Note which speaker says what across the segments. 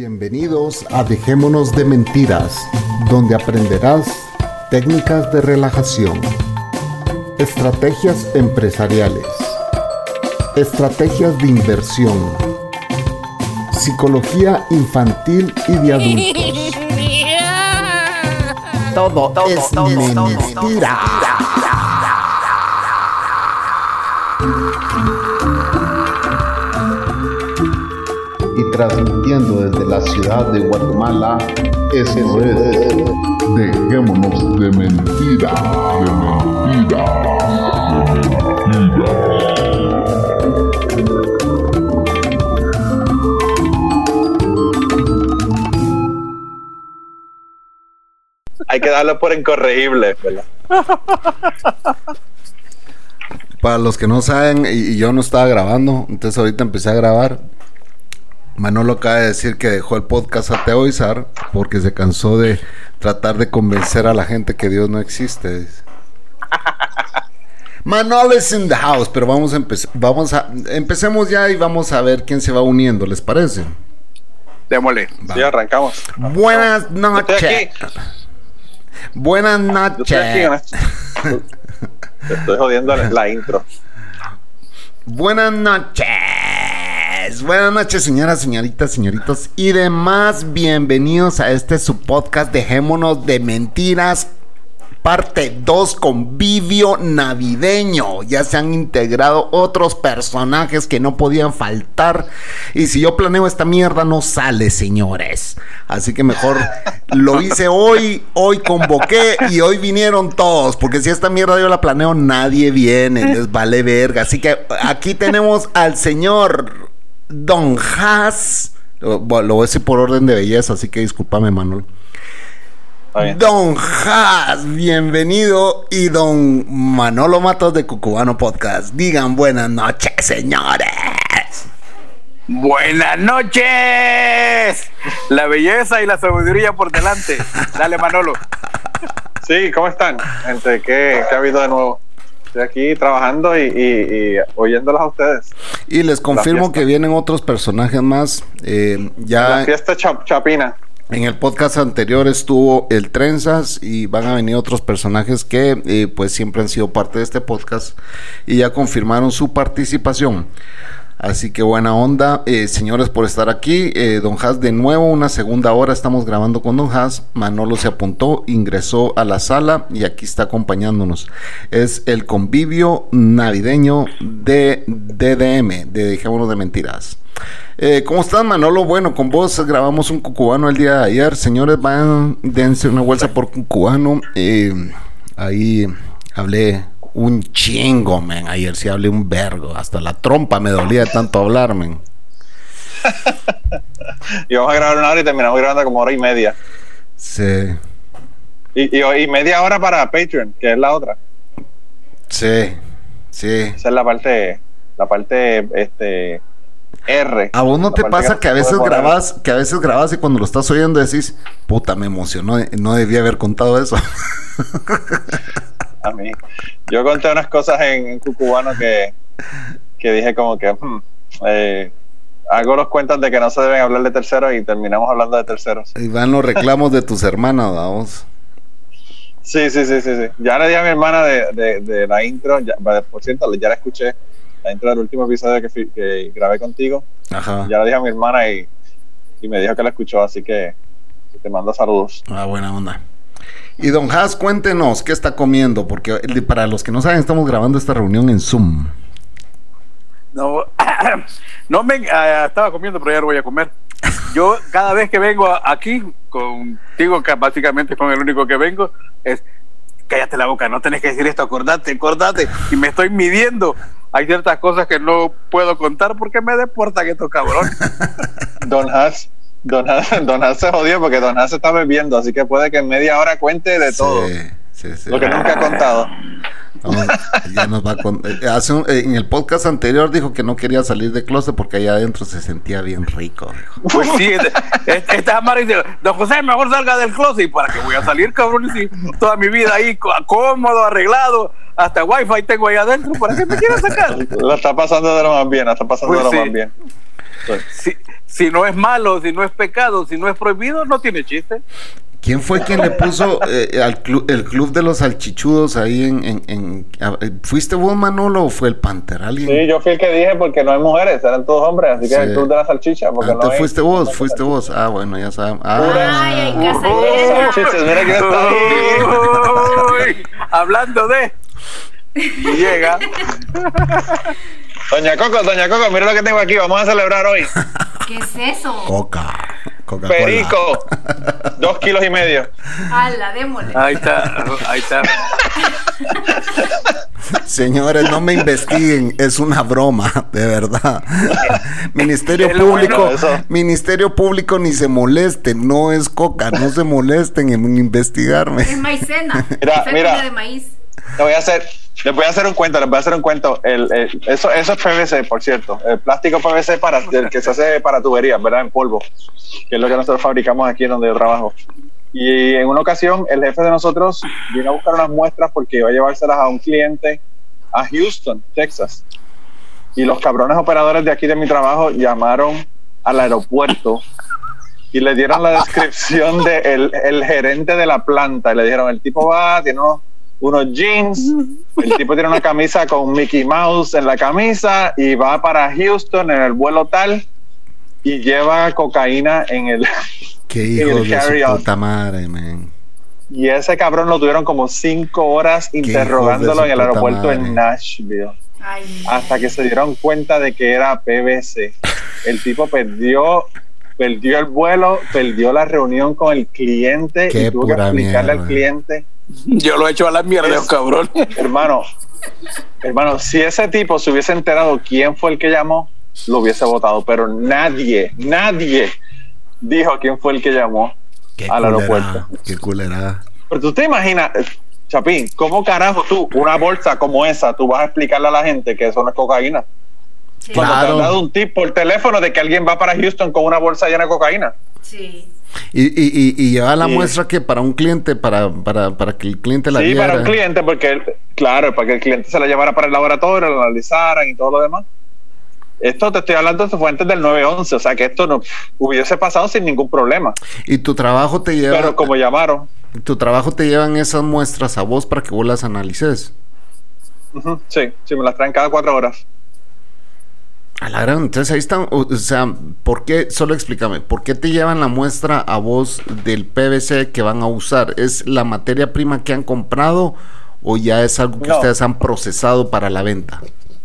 Speaker 1: Bienvenidos a Dejémonos de Mentiras, donde aprenderás técnicas de relajación, estrategias empresariales, estrategias de inversión, psicología infantil y de adultos.
Speaker 2: Todo, todo,
Speaker 1: Es
Speaker 2: todo,
Speaker 1: de
Speaker 2: todo,
Speaker 1: mentira. Y transmitiendo desde la ciudad de Guatemala, eso es.
Speaker 3: Dejémonos de mentira, de mentira, de mentira.
Speaker 4: Hay que darlo por incorregible, ¿verdad?
Speaker 1: Para los que no saben, y, y yo no estaba grabando, entonces ahorita empecé a grabar. Manolo acaba de decir que dejó el podcast a Teoizar porque se cansó de tratar de convencer a la gente que Dios no existe. dice. Manolo is in the house, pero vamos a empezar. Vamos a empecemos ya y vamos a ver quién se va uniendo, ¿les parece?
Speaker 5: Démosle.
Speaker 4: Sí, arrancamos.
Speaker 1: Buenas
Speaker 4: Ah. Estoy
Speaker 1: noches.
Speaker 4: aquí.
Speaker 1: Buenas
Speaker 4: Yo estoy aquí,
Speaker 1: noches.
Speaker 4: ¿no? Te Estoy jodiendo la, la intro.
Speaker 1: Buenas noches. Buenas noches, señoras, señoritas, señoritos y demás. Bienvenidos a este su podcast Dejémonos de Mentiras. Parte 2, convivio navideño. Ya se han integrado otros personajes que no podían faltar. Y si yo planeo esta mierda, no sale, señores. Así que mejor lo hice hoy, hoy convoqué y hoy vinieron todos. Porque si esta mierda yo la planeo, nadie viene. Les vale verga. Así que aquí tenemos al señor Don Haas. Lo, lo voy a decir por orden de belleza, así que discúlpame, Manuel.
Speaker 4: Está bien.
Speaker 1: Don Haas, bienvenido. Y don Manolo Matos de Cucubano Podcast. Digan buenas noches, señores.
Speaker 5: Buenas noches. La belleza y la sabiduría por delante. Dale, Manolo.
Speaker 4: Sí, ¿cómo están? Gente, ¿qué, qué ha habido de nuevo? Estoy aquí trabajando y, y- y oyéndolas a ustedes.
Speaker 1: Y les confirmo
Speaker 4: fiesta.
Speaker 1: que vienen otros personajes más. Eh,
Speaker 4: La
Speaker 1: ya
Speaker 4: fiesta chap- chapina.
Speaker 1: en el podcast anterior estuvo el Trenzas y van a venir otros personajes que eh, pues siempre han sido parte de este podcast y ya confirmaron su participación. Así que buena onda, eh, señores, por estar aquí. Eh, don Haas, de nuevo, una segunda hora estamos grabando con Don Haas. Manolo se apuntó, ingresó a la sala y aquí está acompañándonos. Es el convivio navideño de DDM, de Dejémonos de Mentiras. Eh, ¿Cómo estás, Manolo? Bueno, con vos grabamos un cucubano el día de ayer. Señores, van, dense una vuelta por cucubano. Eh, ahí hablé un chingo, men. Ayer sí hablé un vergo. Hasta la trompa me dolía de tanto hablar, men.
Speaker 4: Y vamos a grabar una hora y terminamos grabando como hora y media.
Speaker 1: Sí,
Speaker 4: Y, y- y media hora para Patreon, que es la otra.
Speaker 1: sí, sí.
Speaker 4: Esa es la parte, la parte este R.
Speaker 1: ¿A vos no
Speaker 4: La
Speaker 1: te
Speaker 4: parte
Speaker 1: pasa que a
Speaker 4: no se
Speaker 1: veces
Speaker 4: puede poner.
Speaker 1: grabás, que a veces grabás y cuando lo estás oyendo decís, puta, me emocionó, eh, no debía haber contado eso?
Speaker 4: a mí. Yo conté unas cosas en, en Cucubano que, que dije como que hmm, eh, hago los cuentas de que no se deben hablar de terceros y terminamos hablando de terceros.
Speaker 1: Y van los reclamos de tus hermanas, vamos.
Speaker 4: Sí, sí, sí, sí. sí. Ya le di a mi hermana de, de- de la intro, ya- va, por cierto, ya la escuché, la intro del último episodio que, fi- que grabé contigo.
Speaker 1: Ajá.
Speaker 4: Ya la dije a mi hermana y, y me dijo que la escuchó, así que te mando saludos.
Speaker 1: Ah, buena onda. Y don Haas, cuéntenos qué está comiendo, porque el- para los que no saben, estamos grabando esta reunión en Zoom.
Speaker 5: No, no me ah, estaba comiendo, pero ya no voy a comer. Yo cada vez que vengo a- aquí contigo, que básicamente con el único que vengo, es cállate la boca, no tenés que decir esto, acordate, acordate. Y me estoy midiendo. Hay ciertas cosas que no puedo contar porque me deportan estos cabrones.
Speaker 4: Don Haas. Don Haas, Don Haas se jodió porque Don Haas está bebiendo, así que puede que en media hora cuente de todo.
Speaker 1: Sí, sí, sí.
Speaker 4: Lo que nunca ha contado.
Speaker 1: Vamos, ya nos va a con- eh, hace un- eh, en el podcast anterior dijo que no quería salir de closet porque allá adentro se sentía bien rico. dijo.
Speaker 5: Pues sí, es- es- esta Amara dice, don José, mejor salga del closet. ¿Y para qué voy a salir, cabrón? Si toda mi vida ahí có- cómodo, arreglado, hasta wifi tengo ahí adentro. ¿Para qué me quieres sacar?
Speaker 4: La está pasando de lo más bien, la está pasando
Speaker 5: Pues
Speaker 4: de lo
Speaker 5: sí.
Speaker 4: más bien.
Speaker 5: Si, si no es malo, si no es pecado, si no es prohibido, no tiene chiste.
Speaker 1: ¿Quién fue quien le puso eh, al clu- el club de los salchichudos ahí en... en- en- a- eh, ¿Fuiste vos, Manolo, o fue el Panther? ¿Alguien?
Speaker 4: Sí, yo fui el que dije porque no hay mujeres, eran todos hombres, así que
Speaker 1: Sí.
Speaker 4: el club de la salchicha. Porque
Speaker 1: Ah,
Speaker 4: no
Speaker 1: entonces
Speaker 4: hay-
Speaker 1: fuiste vos, fuiste vos. Ah, bueno, ya saben. Ah,
Speaker 2: Ay, en casa
Speaker 4: Puras
Speaker 2: llena.
Speaker 4: salchichas, mira que está ahí.
Speaker 5: Uy, hablando de. Llega.
Speaker 4: Doña Coco, Doña Coco, mira lo que tengo aquí, vamos a celebrar hoy.
Speaker 2: ¿Qué es eso?
Speaker 1: Coca. Coca-Cola.
Speaker 4: Perico, dos kilos y medio.
Speaker 2: Ala, démosle.
Speaker 5: Ahí está, ahí está.
Speaker 1: Señores, no me investiguen, es una broma, de verdad. Ministerio
Speaker 5: Es lo
Speaker 1: Público,
Speaker 4: bueno de eso.
Speaker 1: Ministerio Público ni se molesten, no es coca, no se molesten en investigarme.
Speaker 2: Es maicena.
Speaker 4: Mira,
Speaker 2: es
Speaker 4: mira.
Speaker 2: de maíz.
Speaker 4: Le voy a hacer, les voy a hacer un cuento, les voy a hacer un cuento. El, el- eso, eso es PVC, por cierto. El plástico PVC para, del que se hace para tuberías, ¿verdad? En polvo, que es lo que nosotros fabricamos aquí donde yo trabajo. Y en una ocasión, el jefe de nosotros vino a buscar unas muestras porque iba a llevárselas a un cliente a Houston, Texas. Y los cabrones operadores de aquí de mi trabajo llamaron al aeropuerto y le dieron la descripción del el, el gerente de la planta. Y le dijeron, el tipo va, tiene unos, unos jeans, el tipo tiene una camisa con Mickey Mouse en la camisa y va para Houston en el vuelo tal y lleva cocaína en el...
Speaker 1: Qué
Speaker 4: el
Speaker 1: hijo de
Speaker 4: carry
Speaker 1: su
Speaker 4: on.
Speaker 1: puta madre, man.
Speaker 4: Y ese cabrón lo tuvieron como cinco horas
Speaker 1: hijos de
Speaker 4: interrogándolo
Speaker 1: su
Speaker 4: en el
Speaker 1: puta
Speaker 4: aeropuerto
Speaker 1: madre.
Speaker 4: en Nashville.
Speaker 2: Ay,
Speaker 4: hasta que se dieron cuenta de que era PVC. El tipo perdió, perdió el vuelo, perdió la reunión con el cliente
Speaker 1: Qué
Speaker 4: y tuvo que
Speaker 1: pura
Speaker 4: explicarle al
Speaker 1: mierda.
Speaker 4: cliente,
Speaker 5: Yo lo he hecho a la mierda, cabrón.
Speaker 4: hermano, hermano, si ese tipo se hubiese enterado quién fue el que llamó, lo hubiese votado, pero nadie, nadie dijo quién fue el que llamó
Speaker 1: Qué
Speaker 4: al
Speaker 1: culera,
Speaker 4: aeropuerto.
Speaker 1: qué culera.
Speaker 4: Pero tú te imaginas, eh, Chapín, ¿cómo carajo tú, una bolsa como esa, tú vas a explicarle a la gente que eso no es cocaína?
Speaker 2: sí,
Speaker 1: Claro.
Speaker 4: Cuando te han dado un tip por teléfono de que alguien va para Houston con una bolsa llena de cocaína.
Speaker 2: sí.
Speaker 1: Y, y, y, y lleva la
Speaker 4: Sí.
Speaker 1: muestra que para un cliente, para, para, para que el cliente la
Speaker 4: sí,
Speaker 1: viera.
Speaker 4: para un cliente, porque, él- claro, para que el cliente se la llevara para el laboratorio, la analizaran y todo lo demás. Esto te estoy hablando, esto fue antes del 9-11, o sea que esto no pff, hubiese pasado sin ningún problema.
Speaker 1: Y tu trabajo te lleva,
Speaker 4: Pero como llamaron,
Speaker 1: tu trabajo te llevan esas muestras a vos para que vos las analices.
Speaker 4: ujú, sí, sí, me las traen cada cuatro horas.
Speaker 1: A la gran, entonces ahí están, o, o sea, ¿por qué? Solo explícame, ¿por qué te llevan la muestra a vos del PVC que van a usar? ¿Es la materia prima que han comprado o ya es algo que
Speaker 4: No.
Speaker 1: ustedes han procesado para la venta?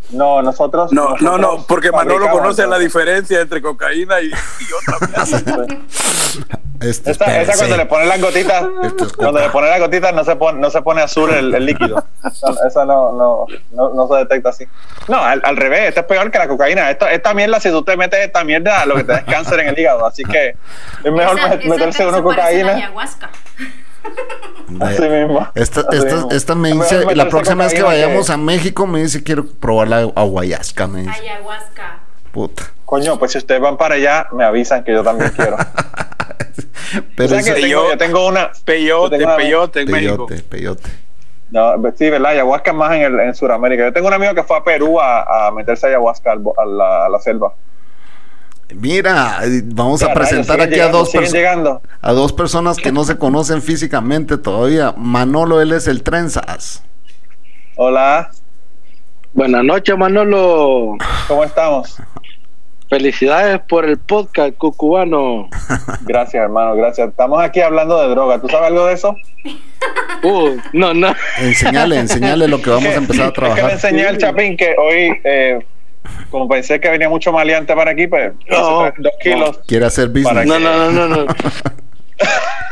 Speaker 4: No, nosotros.
Speaker 5: No, no, no, porque Manolo
Speaker 4: fabricamos-
Speaker 5: conoce la diferencia entre cocaína y, y otra mierda.
Speaker 1: Este es
Speaker 4: Esta, esta
Speaker 1: PVC.
Speaker 4: cuando le ponen las gotitas,
Speaker 1: Esto es
Speaker 4: cuando
Speaker 1: coca.
Speaker 4: le ponen las gotitas no se pone, no se pone azul el, el líquido. No, Eso no, no, no, no se detecta así. No, al, al revés, esto es peor que la cocaína. Esto, esta mierda, si tú te metes esta mierda, lo que te da es cáncer en el hígado. Así que es mejor
Speaker 2: Esa- esa
Speaker 4: meterse
Speaker 2: cosa
Speaker 4: una
Speaker 2: parece la
Speaker 4: cocaína.
Speaker 2: ayahuasca.
Speaker 1: Vaya.
Speaker 4: Así mismo.
Speaker 1: Esta,
Speaker 4: así
Speaker 1: esta,
Speaker 4: mismo.
Speaker 1: esta me
Speaker 4: Es mejor
Speaker 1: dice, la
Speaker 4: meterse
Speaker 1: próxima vez que
Speaker 4: cocaína
Speaker 1: vayamos a México me dice quiero probar la aguayasca, me dice.
Speaker 2: Ayahuasca.
Speaker 1: Puta.
Speaker 4: Coño, pues si ustedes van para allá, me avisan que yo también quiero. O
Speaker 1: Pero
Speaker 4: sea
Speaker 1: eso-
Speaker 4: que tengo-
Speaker 5: yo-
Speaker 4: yo tengo una,
Speaker 5: Peyote,
Speaker 4: Yo tengo-
Speaker 5: peyote en México.
Speaker 1: peyote, peyote.
Speaker 4: No, sí, ¿verdad? Ayahuasca más en, el- en Sudamérica. Yo tengo un amigo que fue a Perú a, a meterse ayahuasca al bo- a, la, a la selva.
Speaker 1: Mira, eh, vamos a
Speaker 4: Ya, rayos,
Speaker 1: presentar
Speaker 4: siguen
Speaker 1: aquí
Speaker 4: llegando,
Speaker 1: a dos
Speaker 4: siguen
Speaker 1: personas.
Speaker 4: llegando.
Speaker 1: a dos personas que no se conocen físicamente todavía. Manolo, él es el Trenzas.
Speaker 4: Hola,
Speaker 6: Buenas noches, Manolo.
Speaker 4: ¿cómo estamos?
Speaker 6: Felicidades por el podcast cucubano.
Speaker 4: Gracias, hermano, gracias. Estamos aquí hablando de droga. ¿Tú sabes algo de eso?
Speaker 6: Uh, no, no.
Speaker 1: Enseñale, enseñale lo que vamos a empezar a
Speaker 4: Es que le
Speaker 1: trabajar.
Speaker 4: enseñé al Chapín que hoy, eh, como pensé que venía mucho maleante para aquí, pues
Speaker 6: No.
Speaker 4: hice tres- dos kilos.
Speaker 1: Quiere hacer business.
Speaker 6: No, no, no, no. no.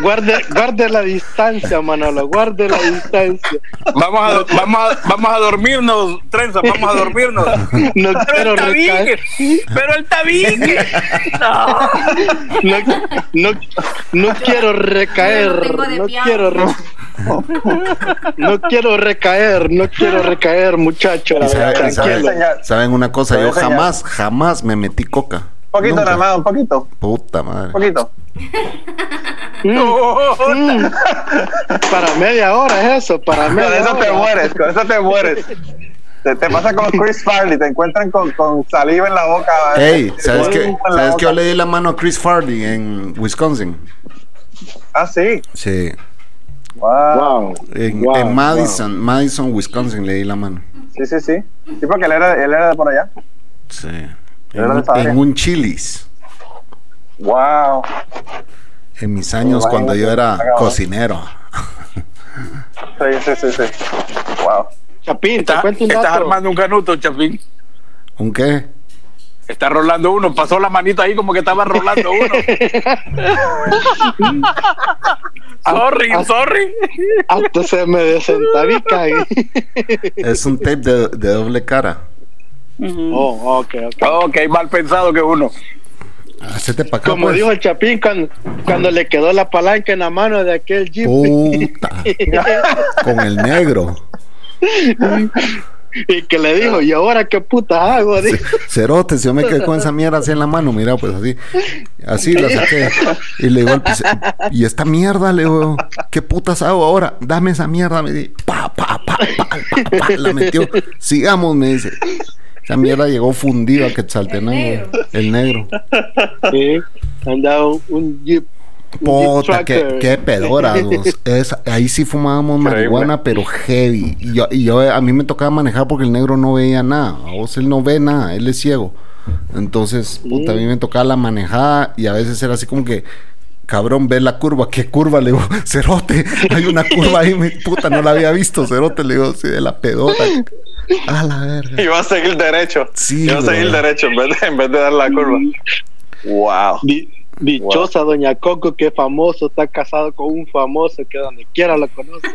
Speaker 6: Guarde, guarde la distancia, Manolo. Guarde la distancia.
Speaker 5: Vamos a, do- vamos, a, vamos a dormirnos, trenza, vamos a dormirnos.
Speaker 6: No quiero, recaer,
Speaker 5: pero el tabique. No.
Speaker 6: no, no, no quiero recaer.
Speaker 2: Yo lo tengo de
Speaker 6: No
Speaker 2: piano.
Speaker 6: quiero, re- no quiero recaer. No quiero recaer, muchacho.
Speaker 1: Y sabe- y sabe-
Speaker 6: Tranquilo.
Speaker 4: enseñar.
Speaker 1: Saben una cosa,
Speaker 4: Te voy
Speaker 1: yo
Speaker 4: a enseñar.
Speaker 1: jamás, jamás me metí coca.
Speaker 4: Un poquito
Speaker 1: Nunca.
Speaker 4: nada más, un poquito,
Speaker 1: Puta madre.
Speaker 4: un poquito.
Speaker 6: Mm, para media hora es eso. Para
Speaker 4: Con
Speaker 6: media
Speaker 4: eso te
Speaker 6: hora.
Speaker 4: mueres, con eso te mueres. Te, te pasa con Chris Farley, te encuentran con, con saliva en la boca.
Speaker 1: Ey,
Speaker 4: Te
Speaker 1: ¿sabes
Speaker 4: ponen
Speaker 1: que,
Speaker 4: humo en la
Speaker 1: ¿sabes que yo
Speaker 4: boca.
Speaker 1: le di la mano a Chris Farley en Wisconsin?
Speaker 4: Ah, sí.
Speaker 1: Sí.
Speaker 4: Wow.
Speaker 6: Wow.
Speaker 1: En,
Speaker 6: wow,
Speaker 1: en Madison, Madison, Wisconsin le di la mano.
Speaker 4: Sí, sí, sí. Sí, porque él era, él era de por allá.
Speaker 1: Sí. En,
Speaker 4: Pero
Speaker 1: un-
Speaker 4: no sabía.
Speaker 1: en un Chili's.
Speaker 4: Wow.
Speaker 1: En
Speaker 4: Pues
Speaker 1: mis años
Speaker 4: Bueno,
Speaker 1: cuando yo era
Speaker 4: acabó.
Speaker 1: cocinero.
Speaker 4: Sí, sí, sí, sí. Wow.
Speaker 6: wow. Chapín, te
Speaker 5: Está-
Speaker 6: cuento un
Speaker 5: estás
Speaker 6: dato.
Speaker 5: armando un canuto, Chapín.
Speaker 1: ¿Un qué?
Speaker 5: Está rolando uno, pasó la manito ahí como que estaba rolando uno. sorry, sorry.
Speaker 6: Hasta se me desentabica. ahí.
Speaker 1: Es un tape de, de doble cara.
Speaker 6: oh, ok, ok.
Speaker 5: Ok, mal pensado que uno.
Speaker 1: Hacete pa' acá.
Speaker 6: Como
Speaker 1: pues.
Speaker 6: dijo el Chapín cuando, cuando le quedó la palanca en la mano de aquel jeep.
Speaker 1: Oh. Puta. Con el negro.
Speaker 6: Y que le dijo, ¿y ahora qué puta hago?
Speaker 1: C- Cerote, si yo me quedé con esa mierda así en la mano, mira, pues así. Así la saqué. Y le digo al piso, y esta mierda, le digo, ¿qué putas hago ahora? Dame esa mierda, me dice, pa, pa, pa, pa, pa, pa, la metió. Sigamos, me dice. Esa mierda llegó fundida a Quetzaltenango. El negro.
Speaker 6: Sí, andaba un, un jeep. un
Speaker 1: Puta,
Speaker 6: Jeep
Speaker 1: qué,
Speaker 6: Tracker.
Speaker 1: qué pedora. dos. Es- ahí sí fumábamos
Speaker 4: Increíble.
Speaker 1: marihuana, pero heavy. Y yo, y yo- a mí me tocaba manejar porque el negro no veía nada. A vos él no ve nada, él es ciego. Entonces, puta, a mí me tocaba la manejada y a veces era así como que, cabrón, ve la curva, ¿qué curva? Le digo, cerote, hay una curva ahí, mi puta, no la había visto, cerote, le digo, sí, de la pedota. A la verga.
Speaker 4: Y va a seguir derecho.
Speaker 1: Sí,
Speaker 4: Iba a seguir
Speaker 1: bro.
Speaker 4: derecho en vez, de, en vez de dar la curva. Wow.
Speaker 6: Di- dichosa Doña Coco, que famoso, está casado con un famoso que donde quiera lo conoce.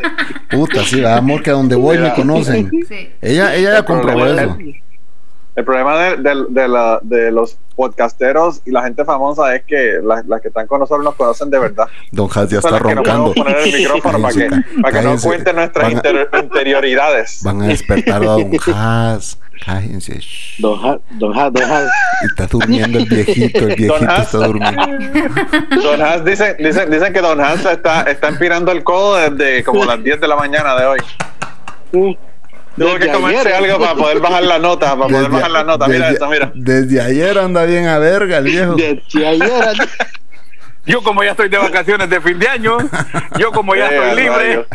Speaker 1: Puta, sí, va, amor, que a donde voy me
Speaker 4: Ya.
Speaker 1: conocen.
Speaker 2: Sí.
Speaker 1: Ella, ella ya comprobó
Speaker 4: problema es-
Speaker 1: eso.
Speaker 4: El problema de, de- de la- de los podcasteros y la gente famosa es que las, las que están con nosotros nos conocen de verdad.
Speaker 1: Don Hans ya
Speaker 4: Son
Speaker 1: está
Speaker 4: las que no
Speaker 1: roncando.
Speaker 4: podemos poner el micrófono para que,
Speaker 1: Cállense,
Speaker 4: para que no
Speaker 1: cállense.
Speaker 4: cuenten nuestras
Speaker 1: Van a-
Speaker 4: inter- interioridades.
Speaker 1: Van a despertar a Don Haas. Cállense. shh.
Speaker 6: Don Ja- Don Ja- Don Ja-
Speaker 1: Y Está durmiendo el viejito. El viejito
Speaker 4: Haas.
Speaker 1: está durmiendo.
Speaker 4: Don Hans dice, dicen, dicen que Don Hans está, está empinando el codo desde como las 10 de la mañana de hoy.
Speaker 6: Uh,
Speaker 4: Tuvo
Speaker 6: desde
Speaker 4: que comerse
Speaker 6: ayer.
Speaker 4: algo para poder bajar la nota, para poder bajar la nota. Mira
Speaker 1: desde-
Speaker 4: eso, mira.
Speaker 1: desde ayer anda bien a verga el viejo.
Speaker 6: Desde ayer.
Speaker 5: Yo como ya estoy de vacaciones de fin de año, yo como ya
Speaker 4: Eh,
Speaker 5: estoy
Speaker 4: rayo.
Speaker 5: libre,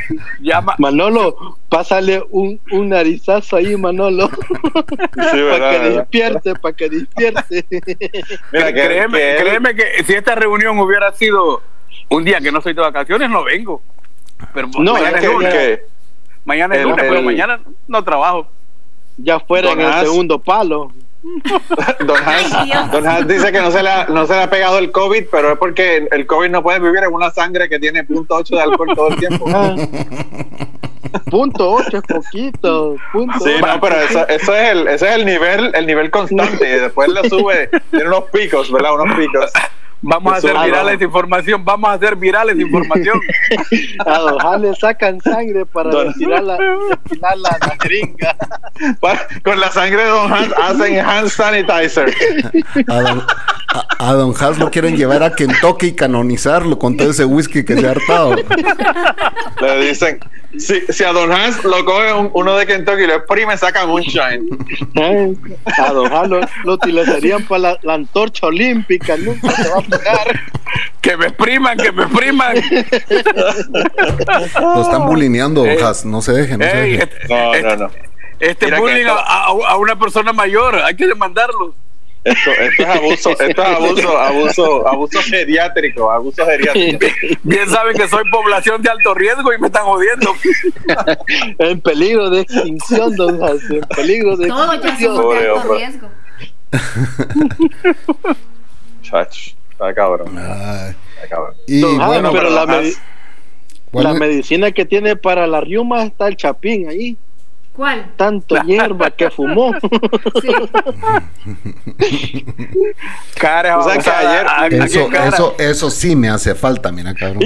Speaker 5: ya ma-
Speaker 6: Manolo, pásale un, un narizazo ahí, Manolo.
Speaker 4: Sí,
Speaker 6: para
Speaker 4: verdad,
Speaker 6: que
Speaker 4: verdad.
Speaker 6: despierte, para que despierte.
Speaker 4: Mira, que-
Speaker 5: créeme,
Speaker 4: que él-
Speaker 5: créeme que si esta reunión hubiera sido un día que no estoy de vacaciones, no vengo. Pero
Speaker 6: No,
Speaker 5: mañana
Speaker 4: que-
Speaker 5: es lunes,
Speaker 4: que-
Speaker 5: mañana es
Speaker 4: el-
Speaker 5: lunes, pero
Speaker 4: el-
Speaker 5: mañana no trabajo.
Speaker 6: ya fuera
Speaker 4: Don
Speaker 6: en
Speaker 4: As.
Speaker 6: el segundo palo.
Speaker 4: Don
Speaker 2: Ay, Dios.
Speaker 4: Hans, Don Hans dice que no se, le ha, no se le ha pegado el COVID, pero es porque el COVID no puede vivir en una sangre que tiene .8 de alcohol todo el tiempo.
Speaker 6: Ah. punto ocho es poquito. Punto
Speaker 4: Sí,
Speaker 6: ocho.
Speaker 4: no, pero eso, eso es el, ese es el nivel, el nivel constante. Y después lo sube, tiene unos picos, ¿verdad? Unos picos.
Speaker 5: Vamos a
Speaker 4: Eso,
Speaker 5: hacer
Speaker 4: ah,
Speaker 5: viral
Speaker 4: vamos.
Speaker 5: esa información, vamos a hacer viral esa información.
Speaker 6: A Don Ja le sacan sangre para
Speaker 4: Don-
Speaker 6: destilar la, destilar la, la jeringa.
Speaker 4: Pa- Con la sangre de Don Hans hacen hand sanitizer.
Speaker 1: A don, a- a don Haas lo quieren llevar a Kentucky y canonizarlo con todo ese whisky que se ha hartado.
Speaker 4: Le dicen, si, si a Don Hans lo coge un- uno de Kentucky y lo exprime, saca moonshine.
Speaker 6: Ay, A Don Ja lo, lo utilizarían para la, la antorcha olímpica. Nunca se va a pegar.
Speaker 5: que me expriman, que me expriman.
Speaker 1: Lo están bulineando, Don
Speaker 5: Eh.
Speaker 1: Haas. No se dejen. No se
Speaker 5: Ey,
Speaker 1: deje.
Speaker 5: este,
Speaker 4: No, no,
Speaker 5: este-
Speaker 4: no.
Speaker 5: este
Speaker 4: Mira que
Speaker 5: bullying a,
Speaker 4: esto-
Speaker 5: a- a una persona mayor, hay que demandarlo.
Speaker 4: Esto, esto es abuso, esto es abuso, abuso, abuso geriátrico, abuso geriátrico.
Speaker 5: Bien saben que soy población de alto riesgo y me están jodiendo.
Speaker 6: En peligro de extinción, Don Ja, En peligro de
Speaker 2: Todos ya
Speaker 6: extinción.
Speaker 2: somos
Speaker 4: Pobre
Speaker 2: de alto
Speaker 4: hombre.
Speaker 2: riesgo.
Speaker 4: Chach, está cabrón,
Speaker 1: Ay.
Speaker 4: está cabrón.
Speaker 1: Y
Speaker 6: Don Ja,
Speaker 1: bueno,
Speaker 6: pero la, medi-
Speaker 4: Hans-
Speaker 1: bueno,
Speaker 6: la medicina que tiene para la riuma está el chapín ahí.
Speaker 2: ¿Cuál?
Speaker 6: Tanto hierba que fumó.
Speaker 2: Sí.
Speaker 5: Cara,
Speaker 4: O sea, que ayer-
Speaker 1: eso, eso, eso sí me hace falta, mira, cabrón.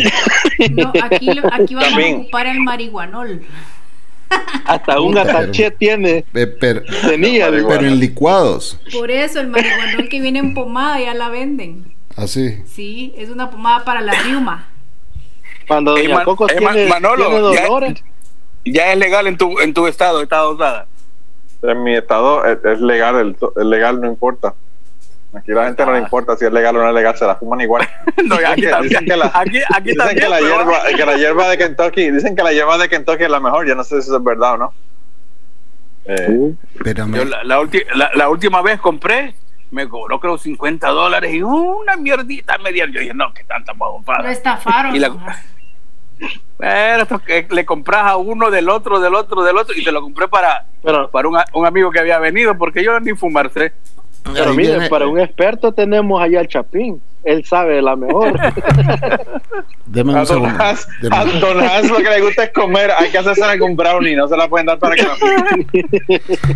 Speaker 2: No, aquí, lo- aquí vamos
Speaker 4: También.
Speaker 2: a ocupar el marihuanol.
Speaker 6: Hasta un
Speaker 1: Puta,
Speaker 6: ataché
Speaker 1: pero-
Speaker 6: tiene.
Speaker 1: Eh, pero-
Speaker 6: Tenía.
Speaker 4: No,
Speaker 1: pero en licuados.
Speaker 2: Por eso el marihuanol que viene en pomada ya la venden.
Speaker 1: Así.
Speaker 2: Sí, es una pomada para la riuma.
Speaker 6: Cuando
Speaker 5: Ey,
Speaker 6: Doña
Speaker 5: Man-
Speaker 6: Coco
Speaker 5: ey,
Speaker 6: tiene,
Speaker 5: Man- Manolo,
Speaker 6: tiene
Speaker 5: ya-
Speaker 6: dolores.
Speaker 5: Ya es legal en tu, en tu estado, está dosada.
Speaker 4: En mi estado es, es legal, el, to- el legal no importa. Aquí la gente no le importa si es legal o no es legal, se la fuman igual.
Speaker 5: No, y aquí
Speaker 4: Dicen que-
Speaker 5: también.
Speaker 4: dicen que la-
Speaker 5: Aquí, aquí
Speaker 4: Dicen
Speaker 5: también.
Speaker 4: que la
Speaker 5: pero-
Speaker 4: hierba, que la hierba de Kentucky, dicen que la hierba de Kentucky es la mejor, yo no sé si eso es verdad o no. Eh,
Speaker 1: Espérame.
Speaker 5: Yo la, la ulti- la- la última vez compré, me cobró creo 50 dólares y una mierdita media. Yo dije, no, que tanta
Speaker 2: Lo
Speaker 5: mojopada.
Speaker 2: estafaron.
Speaker 5: Y la-
Speaker 2: nomás.
Speaker 5: Pero esto que le compras a uno del otro, del otro, del otro, y te lo compré para,
Speaker 6: Pero,
Speaker 5: para un, a- un amigo que había venido, porque yo ni fumarse.
Speaker 6: pero
Speaker 1: Ahí
Speaker 6: miren,
Speaker 1: viene-
Speaker 6: para un experto tenemos allá al Chapín. Él sabe la mejor.
Speaker 1: Deme
Speaker 4: A
Speaker 1: Uh, un
Speaker 4: Don
Speaker 1: segundo.
Speaker 4: Hans,
Speaker 1: Deme-
Speaker 4: a Don Hans lo que le gusta es comer, hay que hacerse algún brownie, no se la pueden dar para que la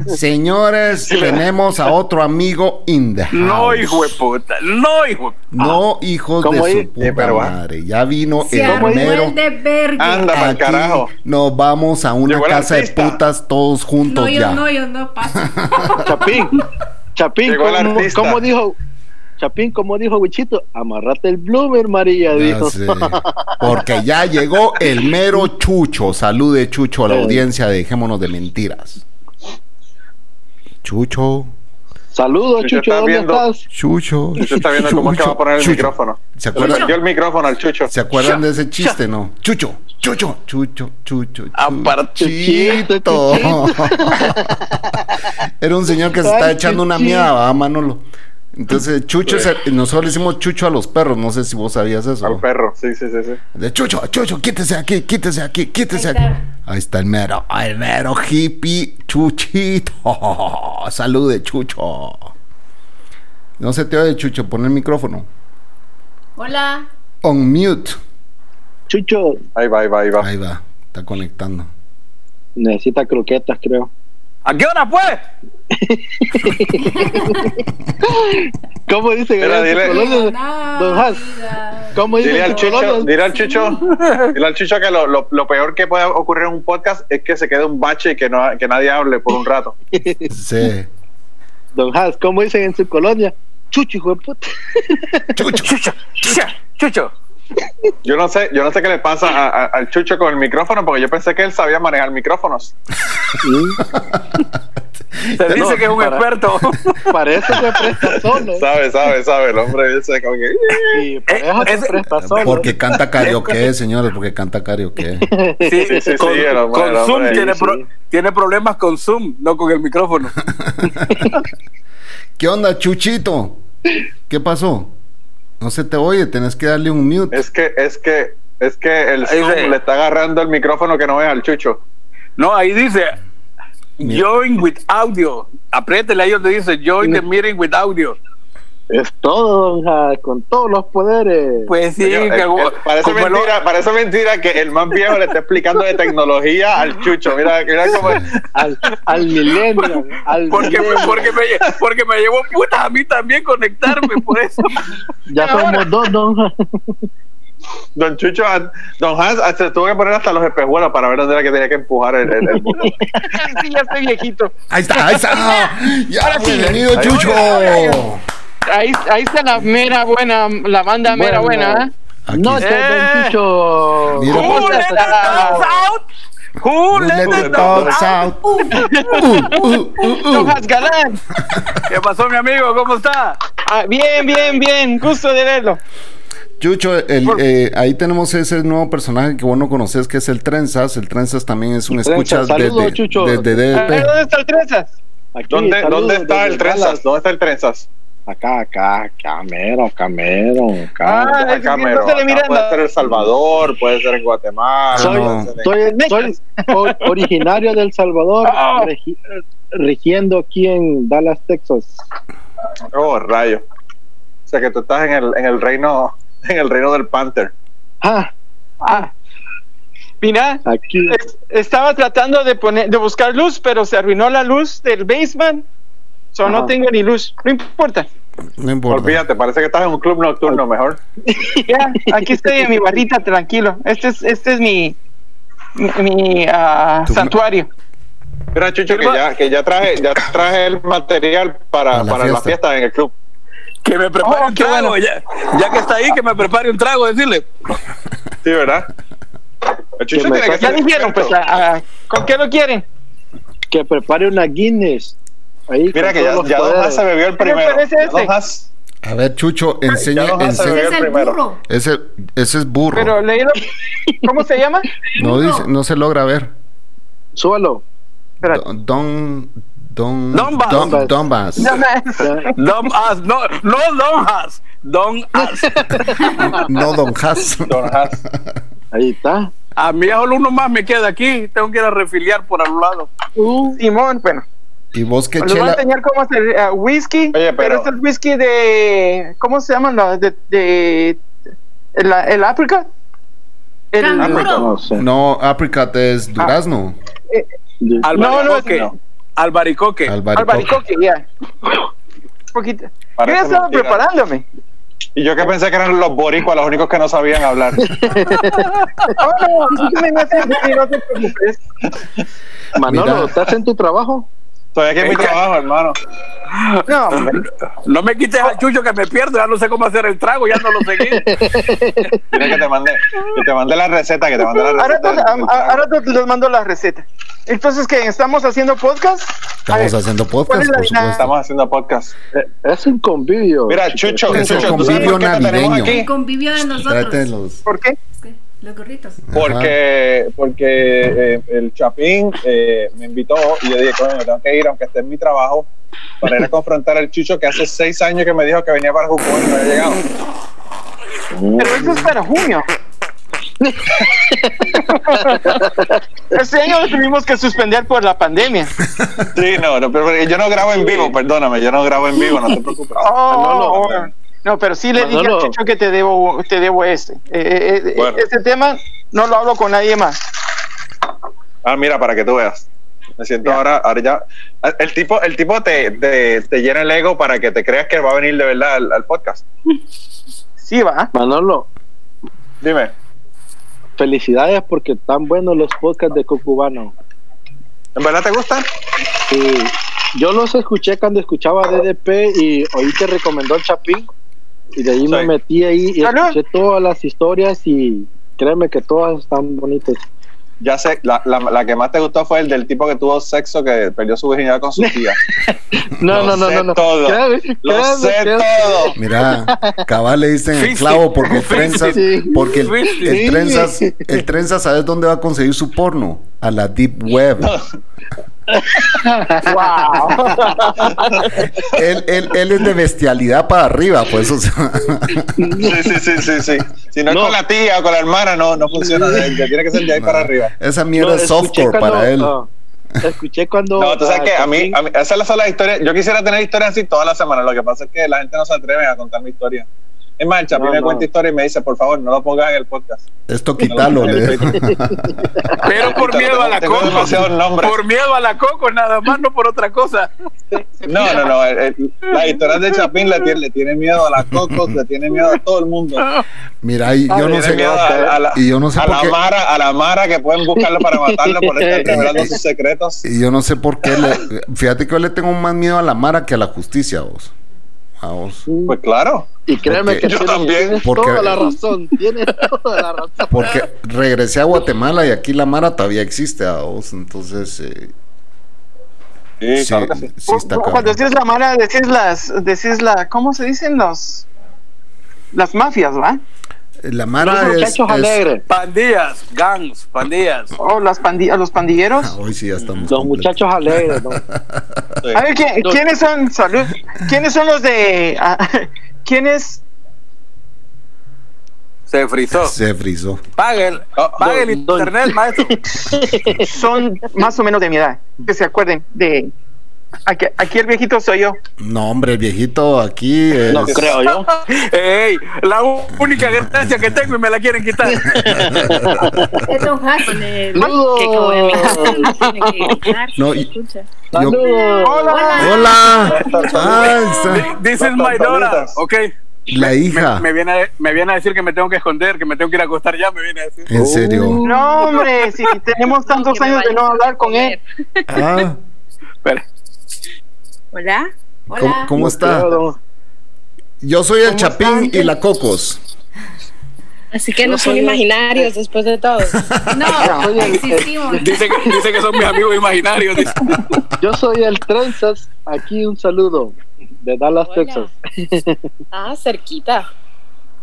Speaker 1: Señores, tenemos a otro amigo in the
Speaker 5: No,
Speaker 1: house.
Speaker 5: hijo de puta. No, hijo. de-
Speaker 1: No, hijos de
Speaker 6: ¿Cómo
Speaker 1: su
Speaker 6: es?
Speaker 1: puta
Speaker 4: Eh, pero va.
Speaker 1: madre. Ya vino
Speaker 2: Se
Speaker 1: el
Speaker 2: armó
Speaker 1: mero.
Speaker 2: el de vergue.
Speaker 4: Anda, pa'l
Speaker 1: Aquí
Speaker 4: carajo.
Speaker 1: nos vamos a una
Speaker 4: Llegó el
Speaker 1: casa de
Speaker 4: artista.
Speaker 1: putas todos juntos
Speaker 2: no, yo
Speaker 1: ya.
Speaker 2: no, yo no paso.
Speaker 6: Chapín, Chapín,
Speaker 4: Llegó el
Speaker 6: ¿cómo,
Speaker 4: artista.
Speaker 6: cómo dijo? Chapín, como dijo Wichito, amarrate el bloomer, María,
Speaker 1: Ya
Speaker 6: dijo.
Speaker 1: sé. Porque ya llegó el mero Chucho. Salude Chucho a la
Speaker 6: Eh.
Speaker 1: audiencia, de dejémonos de mentiras. Chucho,
Speaker 6: Saludos,
Speaker 4: Chucho,
Speaker 6: Chucho,
Speaker 4: ¿estás
Speaker 6: ¿dónde
Speaker 4: Pues viendo?
Speaker 6: estás?
Speaker 1: Chucho.
Speaker 4: Chucho está viendo cómo es que va a poner el
Speaker 1: Chucho.
Speaker 4: micrófono.
Speaker 1: ¿Se acuerdan,
Speaker 4: Yo el micrófono al Chucho.
Speaker 1: ¿Se acuerdan de ese chiste, no? Chucho, chucho, chucho, chucho.
Speaker 5: Aparte,
Speaker 1: chuchito. Era un señor que se estaba
Speaker 6: Ay,
Speaker 1: echando una
Speaker 6: chuchito.
Speaker 1: mierda, ¿verdad, Manolo. Entonces, chucho, es el- nosotros le hicimos chucho a los perros, no sé si vos sabías
Speaker 4: Al
Speaker 1: eso.
Speaker 4: perro, sí, sí, sí. sí.
Speaker 1: De chucho, chucho, quítese de aquí, quítese de aquí, quítese
Speaker 2: Ahí
Speaker 1: de aquí.
Speaker 2: está.
Speaker 1: Ahí está el mero, el mero hippie chuchito. Salude, chucho. No se te oye, chucho, pon el micrófono.
Speaker 2: Hola.
Speaker 1: On mute.
Speaker 6: Chucho
Speaker 4: Ahí va, ahí va, ahí va.
Speaker 1: Ahí va, está conectando.
Speaker 6: necesita croquetas, creo.
Speaker 5: ¿A qué hora pues?
Speaker 6: ¿Cómo dicen?
Speaker 4: Mira,
Speaker 6: allá en
Speaker 4: dile-
Speaker 6: Colombia?
Speaker 2: Nada,
Speaker 6: Don Hans,
Speaker 2: vida.
Speaker 6: ¿cómo dicen?
Speaker 4: Dile al
Speaker 6: en
Speaker 4: Chucho,
Speaker 6: Colombia?
Speaker 4: dile al Chucho, dile al Chucho que lo, lo- lo peor que puede ocurrir en un podcast es que se quede un bache y que, no, que nadie hable por un rato.
Speaker 1: Sí.
Speaker 6: Don Hans, ¿cómo dicen en su colonia? Chucho, hijo de puta.
Speaker 5: Chucho, chucho, chucho.
Speaker 4: Yo no sé, yo no sé qué le pasa a- a- al Chucho con el micrófono, porque yo pensé que él sabía manejar micrófonos.
Speaker 5: Se dice que es un
Speaker 6: para-
Speaker 5: experto.
Speaker 6: Para eso se presta solo.
Speaker 4: Sabe, sabe, sabe, el hombre dice como que...
Speaker 6: Sí, para
Speaker 5: Eh,
Speaker 6: eso se
Speaker 5: ese-
Speaker 6: presta solo.
Speaker 1: Porque canta karaoke, señores, porque canta karaoke.
Speaker 5: Sí,
Speaker 4: Sí, sí,
Speaker 5: con,
Speaker 4: sí, el hombre,
Speaker 5: con
Speaker 4: el
Speaker 5: Zoom
Speaker 4: hombre,
Speaker 5: tiene,
Speaker 4: sí.
Speaker 5: pro- tiene problemas con Zoom, no con el micrófono.
Speaker 1: ¿Qué onda, Chuchito? ¿Qué pasó? No se te oye, tenés que darle un mute.
Speaker 4: Es que, es que, es que el
Speaker 5: Ahí
Speaker 4: Zoom
Speaker 5: se-
Speaker 4: le está agarrando el micrófono que no es al Chucho.
Speaker 5: No, ahí dice
Speaker 1: Mira.
Speaker 5: join with audio. Apriétele ahí donde dice join the meeting with audio.
Speaker 6: Es todo, don Hans, con todos los poderes.
Speaker 5: Pues sí,
Speaker 4: Coño,
Speaker 5: que
Speaker 4: eh,
Speaker 5: como-
Speaker 4: eh, parece,
Speaker 5: como el-
Speaker 4: mentira, parece mentira que el más viejo le está explicando de tecnología al Chucho. Mira, mira cómo...
Speaker 6: al, al milenio. Al
Speaker 5: porque,
Speaker 6: milenio.
Speaker 5: porque, me, lle- porque me llevó putas a mí también conectarme por eso.
Speaker 6: Ya somos dos, don Hans.
Speaker 4: Don Chucho, a- Don Hans, a- se tuvo que poner hasta los espejuelos para ver dónde era que tenía que empujar el, el, el botón.
Speaker 5: sí, ya estoy viejito.
Speaker 1: Ahí está, ahí está. Ya,
Speaker 7: Ahora sí.
Speaker 1: bienvenido, Chucho.
Speaker 7: Ahí, ahí está la mera buena, la banda mera
Speaker 6: Bueno,
Speaker 7: buena. ¿eh?
Speaker 1: Aquí
Speaker 6: Noches,
Speaker 5: Eh.
Speaker 6: don Chucho.
Speaker 1: Mira.
Speaker 5: Who let the dogs out? Who let
Speaker 1: Let
Speaker 5: the
Speaker 1: the
Speaker 5: dogs
Speaker 1: dogs
Speaker 5: out?
Speaker 1: out. Uh, uh, uh, uh.
Speaker 7: Don Has Galán.
Speaker 5: ¿Qué pasó, mi amigo? ¿Cómo está?
Speaker 7: Ah, bien, bien, bien. Gusto de verlo.
Speaker 1: Chucho, el, eh, ahí tenemos ese nuevo personaje que vos no conoces, que es el Trenzas. El Trenzas también es un
Speaker 6: Trenzas,
Speaker 1: escucha
Speaker 6: saludos,
Speaker 1: desde
Speaker 6: Chucho.
Speaker 1: desde
Speaker 7: A ver,
Speaker 8: Eh,
Speaker 1: DDP.
Speaker 7: ¿Dónde está el Trenzas?
Speaker 6: Aquí,
Speaker 4: ¿Dónde,
Speaker 6: saludos
Speaker 4: ¿dónde está
Speaker 6: desde
Speaker 4: el trenzas?
Speaker 6: Dallas.
Speaker 4: ¿Dónde está el trenzas?
Speaker 6: Acá, acá, camero, camero, camero.
Speaker 7: Ah,
Speaker 4: Acá,
Speaker 7: ese sí,
Speaker 4: mero,
Speaker 7: no se le
Speaker 4: acá
Speaker 7: mira
Speaker 4: puede
Speaker 7: nada.
Speaker 4: ser El Salvador, puede ser en Guatemala.
Speaker 6: soy,
Speaker 1: no.
Speaker 4: puede ser en-
Speaker 6: soy- soy o- originario del Salvador,
Speaker 7: Ah.
Speaker 6: regi- regiendo aquí en Dallas, Texas.
Speaker 4: Oh, rayo. O sea que tú estás en el, en el reino en el reino del Panther.
Speaker 6: Ah,
Speaker 7: Ah, mira,
Speaker 6: aquí.
Speaker 7: es- estaba tratando de poner, de buscar luz, pero se arruinó la luz del basement. So no
Speaker 6: Ajá.
Speaker 7: tengo ni luz. No importa.
Speaker 1: No importa.
Speaker 4: Olvídate, parece que estás en un club nocturno mejor.
Speaker 7: Ya, aquí estoy en mi barrita tranquilo. Este es, este es mi, mi, mi, ah,
Speaker 1: Tu-
Speaker 7: santuario.
Speaker 4: Mira, Chucho, que ya, que ya traje, ya traje el material para,
Speaker 1: Para la
Speaker 4: para la
Speaker 1: fiesta.
Speaker 4: fiesta en el club.
Speaker 5: Que me prepare
Speaker 7: Oh,
Speaker 5: un
Speaker 7: qué
Speaker 5: trago.
Speaker 7: bueno.
Speaker 5: Ya, ya que está ahí, que me prepare un trago. Decirle,
Speaker 4: Sí, ¿verdad? El Chucho
Speaker 6: Que me
Speaker 4: tiene que
Speaker 7: Ya
Speaker 4: ser
Speaker 7: dijeron, pues,
Speaker 4: experto.
Speaker 7: ah, ah, ¿con qué lo quieren?
Speaker 6: que prepare una Guinness. Ahí
Speaker 4: Mira
Speaker 6: con
Speaker 4: que ya,
Speaker 6: todos los
Speaker 4: ya Don
Speaker 6: poderes.
Speaker 4: Haas se bebió el primero.
Speaker 7: parece
Speaker 4: Ya Ah,
Speaker 7: ese?
Speaker 4: Don Haas-
Speaker 1: A ver, Chucho, enseña.
Speaker 4: ya nos hace
Speaker 1: ense-
Speaker 2: Ese
Speaker 4: veo
Speaker 2: es el
Speaker 4: primero.
Speaker 2: burro.
Speaker 1: ese, ese es burro.
Speaker 7: Pero leído. ¿Cómo se llama?
Speaker 1: no,
Speaker 2: no.
Speaker 1: dice, no se logra ver.
Speaker 6: Súbalo.
Speaker 7: Espera.
Speaker 1: Don. Don.
Speaker 5: Donbass.
Speaker 1: Don. Donbass.
Speaker 7: No, no,
Speaker 6: Ya.
Speaker 5: Don As, no, no Don As, Don As.
Speaker 1: No, Don Haas.
Speaker 4: Don Haas.
Speaker 6: Ahí está.
Speaker 5: A mí solo uno más me queda aquí, tengo que ir a refiliar por al lado.
Speaker 2: Uh.
Speaker 7: Simón, bueno.
Speaker 1: y vos que
Speaker 7: Les voy a
Speaker 1: chela.
Speaker 7: enseñar cómo hacer ah, whisky.
Speaker 4: Oye,
Speaker 7: pero...
Speaker 4: pero-
Speaker 7: es el whisky de. ¿Cómo se llaman los de. de el, el África? El-
Speaker 4: pues,
Speaker 2: Canguro.
Speaker 6: No sé.
Speaker 1: No, apricot es durazno.
Speaker 5: Albaricoque,
Speaker 7: no, es que no.
Speaker 5: Albaricoque.
Speaker 1: albaricoque.
Speaker 7: Albaricoque, ya. Un poquito. Yo ya
Speaker 4: Parece
Speaker 7: estaba
Speaker 4: mentira.
Speaker 7: preparándome.
Speaker 4: Y yo que pensé que eran los boricuas los únicos que no sabían hablar.
Speaker 7: No, Ah, no, no, no, no, te- no te preocupes.
Speaker 6: Manolo,
Speaker 1: Mira.
Speaker 6: ¿estás en tu trabajo?
Speaker 4: Todavía aquí en mi
Speaker 5: Venga.
Speaker 4: trabajo, hermano.
Speaker 7: No, hombre.
Speaker 5: No me quites al chucho que me pierdo, ya no sé cómo hacer el trago, ya no lo seguí.
Speaker 4: Mira que te mandé, que te mandé la receta, que te mandé la
Speaker 7: Ahora,
Speaker 4: receta.
Speaker 7: te-
Speaker 4: del-
Speaker 7: a-
Speaker 4: del
Speaker 7: a-
Speaker 4: trago.
Speaker 7: ahora te- les mando la receta. Entonces, ¿qué? ¿Estamos haciendo podcast? A
Speaker 1: Estamos
Speaker 7: ver,
Speaker 1: haciendo
Speaker 7: ¿cuál
Speaker 1: podcast,
Speaker 7: es la
Speaker 1: por supuesto.
Speaker 4: Estamos haciendo podcast.
Speaker 6: Eh, Es un convivio.
Speaker 4: Mira, Chucho,
Speaker 1: Es el
Speaker 4: Chucho, ¿tú sabes
Speaker 1: convivio
Speaker 4: por qué te tenemos
Speaker 1: navideño.
Speaker 4: aquí?
Speaker 2: El convivio de
Speaker 1: Tráete
Speaker 2: nosotros.
Speaker 1: los.
Speaker 7: ¿Por qué?
Speaker 2: ¿Qué? Los gorritos.
Speaker 4: Porque, porque eh, el Chapín eh, me invitó y yo dije, coño, tengo que ir, aunque esté en mi trabajo, para ir a confrontar al Chucho que hace seis años que me dijo que venía para Jucón y no había llegado.
Speaker 7: Pero eso es para junio. este año lo tuvimos que suspender por la pandemia.
Speaker 4: Sí, no, no, pero yo no grabo en vivo, perdóname, yo no grabo en vivo, no te preocupes.
Speaker 7: Oh, oh, no, pero sí le dije
Speaker 6: Manolo.
Speaker 7: a Chicho que te debo, te debo este. Eh, eh, eh,
Speaker 4: Bueno.
Speaker 7: Este tema no lo hablo con nadie más.
Speaker 4: Ah, mira, para que tú veas. Me siento ahora, ahora ya. El tipo, el tipo te, te, te llena el ego para que te creas que va a venir de verdad al, al podcast.
Speaker 7: Sí, va.
Speaker 6: Manolo,
Speaker 4: Dime.
Speaker 6: felicidades porque están buenos los podcasts de Cucubano.
Speaker 4: ¿En verdad te gusta?
Speaker 6: Sí. Yo los escuché cuando escuchaba DDP y oí que recomendó el Chapín. Y de ahí me
Speaker 4: Sí. Ah,
Speaker 6: metí ahí y
Speaker 7: Salud.
Speaker 6: escuché todas las historias y créeme que todas están bonitas.
Speaker 4: Ya sé, la, la, la que más te gustó fue el del tipo que tuvo sexo que perdió su virginidad con su tía.
Speaker 6: No,
Speaker 4: Lo
Speaker 6: no, no,
Speaker 4: sé
Speaker 6: no, no.
Speaker 4: todo.
Speaker 6: Créeme,
Speaker 4: Lo
Speaker 6: créeme
Speaker 4: sé
Speaker 6: que-
Speaker 4: todo.
Speaker 1: Mira, cabal le dicen el
Speaker 5: Fifty.
Speaker 1: clavo porque el
Speaker 5: Fifty.
Speaker 1: trenzas.
Speaker 6: Sí.
Speaker 1: Porque el,
Speaker 5: Fifty.
Speaker 1: el trenzas, el trenzas, ¿sabes dónde va a conseguir su porno? A la Deep Web.
Speaker 7: Wow.
Speaker 1: Él, él, él es de bestialidad para arriba, pues. o sea.
Speaker 4: Sí, sí, sí, sí, sí. Si no,
Speaker 6: No.
Speaker 4: es con la tía o con la hermana, no, no funciona. de- de- Tiene que ser de ahí para arriba.
Speaker 1: Esa mierda
Speaker 6: No,
Speaker 1: es
Speaker 6: escuché
Speaker 1: softcore
Speaker 6: cuando-
Speaker 1: para él.
Speaker 6: ah, escuché cuando.
Speaker 4: No, tú sabes
Speaker 6: ah,
Speaker 4: que a mí,
Speaker 6: Chapín-
Speaker 4: a mí- esas son las historias. Yo quisiera tener historias así toda la semana. Lo que pasa es que la gente no se atreve a contar mi historia. Es más, el Chapín
Speaker 6: No,
Speaker 4: me
Speaker 6: no.
Speaker 4: cuenta historia y me dice, por favor, no lo pongas en el podcast.
Speaker 1: Esto quítalo. le-
Speaker 5: Pero por miedo a la
Speaker 4: Tengo
Speaker 5: coco.
Speaker 4: demasiados nombres.
Speaker 5: Por miedo a la coco, nada más, no por otra cosa.
Speaker 4: No, no, no. el- el- las historias de Chapín le tiene, le tiene miedo a la Cocos, le tiene miedo a todo el mundo.
Speaker 1: Mira, y yo
Speaker 4: Le
Speaker 1: no
Speaker 4: tiene
Speaker 1: sé.
Speaker 4: miedo a, a la,
Speaker 1: Y yo no sé
Speaker 4: a
Speaker 1: por
Speaker 4: la
Speaker 1: qué.
Speaker 4: Mara, a la Mara que pueden buscarlo para matarlo por estar revelando sus secretos.
Speaker 1: Y yo no sé por qué. le- fíjate que yo le tengo más miedo a la Mara que a la justicia, vos. A vos.
Speaker 6: Mm.
Speaker 4: Pues claro.
Speaker 6: Y créeme
Speaker 1: Porque-
Speaker 6: que
Speaker 4: Yo
Speaker 6: tienes,
Speaker 4: también.
Speaker 6: tienes
Speaker 1: Porque-
Speaker 6: toda la razón. Tienes toda la razón.
Speaker 1: Porque regresé a Guatemala y aquí la Mara todavía existe, a vos. Entonces, eh,
Speaker 4: Sí,
Speaker 1: sí,
Speaker 4: claro que sí.
Speaker 1: sí está cabrón.
Speaker 7: Cuando decís la mala, decís las, decís la, ¿cómo se dicen los? Las mafias, ¿va?
Speaker 1: La
Speaker 6: Los
Speaker 1: Mara es.
Speaker 6: muchachos
Speaker 1: es-
Speaker 6: alegres.
Speaker 5: Pandillas, gangs, pandillas.
Speaker 7: O las pandi- o los
Speaker 1: Ah,
Speaker 7: pandilleros.
Speaker 1: hoy sí ya estamos.
Speaker 6: Los
Speaker 1: completos.
Speaker 6: muchachos alegres. ¿no?
Speaker 4: Sí.
Speaker 1: Ah,
Speaker 7: A ver, ¿quién-
Speaker 6: Los-
Speaker 7: ¿quiénes son? Salud. ¿Quiénes son los de? ah, ¿Quiénes?
Speaker 5: Se frizó.
Speaker 1: Se frizó.
Speaker 5: Pague el,
Speaker 4: Ah,
Speaker 5: pague el
Speaker 6: Oh, don- don-
Speaker 5: internet, maestro.
Speaker 7: son más o menos de mi edad, que se acuerden de aquí, aquí el viejito soy yo.
Speaker 1: No, hombre, el viejito aquí. es-
Speaker 6: No creo yo.
Speaker 5: Ey, la u- única gracia que tengo y me la quieren quitar.
Speaker 2: Es Don Hassan. eh,
Speaker 6: Saludos.
Speaker 2: Que acabo de ver. Tiene que gritar,
Speaker 1: No,
Speaker 2: se
Speaker 1: y-
Speaker 2: escucha.
Speaker 1: yo-
Speaker 6: Saludos.
Speaker 2: Hola.
Speaker 1: ¡Hola! Ah, está-
Speaker 5: This is my daughter. Ok.
Speaker 1: La hija.
Speaker 5: Me viene, a, me viene a decir que me tengo que esconder, que me tengo que ir a acostar ya, me viene a decir.
Speaker 1: En serio.
Speaker 7: No, hombre, si tenemos tantos
Speaker 2: Que me
Speaker 7: años de no
Speaker 2: vaya a
Speaker 7: hablar con él.
Speaker 1: Ah,
Speaker 5: Espera.
Speaker 2: Hola.
Speaker 1: ¿cómo,
Speaker 2: Hola.
Speaker 1: cómo
Speaker 6: No
Speaker 1: está?
Speaker 6: creo, no.
Speaker 1: Yo soy el
Speaker 7: ¿Cómo
Speaker 1: Chapín
Speaker 7: están?
Speaker 1: y la Cocos.
Speaker 8: Así que
Speaker 6: Yo
Speaker 8: no, son
Speaker 6: soy-
Speaker 8: imaginarios después de todo.
Speaker 2: No, existimos.
Speaker 5: Dice que, dice que son mis amigos imaginarios. dice.
Speaker 6: Yo soy el Trenzas. Aquí un saludo de Dallas,
Speaker 8: Hola.
Speaker 6: Texas.
Speaker 8: Ah, cerquita.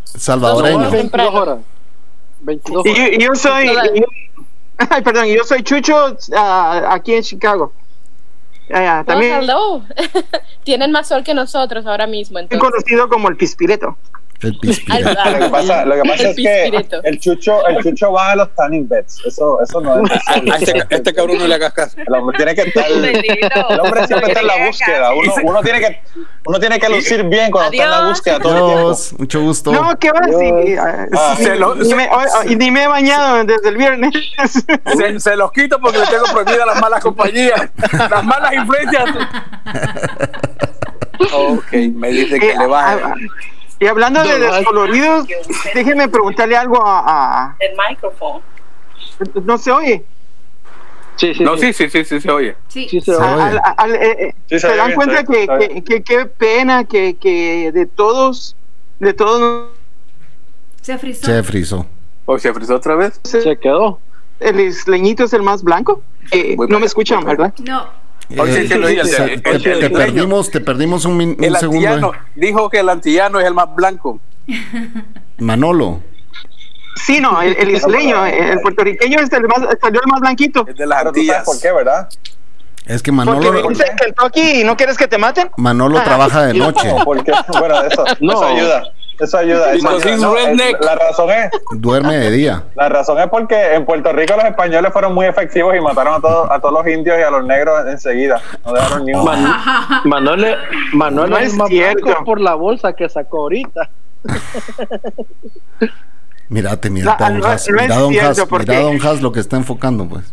Speaker 1: Salvadoreño.
Speaker 8: Bueno. Bueno.
Speaker 6: 22
Speaker 8: Temprano.
Speaker 6: horas. 22
Speaker 7: Y yo,
Speaker 6: horas.
Speaker 7: y yo soy.
Speaker 8: Toda-
Speaker 7: y yo- ay, perdón, yo soy Chucho ah, aquí en Chicago. Ah,
Speaker 8: No,
Speaker 7: también
Speaker 8: hello. Tienen más sol que nosotros ahora mismo. Entonces.
Speaker 7: conocido como el Pispireto.
Speaker 1: El
Speaker 8: Al-
Speaker 1: pispira.
Speaker 4: Lo que pasa, lo que pasa
Speaker 8: El
Speaker 4: es que
Speaker 8: pispirito.
Speaker 4: el chucho, el chucho va a los tanning beds. Eso, eso no es.
Speaker 5: A este, a este cabrón no le hagas caso.
Speaker 4: El hombre tiene que estar. El hombre siempre está en la búsqueda. Uno, uno tiene que, uno tiene que lucir bien cuando está en la
Speaker 8: Adiós.
Speaker 4: búsqueda todo el tiempo.
Speaker 1: Dios, mucho gusto.
Speaker 7: No, ¿qué va?
Speaker 6: Dios.
Speaker 7: Sí, ah,
Speaker 5: Ah,
Speaker 7: sí,
Speaker 5: se lo-
Speaker 7: ni, me, oh, oh, y ni me he bañado desde el viernes.
Speaker 5: Se, se los quito porque le tengo prohibidas las malas compañías, las malas influencias. Ok, me dice
Speaker 7: Eh, ah, ah, y hablando de
Speaker 6: No, ay.
Speaker 7: descoloridos, déjenme preguntarle algo a, a-
Speaker 8: El micrófono.
Speaker 7: No se oye.
Speaker 6: Sí, sí,
Speaker 5: No,
Speaker 6: sí.
Speaker 5: sí, sí, sí, sí, se oye.
Speaker 2: Sí.
Speaker 6: Sí, se
Speaker 1: Se
Speaker 6: va.
Speaker 1: oye.
Speaker 7: Al- al- al- eh, eh,
Speaker 4: Sí, se
Speaker 7: se
Speaker 4: oye
Speaker 7: dan
Speaker 4: bien,
Speaker 7: cuenta
Speaker 4: se oye,
Speaker 7: que
Speaker 4: está
Speaker 7: que-
Speaker 4: bien.
Speaker 7: que- qué pena que, que de todos, de todos
Speaker 2: Se frizó.
Speaker 1: Se frizó.
Speaker 5: ¿O se frizó otra vez?
Speaker 6: Se quedó.
Speaker 7: el isleñito es el más blanco. Eh,
Speaker 5: Voy
Speaker 7: no
Speaker 5: para allá,
Speaker 7: me escuchan,
Speaker 5: voy para
Speaker 7: ¿verdad?
Speaker 2: No.
Speaker 5: Oye,
Speaker 1: Eh,
Speaker 5: sí, sí, lo oí, el-
Speaker 1: sa-
Speaker 5: el-
Speaker 1: te,
Speaker 5: el-
Speaker 1: te
Speaker 5: el-
Speaker 1: perdimos, te perdimos un, min- un
Speaker 5: El
Speaker 1: segundo.
Speaker 5: antillano
Speaker 1: eh.
Speaker 5: dijo que el antillano es el más blanco.
Speaker 1: Manolo.
Speaker 7: Sí, no, el, el isleño, el, el puertorriqueño es el más, salió el más blanquito.
Speaker 5: Es de las
Speaker 4: Pero tú sabes
Speaker 5: Antillas.
Speaker 4: por qué, ¿verdad?
Speaker 1: Es que
Speaker 7: Porque
Speaker 1: Manolo,
Speaker 7: viniste en Kentucky y no quieres que te maten.
Speaker 1: Manolo trabaja de noche.
Speaker 4: No, porque, bueno, eso,
Speaker 6: No.
Speaker 4: eso ayuda. Eso ayuda. eso
Speaker 5: Because
Speaker 4: ayuda.
Speaker 5: he's
Speaker 4: No, es-
Speaker 5: redneck.
Speaker 4: la razón es,
Speaker 1: Duerme de día.
Speaker 4: la razón es porque en Puerto Rico los españoles fueron muy efectivos y mataron a todos, a todos los indios y a los negros enseguida. No dejaron ni uno.
Speaker 6: Manuel, Manuel
Speaker 7: No
Speaker 6: es
Speaker 7: es
Speaker 6: más
Speaker 7: cierto.
Speaker 6: blanco por la bolsa que sacó ahorita.
Speaker 1: Mírate,
Speaker 7: No,
Speaker 1: mírate a Don
Speaker 7: no,
Speaker 1: Has.
Speaker 7: no es
Speaker 1: Mira a Don
Speaker 7: cierto,
Speaker 1: Has, mira
Speaker 7: porque-
Speaker 1: a Don Has lo que está enfocando, pues.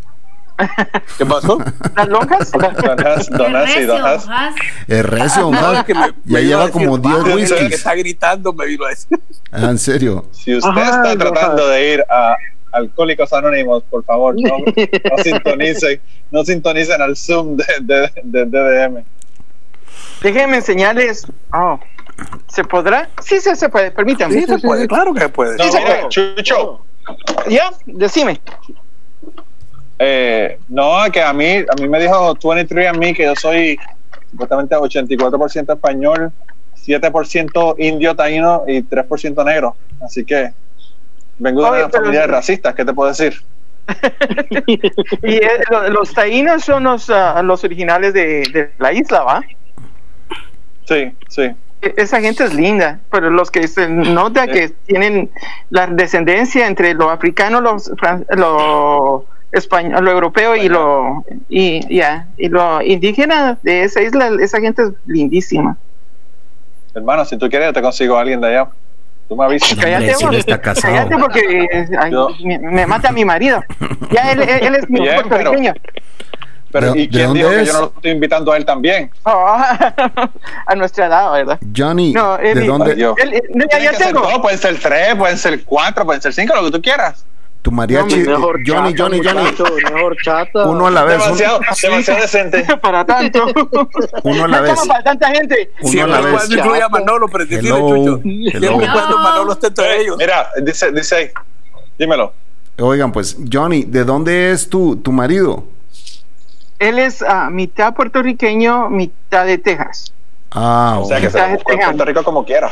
Speaker 5: ¿Qué pasó?
Speaker 7: Las lonjas.
Speaker 4: Don Has,
Speaker 2: Qué
Speaker 4: Don Has y
Speaker 2: recio,
Speaker 4: Don Has.
Speaker 2: Has.
Speaker 1: Es recio, Don Has.
Speaker 5: Ah, Que me- me
Speaker 1: Ya
Speaker 5: vino a
Speaker 1: lleva
Speaker 5: decir,
Speaker 1: como
Speaker 5: "Va,
Speaker 1: 10
Speaker 5: ese que
Speaker 1: whiskies.
Speaker 5: está gritando me vino a decir.
Speaker 1: Ah, En serio.
Speaker 4: Si usted
Speaker 6: Ajá,
Speaker 4: está
Speaker 6: Don
Speaker 4: tratando
Speaker 6: Has.
Speaker 4: de ir a Alcohólicos Anónimos, por favor, no, no sintonicen, no sintonicen al Zoom de, de, de DDM.
Speaker 7: Déjenme enseñarles. Oh, ¿Se podrá? Sí, sí, se puede. Permítanme.
Speaker 5: Sí, se puede, claro que se puede.
Speaker 4: No,
Speaker 7: Sí, se
Speaker 4: mira,
Speaker 7: puede.
Speaker 4: Chucho,
Speaker 7: Ya, decime.
Speaker 4: Eh, no, que a mí, a mí me dijo 23 a mí que yo soy supuestamente 84% español, 7% indio taíno y 3% negro. Así que vengo de
Speaker 7: Oye,
Speaker 4: una
Speaker 7: pero-
Speaker 4: familia de racistas, ¿qué te puedo decir?
Speaker 7: Y eh, lo- los taínos son los, ah, los originales de, de la isla, ¿va?
Speaker 4: Sí, sí.
Speaker 7: E- Esa gente es linda, pero los que se nota que tienen la descendencia entre lo africano, los fran- lo español, lo europeo y lo y ya, y lo indígena de esa isla, esa gente es lindísima.
Speaker 4: Hermano, si tú quieres, yo te consigo a alguien de allá. Tú me avisas.
Speaker 1: No, hombre, si él está casado.
Speaker 7: Cállate porque eh, ay,
Speaker 4: Yo-
Speaker 7: me, me mata mi marido. Ya él, él- él es mi
Speaker 4: Bien, pero-
Speaker 7: puertorriqueño.
Speaker 4: Pero,
Speaker 1: ¿De-
Speaker 4: ¿y
Speaker 1: de
Speaker 4: quién
Speaker 1: dónde
Speaker 4: dijo que
Speaker 1: es?
Speaker 4: yo no lo estoy invitando a él también?
Speaker 7: Oh, a nuestra edad, ¿verdad?
Speaker 1: Johnny,
Speaker 7: No, él-
Speaker 1: ¿de
Speaker 4: Ay,
Speaker 1: dónde?
Speaker 4: Dios.
Speaker 7: Él- él- ya,
Speaker 4: Tiene
Speaker 7: ya
Speaker 4: que ser
Speaker 7: tengo.
Speaker 4: dos, pueden ser tres, pueden ser cuatro, pueden ser cinco, lo que tú quieras.
Speaker 1: Tu mariachi.
Speaker 6: Mejor
Speaker 1: Johnny,
Speaker 6: chata,
Speaker 1: Johnny, Johnny.
Speaker 6: muchacho, Mejor chata.
Speaker 1: Uno a la vez. un-
Speaker 4: Demasiado, demasiado decente.
Speaker 7: Para tanto.
Speaker 1: Uno a la
Speaker 7: No
Speaker 1: vez.
Speaker 7: estamos para tanta gente.
Speaker 1: Uno a
Speaker 5: Siempre
Speaker 1: la
Speaker 5: y
Speaker 1: vez.
Speaker 5: cuando incluya a Manolo, pero decirle,
Speaker 1: Hello,
Speaker 5: Chucho. Siempre y
Speaker 1: hello.
Speaker 5: cuando Manolo esté entre ellos.
Speaker 4: Mira, dice, dice ahí. Dímelo.
Speaker 1: Oigan, pues, Johnny, ¿de dónde es tu, tu marido?
Speaker 7: Él es ah, mitad puertorriqueño, mitad de Texas.
Speaker 1: Ah,
Speaker 4: O sea que
Speaker 1: ok.
Speaker 4: se la buscó en Puerto Rico como quiera.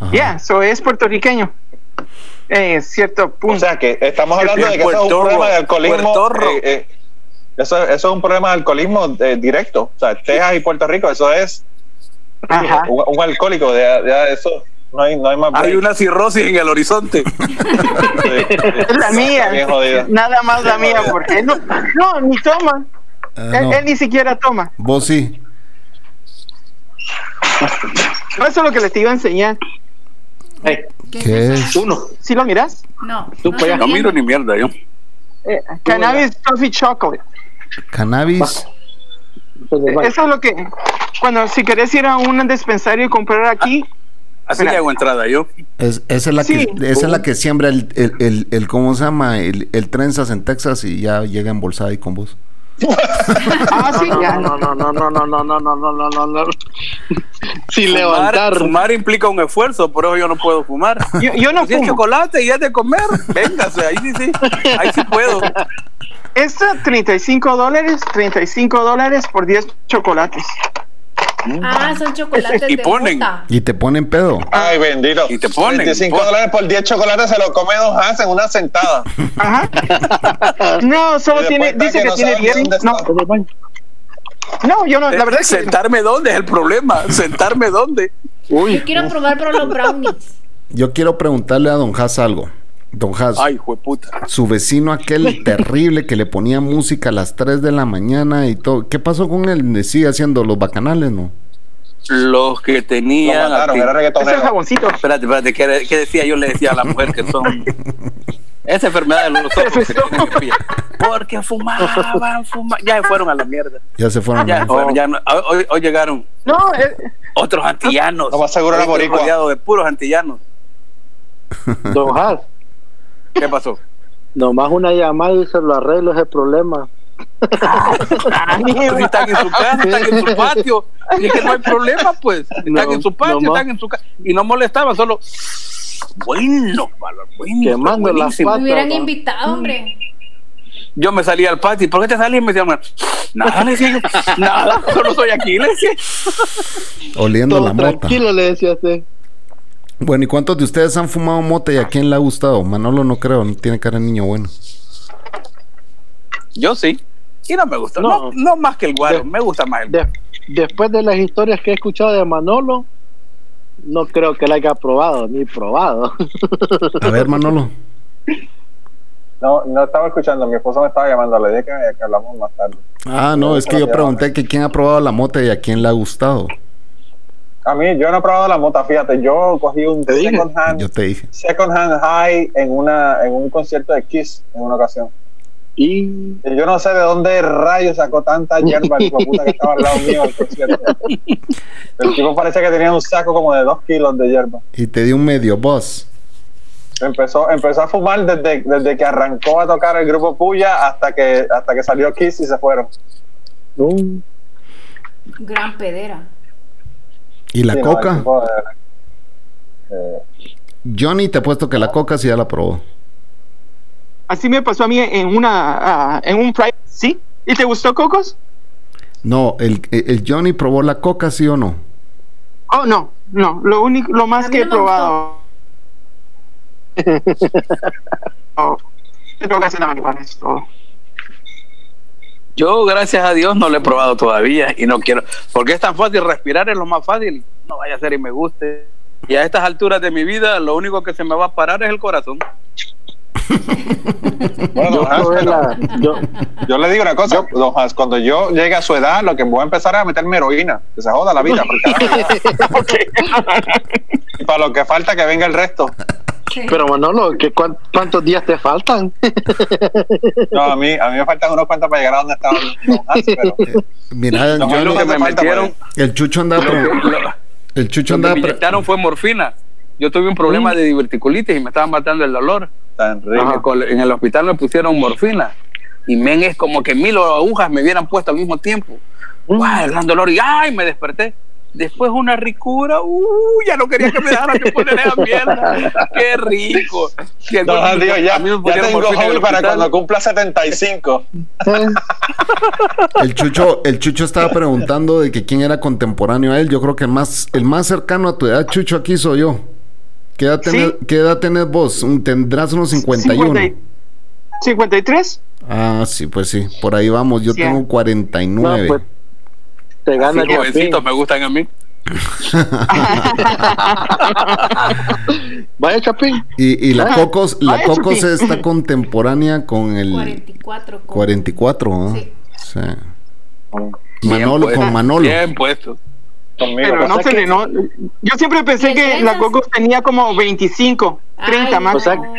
Speaker 1: Ajá.
Speaker 7: Ya, so es puertorriqueño. Eh, cierto punto.
Speaker 4: O sea que estamos hablando de que eso es un
Speaker 5: Puertorro,
Speaker 4: problema de alcoholismo.
Speaker 5: puertorro.
Speaker 4: eh, eh, eso, eso es un problema de alcoholismo eh, directo. O sea, Texas y Puerto Rico, eso es
Speaker 7: Ajá.
Speaker 4: un, un alcohólico. Ya, ya eso no hay, no hay más.
Speaker 5: Hay
Speaker 4: break.
Speaker 5: una cirrosis en el horizonte.
Speaker 4: Sí, sí.
Speaker 7: Es la
Speaker 4: Está bien jodido.
Speaker 7: mía. Nada más la mía, porque él no, no, ni toma.
Speaker 1: Ah,
Speaker 7: Él,
Speaker 1: no.
Speaker 7: él ni siquiera toma.
Speaker 1: Vos sí.
Speaker 7: No, Eso es lo que les te iba a enseñar.
Speaker 6: Ey,
Speaker 2: ¿Qué,
Speaker 1: ¿Qué
Speaker 2: es?
Speaker 1: es?
Speaker 6: Eh, uno.
Speaker 7: ¿Sí lo miras?
Speaker 2: No.
Speaker 6: Tú pues,
Speaker 2: no
Speaker 6: para allá.
Speaker 2: se
Speaker 5: Pues, No miro
Speaker 2: entiende.
Speaker 5: ni mierda yo.
Speaker 7: Eh, cannabis Toffee Chocolate.
Speaker 1: Cannabis.
Speaker 6: Entonces, va.
Speaker 7: Eso es lo que. Cuando si querés ir a un dispensario y comprar aquí,
Speaker 5: Así
Speaker 7: Mira.
Speaker 5: le hago entrada yo.
Speaker 1: Es, esa, es la
Speaker 7: Sí.
Speaker 1: que, esa es la que siembra el, el, el, el- ¿cómo se llama? El, el trenzas en Texas y ya llega embolsada ahí con vos.
Speaker 7: Ah, sí, ya.
Speaker 6: No, no, no, no, no, no, no, no, no, no, no, no. Sin
Speaker 5: Fumar,
Speaker 6: levantar.
Speaker 5: fumar implica un esfuerzo, por eso yo no puedo fumar.
Speaker 7: Yo, yo no
Speaker 5: Si Pues es
Speaker 7: fumo.
Speaker 5: chocolate y es de comer, véngase, ahí sí, sí, ahí sí puedo.
Speaker 7: Estos 35 dólares, 35 dólares por 10 chocolates.
Speaker 2: Ah, son chocolates
Speaker 5: Y
Speaker 2: de
Speaker 5: ponen.
Speaker 2: mota.
Speaker 1: Y te ponen pedo.
Speaker 4: Ay, bendito.
Speaker 5: Y te ponen,
Speaker 4: 25
Speaker 5: ponen.
Speaker 4: dólares por 10 chocolates se lo come Don Hans en una sentada.
Speaker 7: Ajá. No,
Speaker 4: Y
Speaker 7: solo
Speaker 4: después
Speaker 7: tiene,
Speaker 4: está
Speaker 7: dice
Speaker 4: que
Speaker 7: que
Speaker 4: no
Speaker 7: tiene
Speaker 4: saben
Speaker 7: 10.
Speaker 4: dónde
Speaker 7: No, pues,
Speaker 4: está.
Speaker 7: no, yo no, la verdad es que
Speaker 5: ¿Sentarme dónde es el problema? ¿Sentarme dónde?
Speaker 2: Yo quiero probar por los brownies.
Speaker 1: Yo quiero preguntarle a Don Haas algo. Don Haas,
Speaker 5: Ay, jueputa.
Speaker 1: su vecino aquel terrible que le ponía música a las 3 de la mañana y todo. ¿Qué pasó con él? ¿Le Sigue haciendo los bacanales, ¿no?
Speaker 5: Los que
Speaker 4: Lo
Speaker 5: tenían...
Speaker 4: mataron, era
Speaker 5: acti-
Speaker 7: es el
Speaker 4: reggaetonero.
Speaker 7: jaboncito.
Speaker 5: Espérate, espérate, ¿qué, qué decía? Yo le decía a la mujer que son. Esa enfermedad de los ojos. Porque fumaban, fumaban. Ya se fueron a la mierda.
Speaker 1: Ya se fueron.
Speaker 5: Ya se
Speaker 1: ¿no?
Speaker 5: fueron, ya no- hoy, hoy llegaron
Speaker 7: No, eh,
Speaker 5: otros antillanos.
Speaker 4: Lo más seguro era
Speaker 5: Hoy estoy
Speaker 4: boricua.
Speaker 5: rodeado de puros antillanos.
Speaker 6: Don Has,
Speaker 5: ¿Qué pasó?
Speaker 6: nomás una llamada y se lo arreglo ese problema.
Speaker 4: Ah,
Speaker 5: Pues si están en su casa, están en su patio. Y es que no hay problema, pues. Están
Speaker 6: No,
Speaker 5: en su patio,
Speaker 6: no más.
Speaker 5: están en su casa. Y no molestaban, solo. Bueno, palo, bueno,
Speaker 6: Quemando las
Speaker 5: buenísimo.
Speaker 2: Me hubieran
Speaker 6: Pata, ¿no?
Speaker 2: invitado, hombre.
Speaker 5: Yo me salía al patio. ¿Por qué te salí? Y me decían, nada, le decía yo, nada, solo soy aquí, le decía.
Speaker 1: Oliendo la
Speaker 6: Todo
Speaker 1: mota.
Speaker 6: tranquilo le decía usted.
Speaker 1: Bueno, ¿y cuántos de ustedes han fumado mota y a quién le ha gustado? Manolo no creo, no tiene cara de niño bueno.
Speaker 5: Yo sí. Y no me gusta. No,
Speaker 6: No.
Speaker 5: no más que el guaro.
Speaker 6: De-
Speaker 5: me gusta más el
Speaker 6: De- después de las historias que he escuchado de Manolo, no creo que la haya probado, ni probado.
Speaker 1: A ver, Manolo.
Speaker 4: No, no estaba escuchando, mi esposa me estaba llamando, le dije que, que hablamos más tarde.
Speaker 1: Ah, no, es que yo pregunté que quién ha probado la mota y a quién le ha gustado.
Speaker 4: A mí, yo no he probado la mota, fíjate, yo cogí un
Speaker 6: Te dije.
Speaker 4: second hand,
Speaker 1: Yo te dije.
Speaker 4: second hand high en, una, en un concierto de Kiss en una ocasión.
Speaker 6: Y
Speaker 4: Y yo no sé de dónde rayos sacó tanta hierba el hijo de puta que estaba al lado mío al concierto. El tipo parece que tenía un saco como de dos kilos de hierba.
Speaker 1: Y te di un medio boss.
Speaker 4: Empezó, empezó a fumar desde, desde que arrancó a tocar el grupo Puya hasta que, hasta que salió Kiss y se fueron.
Speaker 6: um,
Speaker 2: Gran pedera.
Speaker 1: ¿Y la
Speaker 4: Sí, no, el
Speaker 1: coca?
Speaker 4: tipo de- eh,
Speaker 1: Johnny, te he puesto que la coca sí ya la probó.
Speaker 7: así me pasó a mí en una, ah, en un private, ¿sí? ¿Y te gustó, Cocos?
Speaker 1: No, el, el Johnny probó la coca, sí o no.
Speaker 7: Oh, no, no, lo único, lo
Speaker 2: A
Speaker 7: más
Speaker 2: mí
Speaker 7: que he
Speaker 2: no me
Speaker 7: probado. oh, drogas y la marihuana es todo.
Speaker 5: Yo, gracias a Dios, no lo he probado todavía y no quiero. Porque es tan fácil, respirar es lo más fácil. No vaya a ser y me guste. Y a estas alturas de mi vida, lo único que se me va a parar es el corazón. Ah,
Speaker 4: bueno,
Speaker 6: yo
Speaker 4: don Hans,
Speaker 6: probé
Speaker 4: pero-
Speaker 6: la- yo,
Speaker 4: Yo le digo una cosa, don Hans, cuando yo llegue a su edad, lo que voy a empezar es a meterme heroína, que se joda la vida, porque carajo, y para lo que falta que venga el resto.
Speaker 2: Sí.
Speaker 6: pero Manolo, ¿qué, cuán- ¿cuántos días te faltan?
Speaker 4: No, a mí, a mí me faltan unos cuantos para llegar a donde está don Hans, pero
Speaker 1: Eh, Mira,
Speaker 4: No,
Speaker 5: Yo
Speaker 1: Johnny,
Speaker 5: lo que
Speaker 4: hace
Speaker 5: me
Speaker 4: falta,
Speaker 5: metieron,
Speaker 1: el chucho andaba. pre-
Speaker 5: lo,
Speaker 1: El chucho
Speaker 5: lo que
Speaker 1: andaba.
Speaker 5: me
Speaker 1: pre-
Speaker 5: inyectaron fue morfina. Yo tuve un problema de diverticulitis y me estaba matando el dolor.
Speaker 4: tan
Speaker 5: En
Speaker 4: rico.
Speaker 5: el col- en el hospital me pusieron morfina. Y men, es como que mil agujas me hubieran puesto al mismo tiempo.
Speaker 4: Mm.
Speaker 5: ¡Guau! El gran dolor. Y ¡ay! Me desperté. Después una ricura. ¡Uh! Ya no quería que me dejaran que poner esa mierda. ¡Qué rico! Y el-
Speaker 4: Don Hans dijo,
Speaker 5: a
Speaker 4: ya,
Speaker 5: mí me
Speaker 4: ya
Speaker 5: pusieron
Speaker 4: tengo
Speaker 5: morfina en el
Speaker 4: hobby para
Speaker 5: hospital.
Speaker 4: cuando cumpla 75.
Speaker 1: El Chucho, el Chucho estaba preguntando de que quién era contemporáneo a él. Yo creo que el más, el más cercano a tu edad, Chucho, aquí soy yo. ¿Qué edad tenés,
Speaker 7: Sí.
Speaker 1: qué edad tenés vos? Un- Tendrás unos 51.
Speaker 7: 50 53.
Speaker 1: Ah, sí, pues sí. Por ahí vamos. Yo
Speaker 7: Sí.
Speaker 1: tengo 49.
Speaker 6: No, pues, te gana
Speaker 5: Sí, jovencitos
Speaker 6: el
Speaker 5: me gustan a mí.
Speaker 6: Vaya Chapín.
Speaker 1: y, y la
Speaker 7: Ah,
Speaker 1: Cocos, la
Speaker 7: ah,
Speaker 1: Cocos
Speaker 7: sí.
Speaker 1: está contemporánea con el
Speaker 2: 44. con-
Speaker 1: 44. ¿no?
Speaker 2: Sí.
Speaker 1: Sí.
Speaker 5: Bien
Speaker 1: Manolo
Speaker 5: puesto,
Speaker 1: con Manolo.
Speaker 5: Pues, Bien puesto.
Speaker 4: Conmigo,
Speaker 7: Pero
Speaker 4: pues,
Speaker 7: no
Speaker 6: sea
Speaker 7: se
Speaker 6: que-
Speaker 7: le no. Yo siempre pensé
Speaker 2: ¿Y
Speaker 7: que la
Speaker 2: entrenas?
Speaker 7: Cocos tenía como 25, 30
Speaker 2: Ay,
Speaker 7: más.
Speaker 6: O sea-
Speaker 2: no.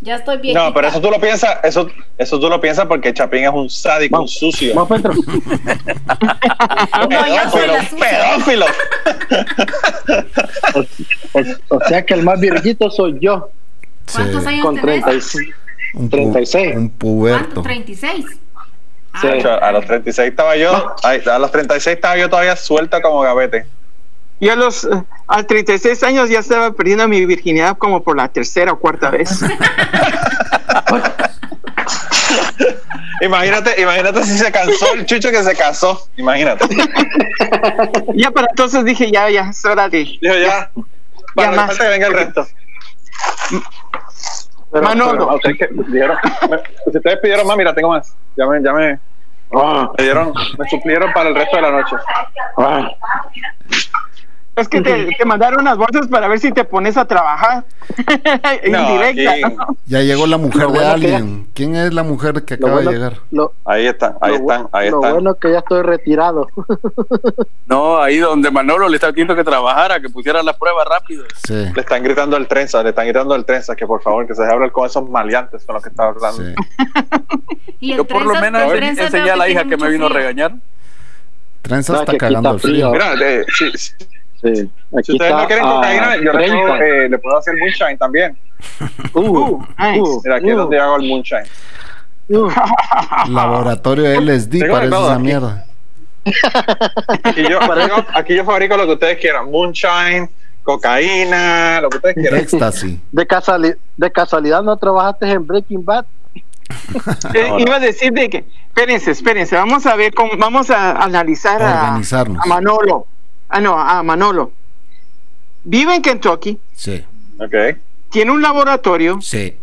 Speaker 2: Ya estoy bien.
Speaker 4: No, pero eso tú lo piensas, eso, eso tú lo piensas porque Chapín es un sádico, un sucio.
Speaker 6: Vamos, Petro.
Speaker 4: Un
Speaker 2: No, yo soy
Speaker 4: pedófilo,
Speaker 2: la
Speaker 4: un
Speaker 2: sucia.
Speaker 4: pedófilo.
Speaker 6: Pues, O, o sea que el más virguito soy yo,
Speaker 1: Sí.
Speaker 2: ¿Cuántos años
Speaker 6: con
Speaker 2: tenés?
Speaker 6: 36.
Speaker 1: Un pu-
Speaker 6: 36.
Speaker 1: Un
Speaker 2: ¿Cuánto?
Speaker 1: puberto.
Speaker 2: ¿36?
Speaker 4: Sí, de hecho, a los 36 estaba yo, ay, a los 36 estaba yo todavía suelta como gavete.
Speaker 7: Yo a los eh, al 36 años ya estaba perdiendo mi virginidad como por la tercera o cuarta vez.
Speaker 4: Imagínate, imagínate si se cansó el chucho que se casó. Imagínate.
Speaker 7: ya para entonces dije, ya, ya, es hora de...
Speaker 4: Dijo ya. Bueno,
Speaker 7: más.
Speaker 4: falta que venga el resto. Pero-
Speaker 7: Manolo.
Speaker 4: pero, ustedes que pidieron- si ustedes pidieron más, mira, tengo más. Ya me, ya me, me dieron, me suplieron para el resto de la noche.
Speaker 7: Es que te, te mandaron unas bolsas para ver si te pones a trabajar. Indirecta.
Speaker 4: aquí- uh,
Speaker 7: ¿no?
Speaker 1: Ya llegó la mujer
Speaker 6: Lo
Speaker 1: de
Speaker 6: bueno que ya-
Speaker 1: alguien. ¿Quién es la mujer que
Speaker 6: Lo
Speaker 1: acaba
Speaker 6: bueno,
Speaker 1: de llegar?
Speaker 6: lo-
Speaker 4: Ahí están, ahí
Speaker 6: lo bu-
Speaker 4: están, ahí
Speaker 6: lo
Speaker 4: están.
Speaker 6: bueno que ya estoy retirado.
Speaker 5: No, ahí donde Manolo le está diciendo que trabajara, que pusiera las pruebas rápido.
Speaker 1: Sí,
Speaker 4: Le están gritando al trenza, le están gritando al trenza que por favor que se deje hablar con esos maleantes con los que está hablando.
Speaker 1: sí.
Speaker 2: Y el
Speaker 5: Yo por lo
Speaker 2: trenzas-
Speaker 5: menos
Speaker 2: el trenzas
Speaker 5: enseñé
Speaker 2: veo
Speaker 5: a la hija
Speaker 2: tiene
Speaker 5: que me
Speaker 2: mucho
Speaker 5: vino a
Speaker 2: frío.
Speaker 5: regañar.
Speaker 1: Trenza
Speaker 6: No,
Speaker 1: está
Speaker 6: que quita
Speaker 1: cagando el frío.
Speaker 6: frío.
Speaker 4: Mira, eh, si, si- si
Speaker 6: Sí, aquí
Speaker 4: ustedes
Speaker 6: está ah,
Speaker 4: no quieren
Speaker 6: a
Speaker 4: cocaína, yo les puedo,
Speaker 6: 30.
Speaker 4: eh, le puedo hacer moonshine también.
Speaker 6: Uh,
Speaker 7: nice.
Speaker 6: uh,
Speaker 4: Mira, aquí es
Speaker 6: uh,
Speaker 4: donde hago el moonshine.
Speaker 6: uh.
Speaker 1: Laboratorio LSD
Speaker 4: Tengo de
Speaker 1: parece
Speaker 4: todo
Speaker 1: esa
Speaker 4: aquí.
Speaker 1: mierda.
Speaker 4: Aquí yo, yo- aquí yo fabrico lo que ustedes quieran, moonshine, cocaína, lo que ustedes quieran.
Speaker 1: Éxtasis.
Speaker 6: De, casuali- de casualidad no trabajaste en Breaking Bad.
Speaker 7: Eh, iba a decir de que, espérense, espérense, vamos a ver, cómo, vamos a analizar a,
Speaker 1: Organizarnos.
Speaker 7: a Manolo. Ah, no, a Manolo. Vive en Kentucky,
Speaker 1: Sí,
Speaker 4: Ok.
Speaker 7: tiene un laboratorio
Speaker 1: sí.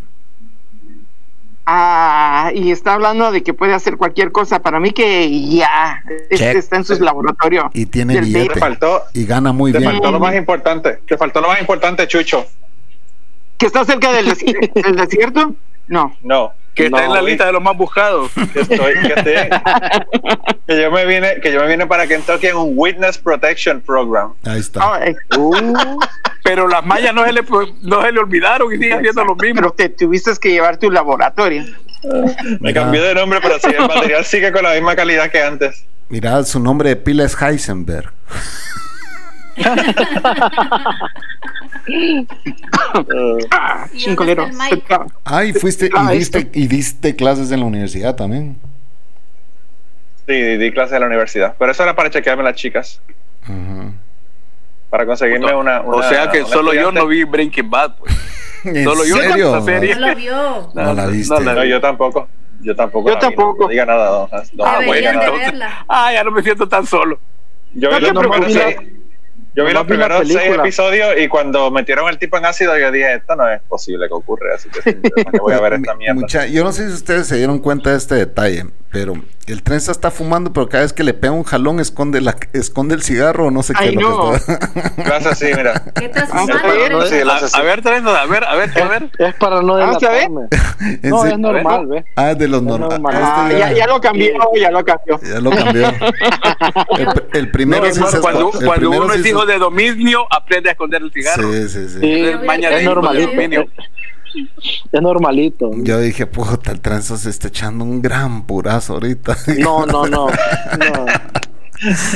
Speaker 7: ah, y está hablando de que puede hacer cualquier cosa. Para mí que ya es-
Speaker 1: Check.
Speaker 7: está en su laboratorio.
Speaker 1: Y tiene
Speaker 7: Del
Speaker 1: billete.
Speaker 4: Te faltó,
Speaker 1: Y gana muy
Speaker 4: te
Speaker 1: bien.
Speaker 4: faltó lo más importante. Te faltó lo más importante, Chucho.
Speaker 7: ¿Que está cerca del, desi- del desierto? No.
Speaker 4: No.
Speaker 5: Que está
Speaker 4: No,
Speaker 5: en la lista de los más buscados.
Speaker 4: que estoy- que estoy- que yo me vine, que yo me vine para Kentucky en un Witness Protection Program.
Speaker 1: Ahí está.
Speaker 7: Ah, eh,
Speaker 5: Pero las mallas no se le, no se le olvidaron y siguen haciendo lo mismo.
Speaker 7: pero te tuviste que llevar tu laboratorio.
Speaker 4: Me
Speaker 1: Mira.
Speaker 4: cambié de nombre, pero sí, el material sigue con la misma calidad que antes.
Speaker 1: Mirad, su nombre de pila es Heisenberg.
Speaker 7: Ah,
Speaker 2: ¿Y dónde
Speaker 7: Chincolero.
Speaker 2: está el Mike?
Speaker 1: Ay, fuiste
Speaker 7: Ah,
Speaker 1: y diste, y diste clases en la universidad también.
Speaker 4: Sí, di, di clases en la universidad. Pero eso era para chequearme las chicas.
Speaker 1: Ujú.
Speaker 4: Para conseguirme una,
Speaker 5: O
Speaker 4: una-
Speaker 5: sea que
Speaker 4: una
Speaker 5: solo yo
Speaker 4: estudiante.
Speaker 5: no vi Breaking Bad. Pues.
Speaker 1: ¿En
Speaker 5: Solo yo
Speaker 1: serio?
Speaker 5: en esa serie.
Speaker 2: No lo vio.
Speaker 1: No la viste.
Speaker 5: la
Speaker 4: No,
Speaker 5: vi.
Speaker 4: yo tampoco. Yo tampoco.
Speaker 7: Yo
Speaker 4: la vi,
Speaker 7: tampoco.
Speaker 4: No diga nada, don- don-
Speaker 5: Ah, bueno,
Speaker 2: Deberían de
Speaker 5: entonces-
Speaker 2: verla.
Speaker 5: Ah, ya no me siento tan solo.
Speaker 4: Yo vi
Speaker 7: No te
Speaker 4: los primeros
Speaker 7: preocupes.
Speaker 4: seis, yo vi
Speaker 6: No
Speaker 4: los
Speaker 6: vi la
Speaker 4: primeros seis
Speaker 6: película.
Speaker 4: episodios y cuando metieron al tipo en ácido yo dije, esto no es posible que ocurra, así que sí, ¿para qué voy a ver esta
Speaker 1: Mi-
Speaker 4: mierda.
Speaker 1: mucha- yo no sé si ustedes se dieron cuenta de este detalle, pero el tren está fumando, pero cada vez que le pega un jalón esconde la esconde el cigarro o no sé qué.
Speaker 7: Ay,
Speaker 1: es lo que
Speaker 7: no.
Speaker 1: está-
Speaker 4: Gracias, sí, mira.
Speaker 2: ¿Qué estás
Speaker 7: Ah,
Speaker 2: fumando?
Speaker 7: está bien.
Speaker 2: Lorenzo?
Speaker 4: Sí, lo
Speaker 5: A,
Speaker 4: hace así.
Speaker 5: a ver, tres, a ver, a ver, a ver.
Speaker 6: Es para no
Speaker 4: Ah,
Speaker 7: Vamos a ver.
Speaker 6: delatarme.
Speaker 1: En
Speaker 6: No,
Speaker 1: serio.
Speaker 6: es normal, ¿ves?
Speaker 1: Ah, es de los
Speaker 6: Es
Speaker 1: normales.
Speaker 6: normal.
Speaker 7: Ah,
Speaker 1: este
Speaker 7: ya, ya lo cambió, ya lo cambió.
Speaker 1: Ya lo cambió. El, pr- el primero
Speaker 5: No,
Speaker 1: sí
Speaker 5: hermano,
Speaker 1: se
Speaker 5: cuando
Speaker 1: esco- el
Speaker 5: cuando
Speaker 1: primero
Speaker 5: uno
Speaker 1: sí
Speaker 5: es
Speaker 1: se-
Speaker 5: hijo de dominio, aprende a esconder el cigarro.
Speaker 1: Sí, sí, sí.
Speaker 6: Sí,
Speaker 5: Es maña
Speaker 6: es
Speaker 5: de hijo de
Speaker 6: normalito.
Speaker 5: dominio.
Speaker 6: Es normalito.
Speaker 1: Yo dije, puta, el tranza se está echando un gran purazo ahorita.
Speaker 6: No, no, no. no.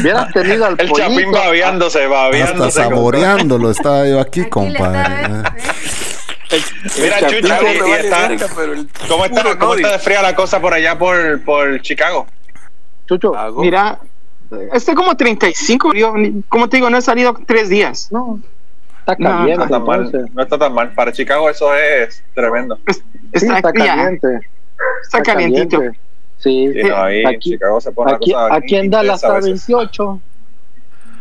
Speaker 6: Hubieras tenido al
Speaker 4: El chapín
Speaker 6: pollito.
Speaker 4: babeándose,
Speaker 1: Hasta
Speaker 4: babeándose. con-
Speaker 1: saboreándolo estaba yo aquí,
Speaker 2: Aquí le
Speaker 1: compadre.
Speaker 2: está, ¿ves?
Speaker 4: Mira,
Speaker 5: El
Speaker 4: Chucho,
Speaker 5: chapín
Speaker 4: y-
Speaker 5: me
Speaker 4: y
Speaker 5: vale
Speaker 4: está-
Speaker 5: verga, pero el
Speaker 4: ¿Cómo
Speaker 5: puro
Speaker 4: está, ¿cómo
Speaker 5: odio.
Speaker 4: está de fría la cosa por allá por, por Chicago?
Speaker 6: Chucho,
Speaker 4: Ah.
Speaker 5: Hago.
Speaker 7: Mira, este como 35, yo, ni- como te digo, no he salido tres días.
Speaker 6: no. Está
Speaker 7: No,
Speaker 4: No
Speaker 6: caliente.
Speaker 4: está tan mal,
Speaker 6: entonces.
Speaker 4: no está tan mal. Para Chicago eso es tremendo.
Speaker 7: Es-
Speaker 6: Sí,
Speaker 7: Está,
Speaker 6: está
Speaker 7: ya,
Speaker 6: caliente.
Speaker 7: está calientito.
Speaker 6: caliente. Sí.
Speaker 4: Sí, no, ahí en
Speaker 6: Aquí-
Speaker 4: Chicago se pone
Speaker 6: Aquí,
Speaker 4: una cosa
Speaker 6: aquí en
Speaker 4: intensa
Speaker 6: Dallas
Speaker 4: a
Speaker 6: está
Speaker 4: veces.
Speaker 6: 28.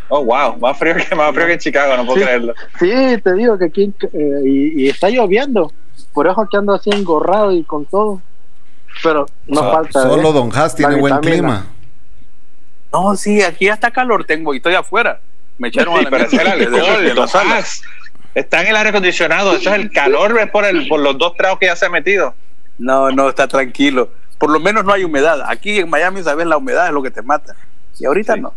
Speaker 4: Oh, wow, más frío que, más frío que en Chicago, no puedo
Speaker 6: Sí.
Speaker 4: creerlo.
Speaker 6: Sí, te digo que aquí eh, y, y está lloviendo. Por eso que ando así engorrado y con todo. Pero no
Speaker 1: So-
Speaker 6: falta.
Speaker 1: Solo
Speaker 6: ¿eh?
Speaker 1: Don Haas tiene
Speaker 6: La
Speaker 1: buen
Speaker 6: vitamina.
Speaker 1: clima.
Speaker 5: No, sí, aquí hasta calor tengo y estoy afuera. Me echaron a
Speaker 4: Sí,
Speaker 5: la
Speaker 4: pero es el
Speaker 5: mierda de- de- de- de
Speaker 4: alcohol,
Speaker 5: la
Speaker 4: don
Speaker 5: sala.
Speaker 4: Haas. Está en el aire acondicionado, eso es el calor, es por, el, por los dos tragos que ya se ha metido.
Speaker 5: No, no, está tranquilo. Por lo menos no hay humedad. Aquí en Miami, sabes, la humedad es lo que te mata. Y ahorita
Speaker 4: Sí.
Speaker 5: no.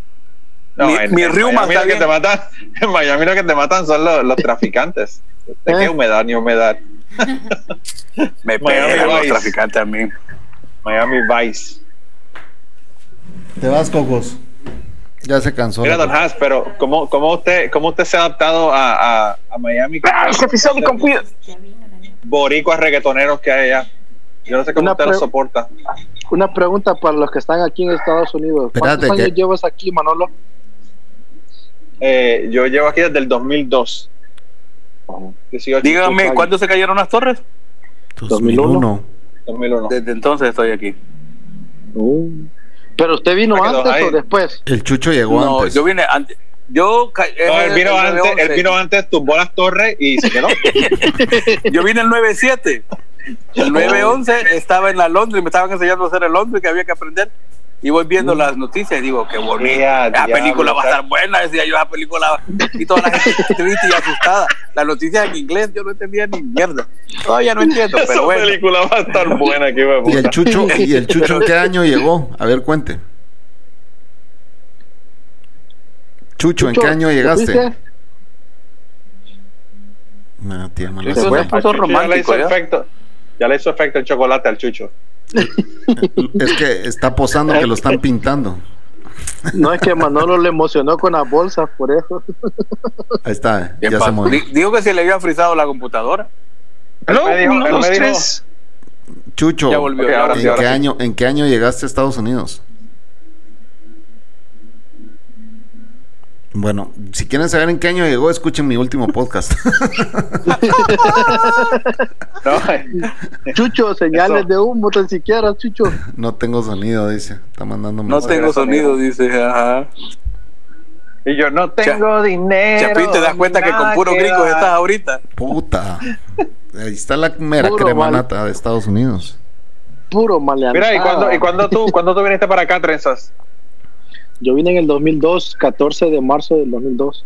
Speaker 4: No,
Speaker 5: Mi-
Speaker 4: en,
Speaker 5: mi
Speaker 4: en
Speaker 5: riuma
Speaker 4: Miami
Speaker 5: está
Speaker 4: lo que
Speaker 5: bien.
Speaker 4: te matan, en Miami lo que te matan son los, los traficantes. ¿De
Speaker 5: Ah.
Speaker 6: ¿Eh?
Speaker 4: qué humedad ni humedad?
Speaker 5: Me
Speaker 4: Miami
Speaker 5: pegan los
Speaker 4: Vice.
Speaker 5: traficantes a mí.
Speaker 4: Miami Vice.
Speaker 1: Te vas, Cocos. Ya se cansó.
Speaker 4: Mira,
Speaker 1: la-
Speaker 4: Don Haas, pero ¿cómo, cómo, usted, ¿cómo usted se ha adaptado a, a, a Miami? con
Speaker 7: Ah, ese pisón con cuidado.
Speaker 4: los Boricuas reggaetoneros que hay allá. Yo no sé cómo
Speaker 6: Una
Speaker 4: usted lo
Speaker 6: pre-
Speaker 4: soporta.
Speaker 6: una pregunta para los que están aquí en Estados Unidos. ¿Cuántos
Speaker 1: Espérate,
Speaker 6: años
Speaker 1: que-
Speaker 6: llevas aquí, Manolo?
Speaker 4: Eh, yo llevo aquí desde el 2002. 18,
Speaker 5: Díganme, ¿cuándo se cayeron las torres?
Speaker 1: 2001.
Speaker 4: 2001.
Speaker 5: Desde entonces estoy aquí.
Speaker 6: Pero usted vino
Speaker 4: Ah, quedó
Speaker 6: antes
Speaker 4: ahí.
Speaker 6: o después.
Speaker 1: El Chucho llegó
Speaker 5: No,
Speaker 1: antes.
Speaker 5: yo vine antes. Yo ca- eh,
Speaker 4: No, él vino
Speaker 5: el
Speaker 4: antes,
Speaker 5: 9-11.
Speaker 4: él vino antes, tumbó las torres y se quedó.
Speaker 5: Yo vine el 9-7.
Speaker 4: Oh.
Speaker 5: El 9-11 estaba en la Londres, me estaban enseñando a hacer el Londres que había que aprender. Y voy viendo
Speaker 4: Mm.
Speaker 5: las noticias y digo, qué bonito.
Speaker 4: Mira,
Speaker 5: La
Speaker 4: diablo,
Speaker 5: película va a
Speaker 4: está-
Speaker 5: estar buena, decía yo, la película. va- Y toda la gente triste y asustada. Las noticias en inglés yo no entendía ni mierda. Todavía no entiendo,
Speaker 4: Esa
Speaker 5: pero bueno.
Speaker 4: película va a estar buena, que
Speaker 1: ¿Y el Chucho, y el Chucho en qué año llegó? A ver, cuente. Chucho, ¿en qué
Speaker 6: Chucho,
Speaker 1: año
Speaker 6: ¿te
Speaker 1: llegaste?
Speaker 6: fuiste?
Speaker 1: No, tía, me la
Speaker 5: Chucho,
Speaker 1: sé.
Speaker 5: bueno.
Speaker 4: ya
Speaker 5: puso
Speaker 4: le hizo
Speaker 5: romántico, ya.
Speaker 4: efecto. Ya le hizo efecto el chocolate al Chucho.
Speaker 1: Es que está posando que lo están pintando.
Speaker 6: No es que Manolo le emocionó con las bolsas, por eso.
Speaker 1: Ahí está,
Speaker 5: ¿Qué
Speaker 1: ya se
Speaker 5: pasó?
Speaker 1: movió.
Speaker 5: Di- Digo que se le había frizado la computadora.
Speaker 7: Hello,
Speaker 4: me dijo-
Speaker 7: uno,
Speaker 4: él
Speaker 7: dos,
Speaker 4: me dijo-
Speaker 7: tres.
Speaker 1: Chucho,
Speaker 5: Ya volvió,
Speaker 4: Ok, ahora sí,
Speaker 1: ¿en
Speaker 4: ahora
Speaker 1: qué
Speaker 4: sí.
Speaker 1: año, ¿en qué año llegaste a Estados Unidos? Bueno, si quieren saber en qué año llegó, escuchen mi último podcast.
Speaker 4: No,
Speaker 6: Chucho, señales
Speaker 4: Eso.
Speaker 6: de humo, tan siquiera, Chucho.
Speaker 1: no tengo sonido, dice. Está mandando
Speaker 5: No
Speaker 1: mensaje.
Speaker 5: tengo sonido, dice. Ajá.
Speaker 4: y yo no tengo.
Speaker 7: Tengo dinero.
Speaker 5: Chapín, te das cuenta que con puro
Speaker 4: nada que
Speaker 5: gringos
Speaker 4: dar.
Speaker 5: estás ahorita.
Speaker 1: Puta. Ahí está la mera
Speaker 6: Puro
Speaker 1: cremanata de Estados Unidos.
Speaker 6: Puro maleante.
Speaker 4: Mira, ¿y cuándo, y cuándo tú, cuándo tú viniste para acá, trenzas?
Speaker 6: Yo vine en el 2002, 14 de marzo del 2002.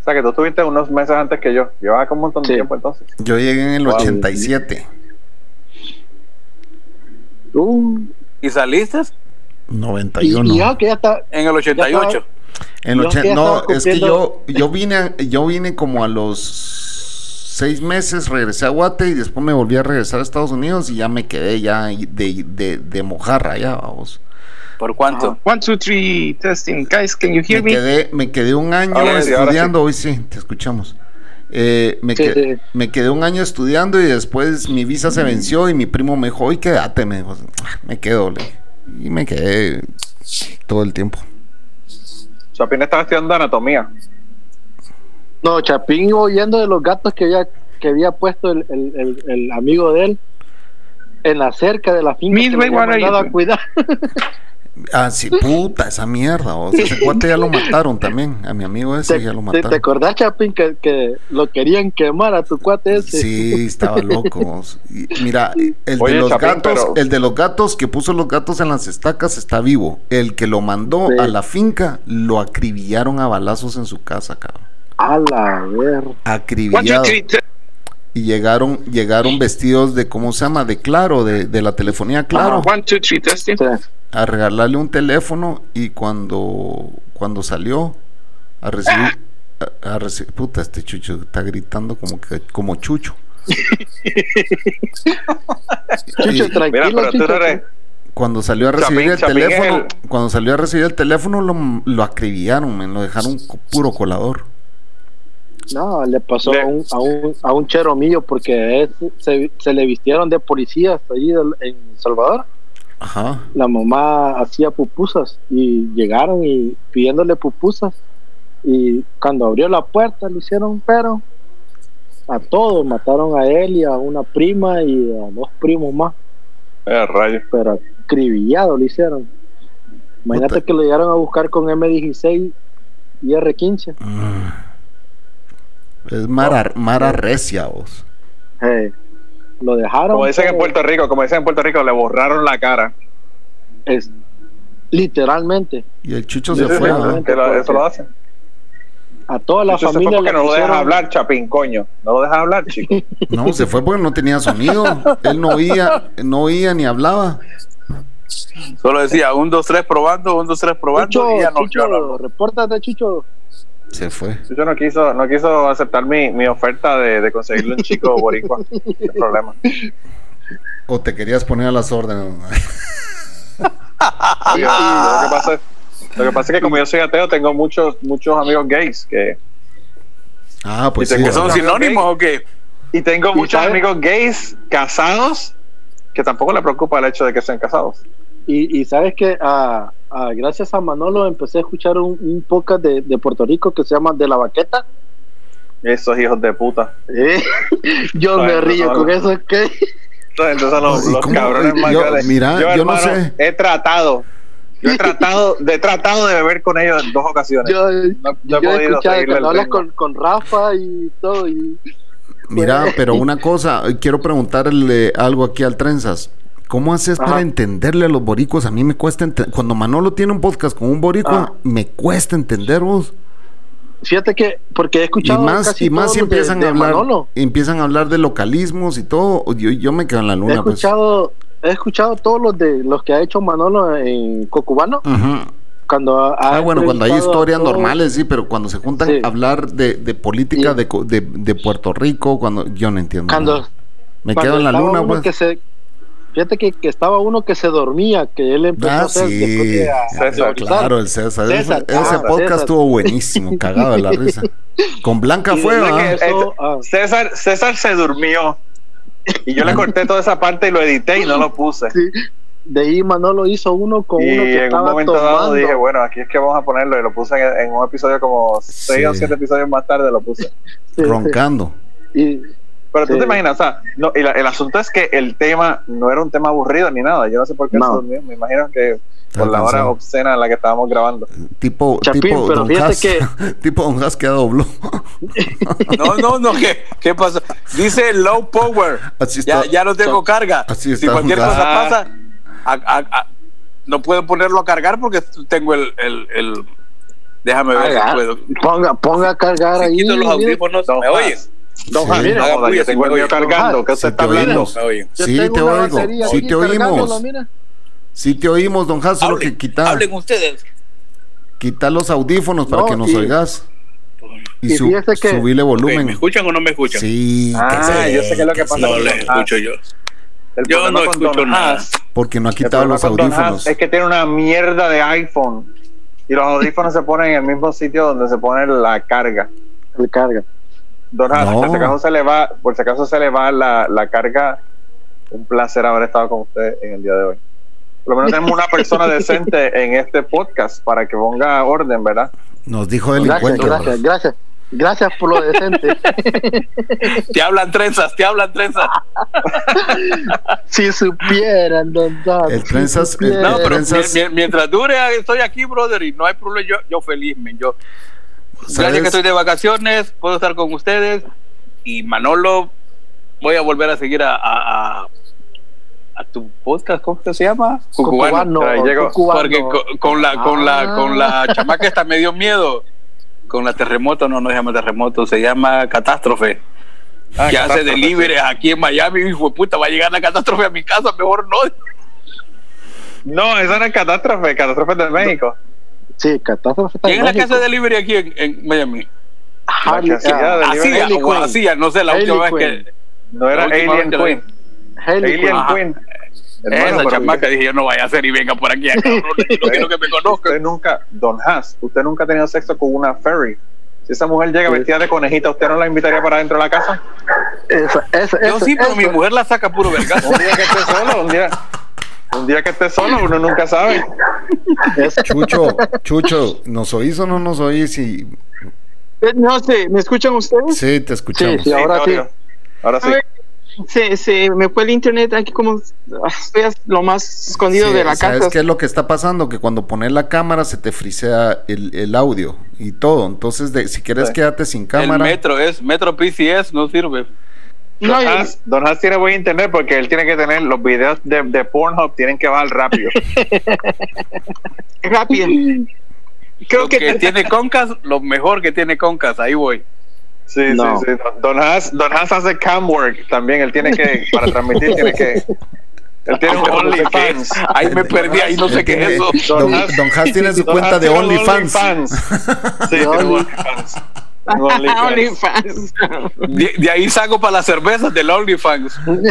Speaker 4: O sea, que tú estuviste unos meses antes que yo. Llevaba como un montón de
Speaker 6: Sí.
Speaker 4: tiempo entonces.
Speaker 1: Yo llegué en el
Speaker 4: Wow.
Speaker 1: 87.
Speaker 6: Uh,
Speaker 5: ¿Y saliste?
Speaker 6: y,
Speaker 1: 91.
Speaker 6: y yo que ya está.
Speaker 5: En el 88.
Speaker 1: En
Speaker 6: Yo
Speaker 1: ochen-
Speaker 6: que ya
Speaker 1: no,
Speaker 6: estaba
Speaker 1: es que yo,
Speaker 6: cumpliendo-
Speaker 1: yo vine a- yo vine como a los seis meses, regresé a Guate y después me volví a regresar a Estados Unidos y ya me quedé ya y de, de, de mojarra ya, vamos.
Speaker 5: ¿Por cuánto?
Speaker 7: One, two, three, testing. Guys, can you
Speaker 1: Me
Speaker 7: hear me?
Speaker 1: quedé, me quedé un año
Speaker 4: Ahora sí, ahora
Speaker 1: estudiando, hoy sí, te escuchamos. Eh, me,
Speaker 6: Sí,
Speaker 1: que-
Speaker 6: sí.
Speaker 1: me quedé un año estudiando y después mi visa se venció y mi primo me dijo, hoy quédate, me dijo, "Ah, me quedo, le dije. y me quedé todo el tiempo.
Speaker 4: Chapín estaba estudiando anatomía.
Speaker 6: No, Chapín oyendo de los gatos que había, que había puesto el, el- el- el amigo de él en la cerca de la finca.
Speaker 7: Miss
Speaker 6: que lo
Speaker 7: Wayne,
Speaker 6: había
Speaker 7: what are you
Speaker 6: mandado a
Speaker 7: doing?
Speaker 6: cuidar.
Speaker 1: Ah, sí, puta, esa mierda. O sea, ese cuate ya lo mataron también. A mi amigo ese
Speaker 6: ¿Te,
Speaker 1: ya lo
Speaker 6: te- te
Speaker 1: mataron.
Speaker 6: acordás, Chapín, que, que lo querían quemar a tu cuate ese?
Speaker 1: Sí, estaba loco. Y Mira, el de
Speaker 4: Oye,
Speaker 1: los
Speaker 4: Chapín,
Speaker 1: gatos,
Speaker 4: pero-
Speaker 1: el de los gatos que puso los gatos en las estacas está vivo. El que lo mandó
Speaker 6: Sí.
Speaker 1: a la finca lo acribillaron a balazos en su casa, cabrón.
Speaker 6: A la ver.
Speaker 7: One, two,
Speaker 1: Acribillado.
Speaker 7: three, te-
Speaker 1: Y llegaron, llegaron vestidos de, ¿cómo se llama? De claro, de, de la telefonía claro.
Speaker 7: Ah, One, two, three, testing.
Speaker 6: O sea,
Speaker 1: a regalarle un teléfono y cuando cuando salió a recibir a, a reci- puta este chucho está gritando como que como chucho
Speaker 6: Chucho,
Speaker 1: Y
Speaker 4: Mira,
Speaker 6: tranquilo.
Speaker 4: pero tú
Speaker 6: Chucho,
Speaker 4: no eres.
Speaker 1: cuando salió a recibir
Speaker 4: Chapín-
Speaker 1: el
Speaker 4: Chapín es
Speaker 1: teléfono cuando salió a recibir el teléfono lo, lo acribillaron men, lo dejaron co- puro colador
Speaker 6: No, le pasó
Speaker 4: Le-
Speaker 6: a, un, a, un, a un chero mío porque es- se, se le vistieron de policías allí del- en El Salvador.
Speaker 1: ajá
Speaker 6: La mamá hacía pupusas y llegaron y pidiéndole pupusas. Y cuando abrió la puerta le hicieron pero a todos. Mataron a él y a una prima y a dos primos más.
Speaker 4: Eh, rayo.
Speaker 6: Pero acribillado le hicieron. Imagínate
Speaker 1: Puta.
Speaker 6: que lo llegaron a buscar con M16 y R15.
Speaker 1: Mm. es mara, mara recia vos
Speaker 6: Eh, lo dejaron. eh,
Speaker 4: Como dicen en
Speaker 6: pero-
Speaker 4: Puerto Rico, como dicen en Puerto Rico, le borraron la cara.
Speaker 6: es literalmente
Speaker 1: y el chucho se
Speaker 4: Eso,
Speaker 1: fue
Speaker 6: Literalmente.
Speaker 1: ¿verdad?
Speaker 4: que lo, eso lo hacen.
Speaker 6: a toda la
Speaker 4: Eso se fue
Speaker 6: familia
Speaker 4: porque
Speaker 6: le
Speaker 4: no lo dejas
Speaker 6: pusieron-
Speaker 4: hablar, Chapín, coño. No lo dejas hablar, chico.
Speaker 1: no se fue porque no tenía sonido él no oía no oía ni hablaba
Speaker 5: Solo decía, un, dos, tres probando, un, dos, tres probando.
Speaker 6: Chucho,
Speaker 5: y ya no, yo no-
Speaker 6: Chucho, repórtate Chucho
Speaker 1: se fue
Speaker 4: Yo no quiso, no quiso aceptar mi, mi oferta de, de conseguirle un chico boricua. El problema.
Speaker 1: O te querías poner a las órdenes.
Speaker 4: Oye, lo, que pasa, es- lo que pasa es que como yo soy ateo, tengo muchos, muchos amigos gays que
Speaker 1: Ah, pues
Speaker 4: Y te
Speaker 1: sí.
Speaker 5: ¿Que son
Speaker 1: ¿verdad?
Speaker 5: sinónimos o qué?
Speaker 4: y tengo muchos
Speaker 6: sabes?
Speaker 4: amigos gays casados que tampoco le preocupa el hecho de que sean casados.
Speaker 6: Y, y sabes que ah, ah, gracias a Manolo empecé a escuchar un, un podcast de, de Puerto Rico que se llama De la Baqueta.
Speaker 4: Esos hijos de puta.
Speaker 6: Eh, Yo
Speaker 4: Ay,
Speaker 6: me
Speaker 4: no,
Speaker 6: río
Speaker 4: no,
Speaker 6: con
Speaker 4: no.
Speaker 6: eso. es que
Speaker 4: Entonces, entonces los,
Speaker 1: ¿Y
Speaker 4: los
Speaker 1: cómo?
Speaker 4: cabrones más
Speaker 1: Yo-
Speaker 4: grandes.
Speaker 1: mira, yo no
Speaker 4: hermano,
Speaker 1: sé.
Speaker 4: He tratado, yo he tratado, de, he tratado de beber con ellos en dos ocasiones.
Speaker 6: Yo,
Speaker 4: No- no
Speaker 6: yo
Speaker 4: he podido
Speaker 6: he escuchado
Speaker 4: seguirle el
Speaker 6: cuando hablas
Speaker 4: ritmo.
Speaker 6: con, con Rafa y todo. Y,
Speaker 1: Mira, pero una cosa, eh, quiero preguntarle algo aquí al Trenzas. ¿Cómo haces para
Speaker 6: Ajá.
Speaker 1: entenderle a los boricos? A mí me cuesta ente- Cuando Manolo tiene un podcast con un borico,
Speaker 6: Ah.
Speaker 1: me cuesta entender vos.
Speaker 6: fíjate que, porque he
Speaker 1: Y
Speaker 6: escuchado.
Speaker 1: más,
Speaker 6: casi
Speaker 1: y más
Speaker 6: todos
Speaker 1: si
Speaker 6: los de-
Speaker 1: empiezan
Speaker 6: de
Speaker 1: a hablar,
Speaker 6: Manolo.
Speaker 1: empiezan a hablar de localismos y todo. Yo, yo me quedo en la
Speaker 6: He
Speaker 1: luna, pues.
Speaker 6: escuchado, he escuchado todos los de los que ha hecho Manolo en Cocubano.
Speaker 1: Ujú.
Speaker 6: Cuando ha- ha
Speaker 1: Ah, bueno, cuando hay
Speaker 6: entrevistado a
Speaker 1: historias
Speaker 6: todos-
Speaker 1: normales, sí, pero cuando se juntan
Speaker 6: Sí.
Speaker 1: a hablar de, de política
Speaker 6: Y-
Speaker 1: de, co- de, de Puerto Rico, cuando yo no entiendo.
Speaker 6: Cuando,
Speaker 1: nada. me
Speaker 6: cuando
Speaker 1: quedo en la
Speaker 6: estaba
Speaker 1: luna,
Speaker 6: uno
Speaker 1: pues.
Speaker 6: que se- fíjate que, que estaba uno que se dormía, que él empezó a
Speaker 1: Ah,
Speaker 6: hacer
Speaker 1: sí.
Speaker 6: después de a-
Speaker 1: Ah,
Speaker 4: César.
Speaker 1: claro, el César.
Speaker 6: César,
Speaker 1: ese ese
Speaker 6: ah,
Speaker 1: podcast
Speaker 6: César.
Speaker 1: estuvo buenísimo, cagado de la risa. Con Blanca
Speaker 6: Y
Speaker 1: fue,
Speaker 6: desde
Speaker 1: ¿verdad?
Speaker 6: que ah, empezó a-
Speaker 4: César, César se durmió y yo le corté toda esa parte y lo edité y no lo puse.
Speaker 6: Sí. De ahí Manolo hizo uno con
Speaker 4: y
Speaker 6: uno que
Speaker 4: en un
Speaker 6: estaba
Speaker 4: momento dado
Speaker 6: tomando.
Speaker 4: dije, bueno, aquí es que vamos a ponerlo y lo puse en, en un episodio como seis
Speaker 1: Sí.
Speaker 4: o siete episodios más tarde lo puse.
Speaker 6: Sí,
Speaker 1: Roncando.
Speaker 6: sí.
Speaker 4: Pero tú
Speaker 6: Sí.
Speaker 4: te imaginas, o sea, no, y la- el asunto es que el tema no era un tema aburrido ni nada. Yo no sé por qué
Speaker 6: No.
Speaker 4: se durmió. Me imagino que
Speaker 1: Estaba
Speaker 4: por la hora
Speaker 1: cansado.
Speaker 4: obscena en la que estábamos grabando.
Speaker 1: Tipo,
Speaker 6: Chapín,
Speaker 1: tipo,
Speaker 6: pero
Speaker 1: don
Speaker 6: fíjate
Speaker 1: Haas, tipo Don Haas que dobló.
Speaker 5: No, no, no, ¿qué, qué pasa? Dice low power.
Speaker 1: Así está.
Speaker 5: Ya, ya no tengo carga.
Speaker 1: Así está,
Speaker 5: si cualquier
Speaker 1: ah.
Speaker 5: cosa pasa, a- a- a- no puedo ponerlo a cargar porque tengo el. el, el- déjame ver
Speaker 6: Haga-
Speaker 5: si puedo.
Speaker 4: ah.
Speaker 6: ponga, ponga a cargar
Speaker 5: Si
Speaker 6: ahí.
Speaker 5: quito los
Speaker 6: mire.
Speaker 5: audífonos,
Speaker 4: Don
Speaker 5: ¿me
Speaker 4: Juan.
Speaker 5: oyes?
Speaker 6: Don
Speaker 1: Sí.
Speaker 6: Javier,
Speaker 5: Haga
Speaker 4: No, joda,
Speaker 5: bulla,
Speaker 4: yo
Speaker 5: si
Speaker 4: tengo el
Speaker 5: me
Speaker 4: mío
Speaker 5: oyes.
Speaker 6: Ah,
Speaker 4: cargando. ¿Qué
Speaker 1: Sí,
Speaker 4: usted está
Speaker 1: te oímos.
Speaker 4: hablando?
Speaker 5: ¿Me oyen?
Speaker 6: yo
Speaker 1: Sí,
Speaker 6: tengo
Speaker 1: te
Speaker 6: una
Speaker 1: oigo.
Speaker 6: batería
Speaker 1: Sí,
Speaker 6: aquí
Speaker 1: te
Speaker 6: cargándola,
Speaker 1: oímos.
Speaker 6: mira.
Speaker 1: Sí te oímos, Don Haas, solo que quita,
Speaker 9: hablen ustedes.
Speaker 1: quita los audífonos para
Speaker 6: No,
Speaker 1: que nos
Speaker 6: y-
Speaker 1: oigas. Y,
Speaker 6: y
Speaker 1: su,
Speaker 6: fíjate que-
Speaker 1: subile
Speaker 9: Ok,
Speaker 1: volumen.
Speaker 9: ¿Me escuchan o no me escuchan?
Speaker 1: Sí,
Speaker 4: Ah,
Speaker 1: que sí,
Speaker 4: yo sé qué es lo que pasa
Speaker 1: sí.
Speaker 9: No
Speaker 4: con
Speaker 9: les
Speaker 4: Don Haas.
Speaker 9: escucho yo.
Speaker 4: El
Speaker 9: Yo
Speaker 4: problema
Speaker 9: no
Speaker 4: con
Speaker 9: escucho
Speaker 4: Don
Speaker 9: nada.
Speaker 4: Haas-
Speaker 1: Porque no ha
Speaker 4: el
Speaker 1: quitado
Speaker 4: problema
Speaker 1: los
Speaker 4: con Don Haas
Speaker 1: audífonos.
Speaker 4: Es que tiene una mierda de iPhone. Y los audífonos se ponen en el mismo sitio donde se pone la carga.
Speaker 6: El carga.
Speaker 4: Don Haas,
Speaker 1: No.
Speaker 4: por si acaso se le va, por si acaso se le va la, la carga, un placer haber estado con usted en el día de hoy. Por lo menos tenemos una persona decente en este podcast para que ponga orden, ¿verdad?
Speaker 1: Nos dijo
Speaker 6: Gracias,
Speaker 1: delincuente.
Speaker 6: gracias, gracias. Gracias por lo decente.
Speaker 5: Te hablan trenzas, te hablan trenzas.
Speaker 6: si supieran, don Haas,
Speaker 1: El
Speaker 6: si
Speaker 1: trenzas- el-
Speaker 6: supieran.
Speaker 4: Eh,
Speaker 5: No, pero
Speaker 1: Trenzas.
Speaker 5: mien- mien- mientras dure, ah, estoy aquí, brother, y no hay problema. Yo, yo feliz, men. Yo,
Speaker 1: ¿Sabes?
Speaker 5: Gracias que estoy de vacaciones, puedo estar con ustedes. Y Manolo, voy a volver a seguir a, a, a- a tu podcast, ¿cómo que se llama?
Speaker 6: Cucubano,
Speaker 4: Ahí llegó.
Speaker 6: Cucubano. Ah.
Speaker 5: Porque co- con, la con la con la chamaca esta me dio miedo. Con la terremoto, no, no se llama terremoto, se llama catástrofe.
Speaker 4: Ah,
Speaker 5: que hace
Speaker 4: catástrofe,
Speaker 5: delivery aquí en Miami, hijo de puta, va a llegar la catástrofe a mi casa, mejor no.
Speaker 6: Pues
Speaker 4: No, esa era catástrofe, catástrofe de México.
Speaker 6: Sí, catástrofe está
Speaker 5: ¿Quién es la que
Speaker 6: lógico.
Speaker 5: hace delivery aquí en, en Miami?
Speaker 6: Ajá,
Speaker 4: La que hacía
Speaker 6: ah,
Speaker 4: de-
Speaker 5: Así,
Speaker 4: Delivery
Speaker 5: o
Speaker 6: Queen.
Speaker 5: así, no sé, la
Speaker 6: Hailey
Speaker 5: última
Speaker 6: Quinn.
Speaker 5: vez que.
Speaker 4: No era
Speaker 5: La última
Speaker 4: Alien
Speaker 5: vez que la vi.
Speaker 4: Queen.
Speaker 6: Haley
Speaker 4: Alien
Speaker 6: Quinn.
Speaker 5: Ajá.
Speaker 4: Queen. Hermano,
Speaker 5: Esa
Speaker 4: pero
Speaker 5: chamaca dije, yo no vaya a hacer y venga por aquí, a cabrón, yo no quiero que me conozcan.
Speaker 4: Usted nunca, Don Haas, usted nunca ha tenido sexo con una fairy. Si esa mujer llega
Speaker 6: Sí.
Speaker 4: vestida de conejita, ¿usted no la invitaría para adentro de la casa?
Speaker 6: Esa, esa,
Speaker 5: Yo
Speaker 6: esa-
Speaker 5: sí, pero
Speaker 6: esa.
Speaker 5: mi mujer la saca puro vergazo.
Speaker 4: Un día que esté solo, un día, un día que esté solo, uno nunca sabe.
Speaker 1: Chucho, Chucho, ¿nos oís o no nos oís? Y...
Speaker 7: Eh, No sé, ¿me escuchan ustedes?
Speaker 1: Sí, te escuchamos.
Speaker 6: Sí, ahora
Speaker 4: te
Speaker 6: sí.
Speaker 4: oigo. Ahora sí.
Speaker 7: Se, se me fue el internet aquí como ah, estoy a- lo más escondido
Speaker 1: Sí,
Speaker 7: de la
Speaker 1: ¿Sabes
Speaker 7: casa.
Speaker 1: qué es lo que está pasando? Que cuando pones la cámara se te frisea el, el audio y todo. Entonces, de- si quieres
Speaker 4: Sí.
Speaker 1: quedarte sin
Speaker 5: El
Speaker 1: cámara,
Speaker 5: metro es, metro PCS no sirve.
Speaker 7: No,
Speaker 4: Don
Speaker 7: y-
Speaker 4: Haas, Don Haas tiene buen internet porque él tiene que tener los videos de, de Pornhub, tienen que bajar rápido.
Speaker 7: rápido. Creo
Speaker 5: Lo que,
Speaker 7: que,
Speaker 5: tiene Concas, lo mejor que tiene Concas, ahí voy.
Speaker 4: Sí,
Speaker 6: No.
Speaker 4: sí, sí. Don- Don Haas, Don Haas hace cam work también, él tiene que, para transmitir, tiene que. Él tiene un OnlyFans.
Speaker 5: Ahí me perdí, ahí no sé qué es eso.
Speaker 1: Don,
Speaker 4: Don Haas-
Speaker 1: Don Haas tiene su
Speaker 4: Don
Speaker 1: cuenta
Speaker 4: Haas
Speaker 1: de
Speaker 4: Ah, tiene un
Speaker 1: OnlyFans.
Speaker 4: OnlyFans. Sí, tiene un OnlyFans. Un OnlyFans.
Speaker 7: OnlyFans.
Speaker 5: De, de ahí saco para las cervezas del OnlyFans.
Speaker 4: Don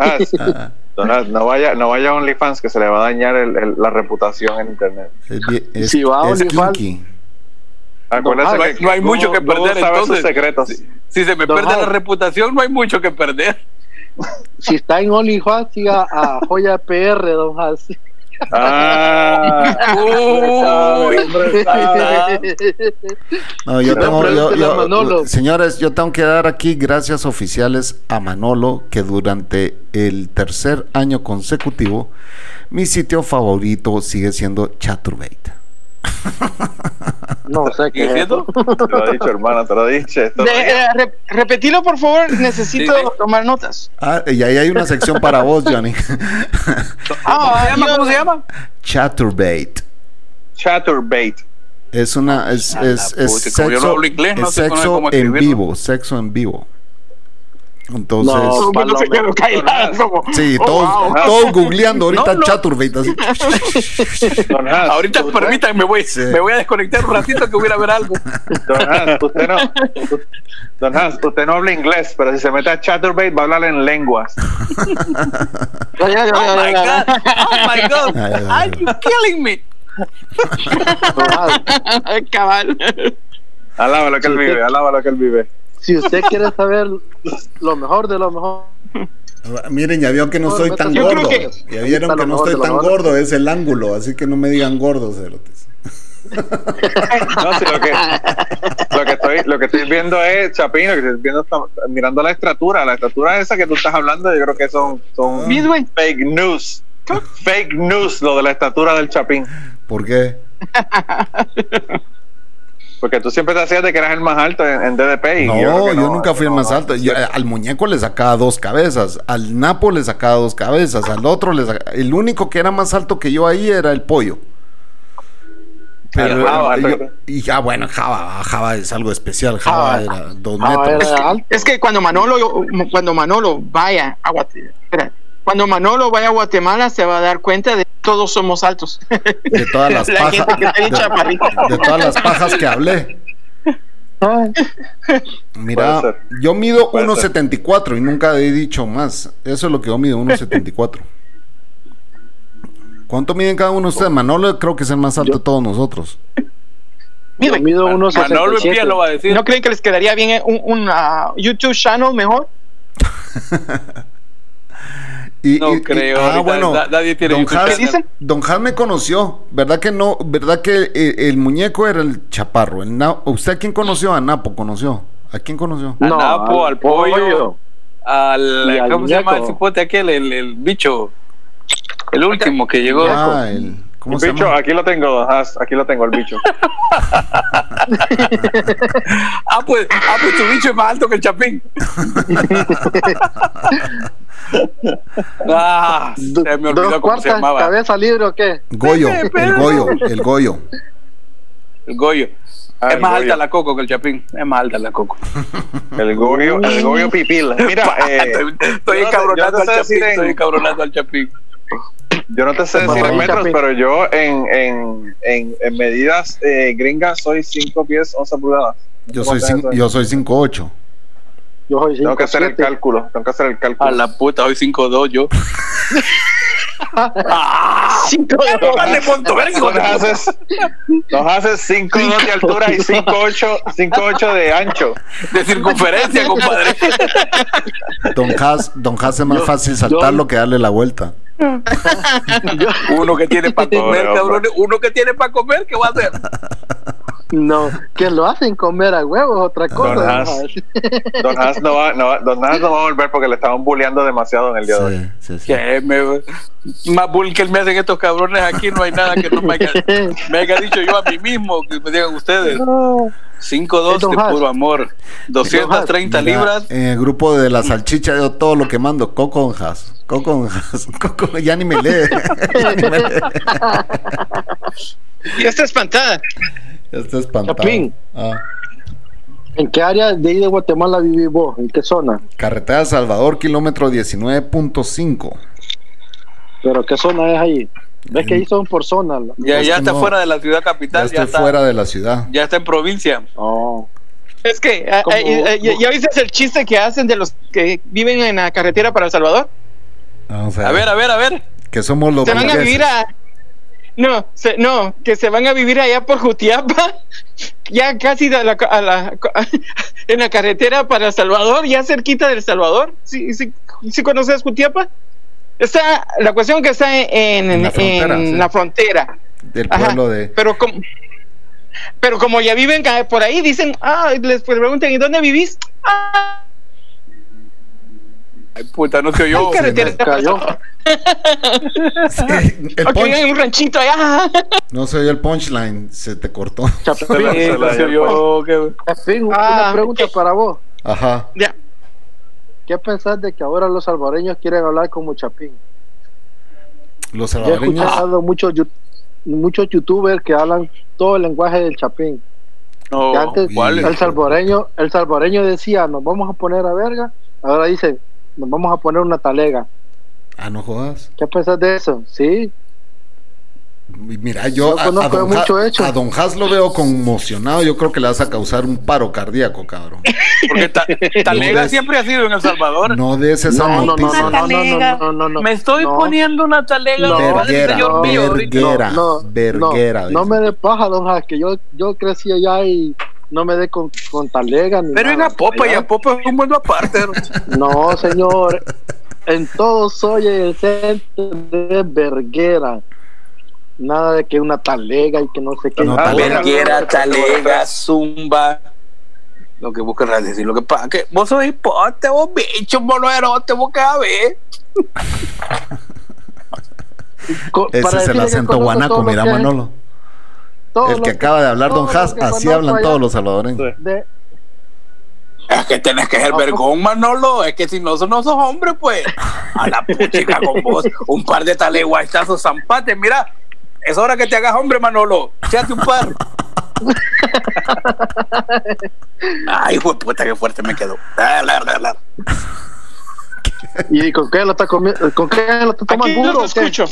Speaker 4: Haas,
Speaker 1: Ah,
Speaker 4: Don Haas, no vaya, no vaya a OnlyFans que se le va a dañar el- el- la reputación en internet.
Speaker 1: es, bien- es-
Speaker 6: Si va a
Speaker 1: es
Speaker 6: OnlyFans.
Speaker 1: kinky.
Speaker 4: Ah, Acuérdese
Speaker 5: Don Haas,
Speaker 4: que
Speaker 5: no hay mucho que
Speaker 4: Google
Speaker 5: perder,
Speaker 4: sabe sus
Speaker 5: entonces.
Speaker 4: secretos.
Speaker 5: Si se me
Speaker 6: Don
Speaker 5: pierde la
Speaker 6: Haas.
Speaker 5: reputación, no hay mucho que perder.
Speaker 6: Si está en OnlyFans, siga a Joya PR, don Hans.
Speaker 4: Ah,
Speaker 5: Uy,
Speaker 4: hombre, ah.
Speaker 1: No, yo
Speaker 6: No,
Speaker 1: tengo, yo-
Speaker 6: pregúntele a
Speaker 1: yo-
Speaker 6: Manolo.
Speaker 1: señores, yo tengo que dar aquí gracias oficiales a Manolo, que durante el tercer año consecutivo, mi sitio favorito sigue siendo Chaturbate.
Speaker 6: No sé qué.
Speaker 5: ¿Sigue
Speaker 6: es eso.
Speaker 5: siendo?
Speaker 4: Te lo he dicho, hermana, te lo he dicho. Esto-
Speaker 7: De- eh, re- repetilo, por favor, necesito
Speaker 5: Sí, sí.
Speaker 7: tomar notas.
Speaker 1: Ah, y ahí hay una sección para vos, Johnny.
Speaker 5: ¿Cómo se
Speaker 7: Ah,
Speaker 5: llama?
Speaker 7: yo-
Speaker 5: ¿Cómo se llama?
Speaker 1: Chaturbate.
Speaker 4: Chatterbait.
Speaker 1: Es una es,
Speaker 5: A la
Speaker 1: es, es
Speaker 5: puta, como yo no
Speaker 1: sexo,
Speaker 5: hablo inglés, no
Speaker 1: es
Speaker 5: sé cómo-
Speaker 1: sexo
Speaker 5: cómo
Speaker 1: en
Speaker 5: escribirlo.
Speaker 1: vivo, sexo en vivo. Entonces,
Speaker 6: No.
Speaker 7: Todo el mundo se quedó callado, como,
Speaker 1: sí,
Speaker 7: oh,
Speaker 1: todos,
Speaker 7: wow.
Speaker 1: todos googleando ahorita
Speaker 5: No, no.
Speaker 1: Chaturbate. así.
Speaker 4: Don Hans,
Speaker 5: Ahorita
Speaker 4: usted-
Speaker 5: permítanme, me voy,
Speaker 1: Sí.
Speaker 5: me voy a desconectar un ratito que voy a ir a ver algo.
Speaker 4: Don Hans, usted no. Don Hans, usted no habla inglés, pero si se mete a Chatterbait va a hablar en lenguas.
Speaker 7: Ya, ya, ya,
Speaker 5: Oh
Speaker 7: ya,
Speaker 5: my
Speaker 7: ya.
Speaker 5: god, oh my god,
Speaker 1: Ay, ay,
Speaker 5: are
Speaker 1: ay.
Speaker 5: you killing me?
Speaker 6: Don Hans,
Speaker 7: Cabal.
Speaker 4: Alaba lo que él vive, alaba lo que él vive.
Speaker 6: si usted quiere saber lo mejor de lo mejor,
Speaker 1: Ah, Miren, ya vieron que no
Speaker 6: No,
Speaker 1: soy
Speaker 6: no
Speaker 1: tan
Speaker 6: está- yo creo
Speaker 1: gordo.
Speaker 6: que-
Speaker 1: Ya
Speaker 6: ahí está
Speaker 1: vieron
Speaker 6: lo
Speaker 1: que no
Speaker 6: mejor
Speaker 1: estoy
Speaker 6: de lo
Speaker 1: tan
Speaker 6: mejor.
Speaker 1: gordo, es el ángulo, así que no me digan gordo, cerotes.
Speaker 4: No, sí, lo que, lo que estoy, lo que estoy viendo es, Chapino, que estoy viendo, está- mirando la estatura, la estatura esa que tú estás hablando, yo creo que son,
Speaker 1: Ah.
Speaker 4: son
Speaker 7: Midway.
Speaker 4: fake news. Fake news lo de la estatura del Chapín.
Speaker 1: ¿Por qué?
Speaker 4: Porque tú siempre te hacías de que eras el más alto en, en DDP. y
Speaker 1: No,
Speaker 4: creo
Speaker 1: yo,
Speaker 4: que
Speaker 1: nunca fui el
Speaker 4: no,
Speaker 1: más alto. Yo, eh, al muñeco le sacaba dos cabezas, al Napo le sacaba dos cabezas, al otro le sacaba... El único que era más alto que yo ahí era el pollo. Pero,
Speaker 4: Al Java,
Speaker 1: yo-
Speaker 4: pero-
Speaker 1: y ya bueno, Java, Java es algo especial. Java
Speaker 6: Java.
Speaker 1: era dos
Speaker 6: ah,
Speaker 1: metros.
Speaker 6: era alto.
Speaker 7: Es que cuando Manolo, cuando Manolo vaya a Guatemala, cuando Manolo vaya a Guatemala se va a dar cuenta de que todos somos altos.
Speaker 1: De todas las
Speaker 7: La gente
Speaker 1: pajas.
Speaker 7: que está bien chaparrita.
Speaker 1: de todas las pajas que hablé.
Speaker 6: Ay,
Speaker 4: Puede
Speaker 1: Mira,
Speaker 4: ser.
Speaker 1: yo mido
Speaker 4: Puede
Speaker 1: 1.74 y nunca he dicho más. Eso es lo que yo mido, 1.74. ¿Cuánto miden cada uno de ustedes? Manolo creo que es el más alto
Speaker 6: Yo-
Speaker 1: de todos nosotros.
Speaker 6: yo
Speaker 7: Midway.
Speaker 6: mido unos
Speaker 5: Ah, Manolo Pía lo va a decir.
Speaker 7: ¿No creen que les quedaría bien un, un, ah, YouTube channel mejor?
Speaker 1: Y-
Speaker 5: No
Speaker 1: y- y-
Speaker 5: creo,
Speaker 1: ah,
Speaker 5: ahorita
Speaker 1: bueno,
Speaker 5: na- nadie tiene
Speaker 1: don
Speaker 5: YouTube
Speaker 1: Has,
Speaker 7: ¿Qué dicen?
Speaker 1: don Has me conoció, ¿verdad que no? ¿Verdad que el, el muñeco era el chaparro? El Na- ¿Usted a quién conoció? A Napo conoció. ¿A quién conoció?
Speaker 5: Al Napo, al pollo.
Speaker 6: Y
Speaker 5: Al,
Speaker 6: al
Speaker 5: ¿Cómo se llama el
Speaker 6: muñeco.
Speaker 5: cipote aquel? El, el bicho. El último que llegó.
Speaker 1: Ah, el, ¿Cómo
Speaker 4: El
Speaker 1: se
Speaker 4: bicho,
Speaker 1: llama?
Speaker 4: aquí lo tengo, don Hans, aquí lo tengo, el bicho.
Speaker 5: Ah, pues, ah, pues tu bicho es más alto que el chapín. ah, se
Speaker 6: Do-
Speaker 5: me
Speaker 6: ¿Dos
Speaker 5: olvidó cómo se
Speaker 6: cuartas
Speaker 5: llamaba.
Speaker 6: cabeza libre o qué?
Speaker 1: Goyo,
Speaker 5: Pepe,
Speaker 1: el
Speaker 5: pero-
Speaker 1: Goyo, el Goyo.
Speaker 5: El Goyo.
Speaker 4: Ah,
Speaker 5: es
Speaker 4: el
Speaker 5: más
Speaker 4: Goyo.
Speaker 5: alta la coco que el chapín. Es más alta la coco.
Speaker 4: El gobio, el gobio pipil. Mira, eh, yo
Speaker 5: estoy estoy
Speaker 4: no te-
Speaker 5: encabronando
Speaker 4: yo
Speaker 5: al
Speaker 4: no te sé
Speaker 5: chapín.
Speaker 4: decir en-
Speaker 5: Estoy encabronando al chapín.
Speaker 4: Yo no te sé decir en
Speaker 6: Mamá.
Speaker 4: metros, pero yo en, en, en, en medidas eh, gringas soy 5 pies 11 pulgadas.
Speaker 1: Yo soy,
Speaker 4: ¿Cómo está
Speaker 1: cin-
Speaker 4: eso?
Speaker 1: yo soy 5'8".
Speaker 6: Yo soy
Speaker 4: Tengo que hacer el
Speaker 6: 5'7".
Speaker 4: cálculo, tengo que hacer el cálculo.
Speaker 5: A la puta, hoy 5-2 yo. ah,
Speaker 7: Cinco de
Speaker 5: no, dale, punto, verga, hijo
Speaker 4: Nos
Speaker 5: de puta.
Speaker 4: haces, nos haces 5 de altura y 5 8, de ancho.
Speaker 5: de circunferencia, compadre.
Speaker 1: Don Has, Don Has es más fácil saltarlo que darle la vuelta.
Speaker 5: Uno que tiene para comer,
Speaker 4: Pobre hombre.
Speaker 5: cabrones. Uno que tiene para comer, ¿qué va a hacer?
Speaker 6: No, que lo hacen comer a huevos, otra cosa.
Speaker 4: Don
Speaker 6: don
Speaker 4: Hans.
Speaker 6: Hans.
Speaker 4: Don Hans no va, no va- don Hans no va a volver porque le estaban bulleando demasiado en el día de hoy.
Speaker 1: Sí, sí, sí.
Speaker 5: Que me- más bull que me hacen estos cabrones aquí, no hay nada que no me haya, me haya dicho yo a mí mismo, que me digan ustedes. 5-2
Speaker 6: Es Don
Speaker 5: de
Speaker 6: Has.
Speaker 5: puro amor, 230
Speaker 1: Mira,
Speaker 5: libras.
Speaker 1: En el grupo de la salchicha yo todo lo que mando, coconjas, coconjas, coco, ya ni me lee. ya ni me lee.
Speaker 7: Y está espantada.
Speaker 1: Ya está espantado.
Speaker 6: Chapín.
Speaker 1: Ah,
Speaker 6: ¿En qué área de ahí de Guatemala vivís vos? ¿En qué zona?
Speaker 1: carretera Salvador, kilómetro 19.5.
Speaker 6: ¿Pero qué zona es ahí? ¿Ves que ahí son por zona?
Speaker 5: Ya,
Speaker 1: es
Speaker 5: ya
Speaker 1: que
Speaker 5: está
Speaker 1: no.
Speaker 5: fuera de la ciudad
Speaker 1: Ya
Speaker 5: capital, ya,
Speaker 1: estoy
Speaker 5: está,
Speaker 1: fuera de la ciudad.
Speaker 5: ya está en provincia.
Speaker 6: Oh.
Speaker 7: Es que ah,
Speaker 6: Como-
Speaker 7: ah, y- ah, ya, ya viste el chiste que hacen de los que viven en la carretera para El Salvador.
Speaker 1: Vamos
Speaker 5: A ver, a ver, a ver.
Speaker 1: Que somos los
Speaker 7: Se van a
Speaker 1: burgueses.
Speaker 7: vivir a No, se- no, que se van a vivir allá por Jutiapa, ya casi a la, a la- en la carretera para El Salvador, ya cerquita del Salvador. ¿Sí, sí, sí conoces Jutiapa? Está, la cuestión que está en,
Speaker 1: En la frontera,
Speaker 7: en
Speaker 1: sí.
Speaker 7: la frontera.
Speaker 1: del
Speaker 7: Ajá,
Speaker 1: pueblo de...
Speaker 7: Pero como, pero como ya viven ca- por ahí, dicen, ah, les pues, preguntan, ¿y dónde vivís? Ah,
Speaker 5: Ay, puta, no se oyó.
Speaker 7: en carretera.
Speaker 6: Cayó.
Speaker 1: El
Speaker 7: Ok,
Speaker 1: punch-
Speaker 7: en un ranchito allá.
Speaker 1: no se oyó el punchline, se te cortó.
Speaker 5: Se la- se
Speaker 6: Chapín,
Speaker 5: la- se oyó, que-
Speaker 6: Chapín,
Speaker 7: Ah,
Speaker 6: una pregunta
Speaker 7: ok.
Speaker 6: para vos.
Speaker 1: Ajá.
Speaker 7: Ya.
Speaker 6: ¿Qué pensás de que ahora los salvadoreños quieren hablar como Chapín?
Speaker 1: Los
Speaker 6: Yo he
Speaker 1: salvadoreños.
Speaker 6: escuchado muchos yu- muchos youtubers que hablan todo el lenguaje del Chapín.
Speaker 5: No,
Speaker 6: Que antes
Speaker 5: Oh, ¿cuál es?
Speaker 1: Vale.
Speaker 6: el salvadoreño, el salvadoreño decía, nos vamos a poner a verga, ahora dice, nos vamos a poner una talega.
Speaker 1: Ah, no jodas.
Speaker 6: ¿Qué pensás de eso? Sí,
Speaker 1: Y Mira, yo
Speaker 6: Yo
Speaker 1: a, a
Speaker 6: conozco de
Speaker 1: don Ha-
Speaker 6: mucho hecho.
Speaker 1: a Don Has lo veo conmocionado. Yo creo que le vas a causar un paro cardíaco, cabrón.
Speaker 5: Porque ta- Talega
Speaker 1: des-
Speaker 5: siempre ha sido en El Salvador.
Speaker 1: No des esa
Speaker 6: no, no, no,
Speaker 1: noticia.
Speaker 6: no, no, no, no, no, no.
Speaker 5: Me estoy
Speaker 6: No,
Speaker 5: poniendo una talega.
Speaker 6: No,
Speaker 5: ¿vale,
Speaker 1: Verguera,
Speaker 5: señor mío?
Speaker 1: verguera,
Speaker 6: no, no,
Speaker 1: verguera.
Speaker 6: No,
Speaker 1: dice.
Speaker 6: no me dé paja, don Jaque, que yo, yo crecí allá y no me dé con, con talega ni
Speaker 5: Pero en
Speaker 6: nada.
Speaker 5: Apopa, y
Speaker 6: Allá-
Speaker 5: Apopa es un mundo aparte. ¿no?
Speaker 6: No, señor. En todo soy el centro de verguera. Nada de que una talega y que no sé qué.
Speaker 1: No,
Speaker 5: Ah,
Speaker 1: talega.
Speaker 5: Verguera, talega, zumba. Lo que busca es decir, lo que pasa que vos sos hipote, vos bicho, vos no erote, vos cada vez.
Speaker 6: Co- para
Speaker 1: Ese es el
Speaker 6: decirle que
Speaker 1: acento
Speaker 6: conozco
Speaker 1: guanaco,
Speaker 6: todo lo
Speaker 1: mira,
Speaker 6: que-
Speaker 1: Manolo.
Speaker 6: todo
Speaker 1: El
Speaker 6: lo
Speaker 1: que acaba de hablar Don
Speaker 6: todo lo
Speaker 1: Has,
Speaker 6: que
Speaker 1: así
Speaker 6: conozco
Speaker 1: hablan
Speaker 6: allá
Speaker 1: todos los salvadoreños.
Speaker 6: de-
Speaker 5: Es que tenés que ser
Speaker 6: Ah,
Speaker 5: vergón, Manolo. Es que si no, sos- no sos hombre, pues. A la puchica con vos. Un par de taleguaistazos zampates. Mira, es hora que te hagas hombre, Manolo. Echate un par. Ay, fue puta, qué fuerte me quedó. Ah, la, la, la.
Speaker 6: ¿Y con qué lo está comiendo? ¿Con qué lo está
Speaker 7: Aquí
Speaker 6: tomando?
Speaker 7: los
Speaker 6: o qué?
Speaker 7: escucho.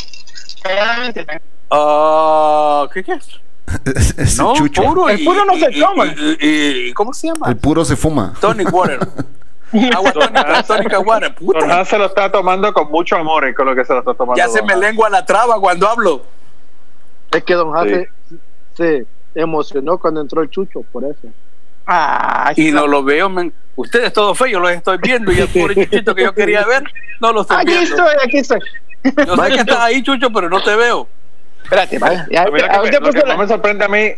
Speaker 7: Claramente,
Speaker 5: Ah, ¿Qué qué?
Speaker 1: Ese
Speaker 5: No,
Speaker 1: chucho.
Speaker 5: puro.
Speaker 7: El puro no se toma.
Speaker 5: y- y- y- ¿Cómo se llama?
Speaker 1: El puro se fuma.
Speaker 5: Tonic Water. Agua tónica, tónica water.
Speaker 9: Don
Speaker 5: Puta,
Speaker 9: Hans se lo está tomando con mucho amor eh, con lo que se lo está tomando.
Speaker 5: ya se
Speaker 9: Don
Speaker 5: me
Speaker 9: Hans.
Speaker 5: lengua la traba cuando hablo.
Speaker 6: Es que don Has se, se emocionó cuando entró el chucho, por eso.
Speaker 7: Ay,
Speaker 5: Y no lo veo, men. Ustedes todos feos, los estoy viendo. Y el pobre chuchito que yo quería ver, no lo estoy
Speaker 7: aquí
Speaker 5: viendo.
Speaker 7: estoy, aquí estoy.
Speaker 5: Yo sé que estás ahí, chucho, pero no te veo.
Speaker 7: Espérate, vaya.
Speaker 9: A mí lo que, me,
Speaker 7: Ahorita
Speaker 9: lo que
Speaker 7: puse
Speaker 9: más
Speaker 7: la-
Speaker 9: me sorprende a mí,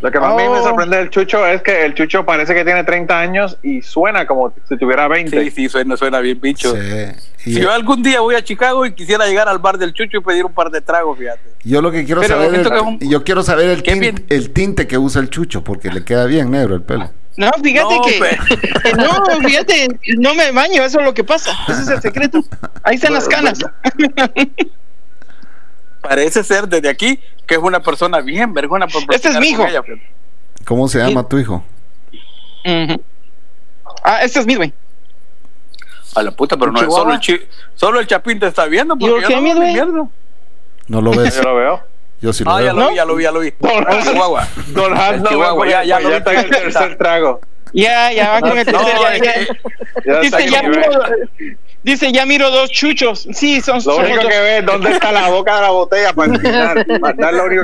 Speaker 9: lo que más a mí me
Speaker 7: Oh.
Speaker 9: sorprende del Chucho es que el Chucho parece que tiene 30 años y suena como si tuviera 20.
Speaker 5: Sí, sí, suena, suena bien, bicho.
Speaker 1: Sí. Y
Speaker 5: Si yo algún día voy a Chicago y quisiera llegar al bar del chucho y pedir un par de tragos, fíjate.
Speaker 1: yo lo que quiero
Speaker 5: Pero
Speaker 1: saber,
Speaker 5: siento
Speaker 1: el-
Speaker 5: que es un-
Speaker 1: yo quiero saber el,
Speaker 5: Qué
Speaker 1: tin-
Speaker 5: bien.
Speaker 1: el tinte que usa el chucho, porque le queda bien negro el pelo.
Speaker 7: No, fíjate
Speaker 5: No,
Speaker 7: que,
Speaker 5: pe-
Speaker 7: que no, fíjate, no me baño, eso es lo que pasa, ese es el secreto. Ahí están las canas.
Speaker 5: Parece ser desde aquí que es una persona bien vergona. por
Speaker 7: Este es
Speaker 5: platicar
Speaker 7: mi
Speaker 5: con
Speaker 7: hijo.
Speaker 5: ella, fíjate.
Speaker 1: ¿Cómo se llama tu hijo?
Speaker 7: Ujú. Ah, este es Midway.
Speaker 5: A la puta, pero no,
Speaker 6: Chihuahua.
Speaker 5: solo el, chi- solo el chapín te está viendo.
Speaker 7: ¿Y por
Speaker 5: Porque
Speaker 7: qué
Speaker 5: yo no
Speaker 7: miedo,
Speaker 5: veo ni
Speaker 7: eh?
Speaker 5: mierda.
Speaker 1: No lo ves.
Speaker 9: Yo lo veo.
Speaker 1: Yo sí lo
Speaker 5: Ah, ya
Speaker 1: veo.
Speaker 5: lo vi, ya lo vi, ya lo vi. Ah, Chihuahua.
Speaker 9: Don Hans no
Speaker 5: Chihuahua,
Speaker 9: va
Speaker 5: ya-
Speaker 9: ya, ya,
Speaker 5: ya lo vi.
Speaker 9: está en el tercer trago.
Speaker 7: Ya, ya va con el tercer,
Speaker 5: No,
Speaker 7: ya,
Speaker 5: es
Speaker 7: ya.
Speaker 5: que-
Speaker 9: Ya está
Speaker 7: Dice,
Speaker 9: en
Speaker 7: ya
Speaker 9: el nivel.
Speaker 7: miro, dice, ya miro dos chuchos. Sí, son
Speaker 9: Lo
Speaker 7: son
Speaker 9: único
Speaker 7: dos.
Speaker 9: que ve es dónde está la boca de la botella para eliminar.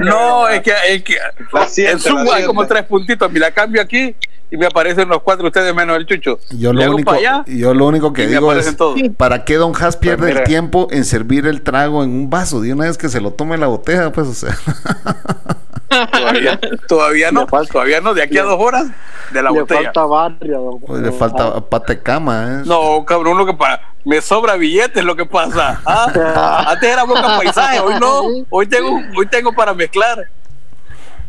Speaker 5: No, es que, es que
Speaker 9: La siente,
Speaker 5: en Zoom
Speaker 9: la
Speaker 5: hay como
Speaker 9: siente.
Speaker 5: tres puntitos. Mira, cambio aquí y me aparecen los cuatro ustedes menos el chucho.
Speaker 1: Yo
Speaker 5: Le
Speaker 1: lo,
Speaker 5: hago
Speaker 1: único,
Speaker 5: para allá
Speaker 1: yo lo único que
Speaker 5: y me
Speaker 1: digo
Speaker 5: aparecen
Speaker 1: es,
Speaker 5: todos. Pues
Speaker 1: ¿para qué Don Has pierde
Speaker 9: mira.
Speaker 1: el tiempo en servir el trago en un vaso? De una vez que se lo tome la botella, pues, o sea.
Speaker 5: Todavía, todavía no,
Speaker 6: Le falta-
Speaker 5: todavía no, de aquí a dos horas de la
Speaker 6: Le
Speaker 5: botella.
Speaker 6: falta barrio. don-
Speaker 1: pues, le
Speaker 6: don Has.
Speaker 1: falta pata de cama, ¿eh?
Speaker 5: No, cabrón, lo que para me sobra billetes lo que pasa. ¿ah? Antes era boca paisaje, hoy no, hoy tengo, hoy tengo para mezclar.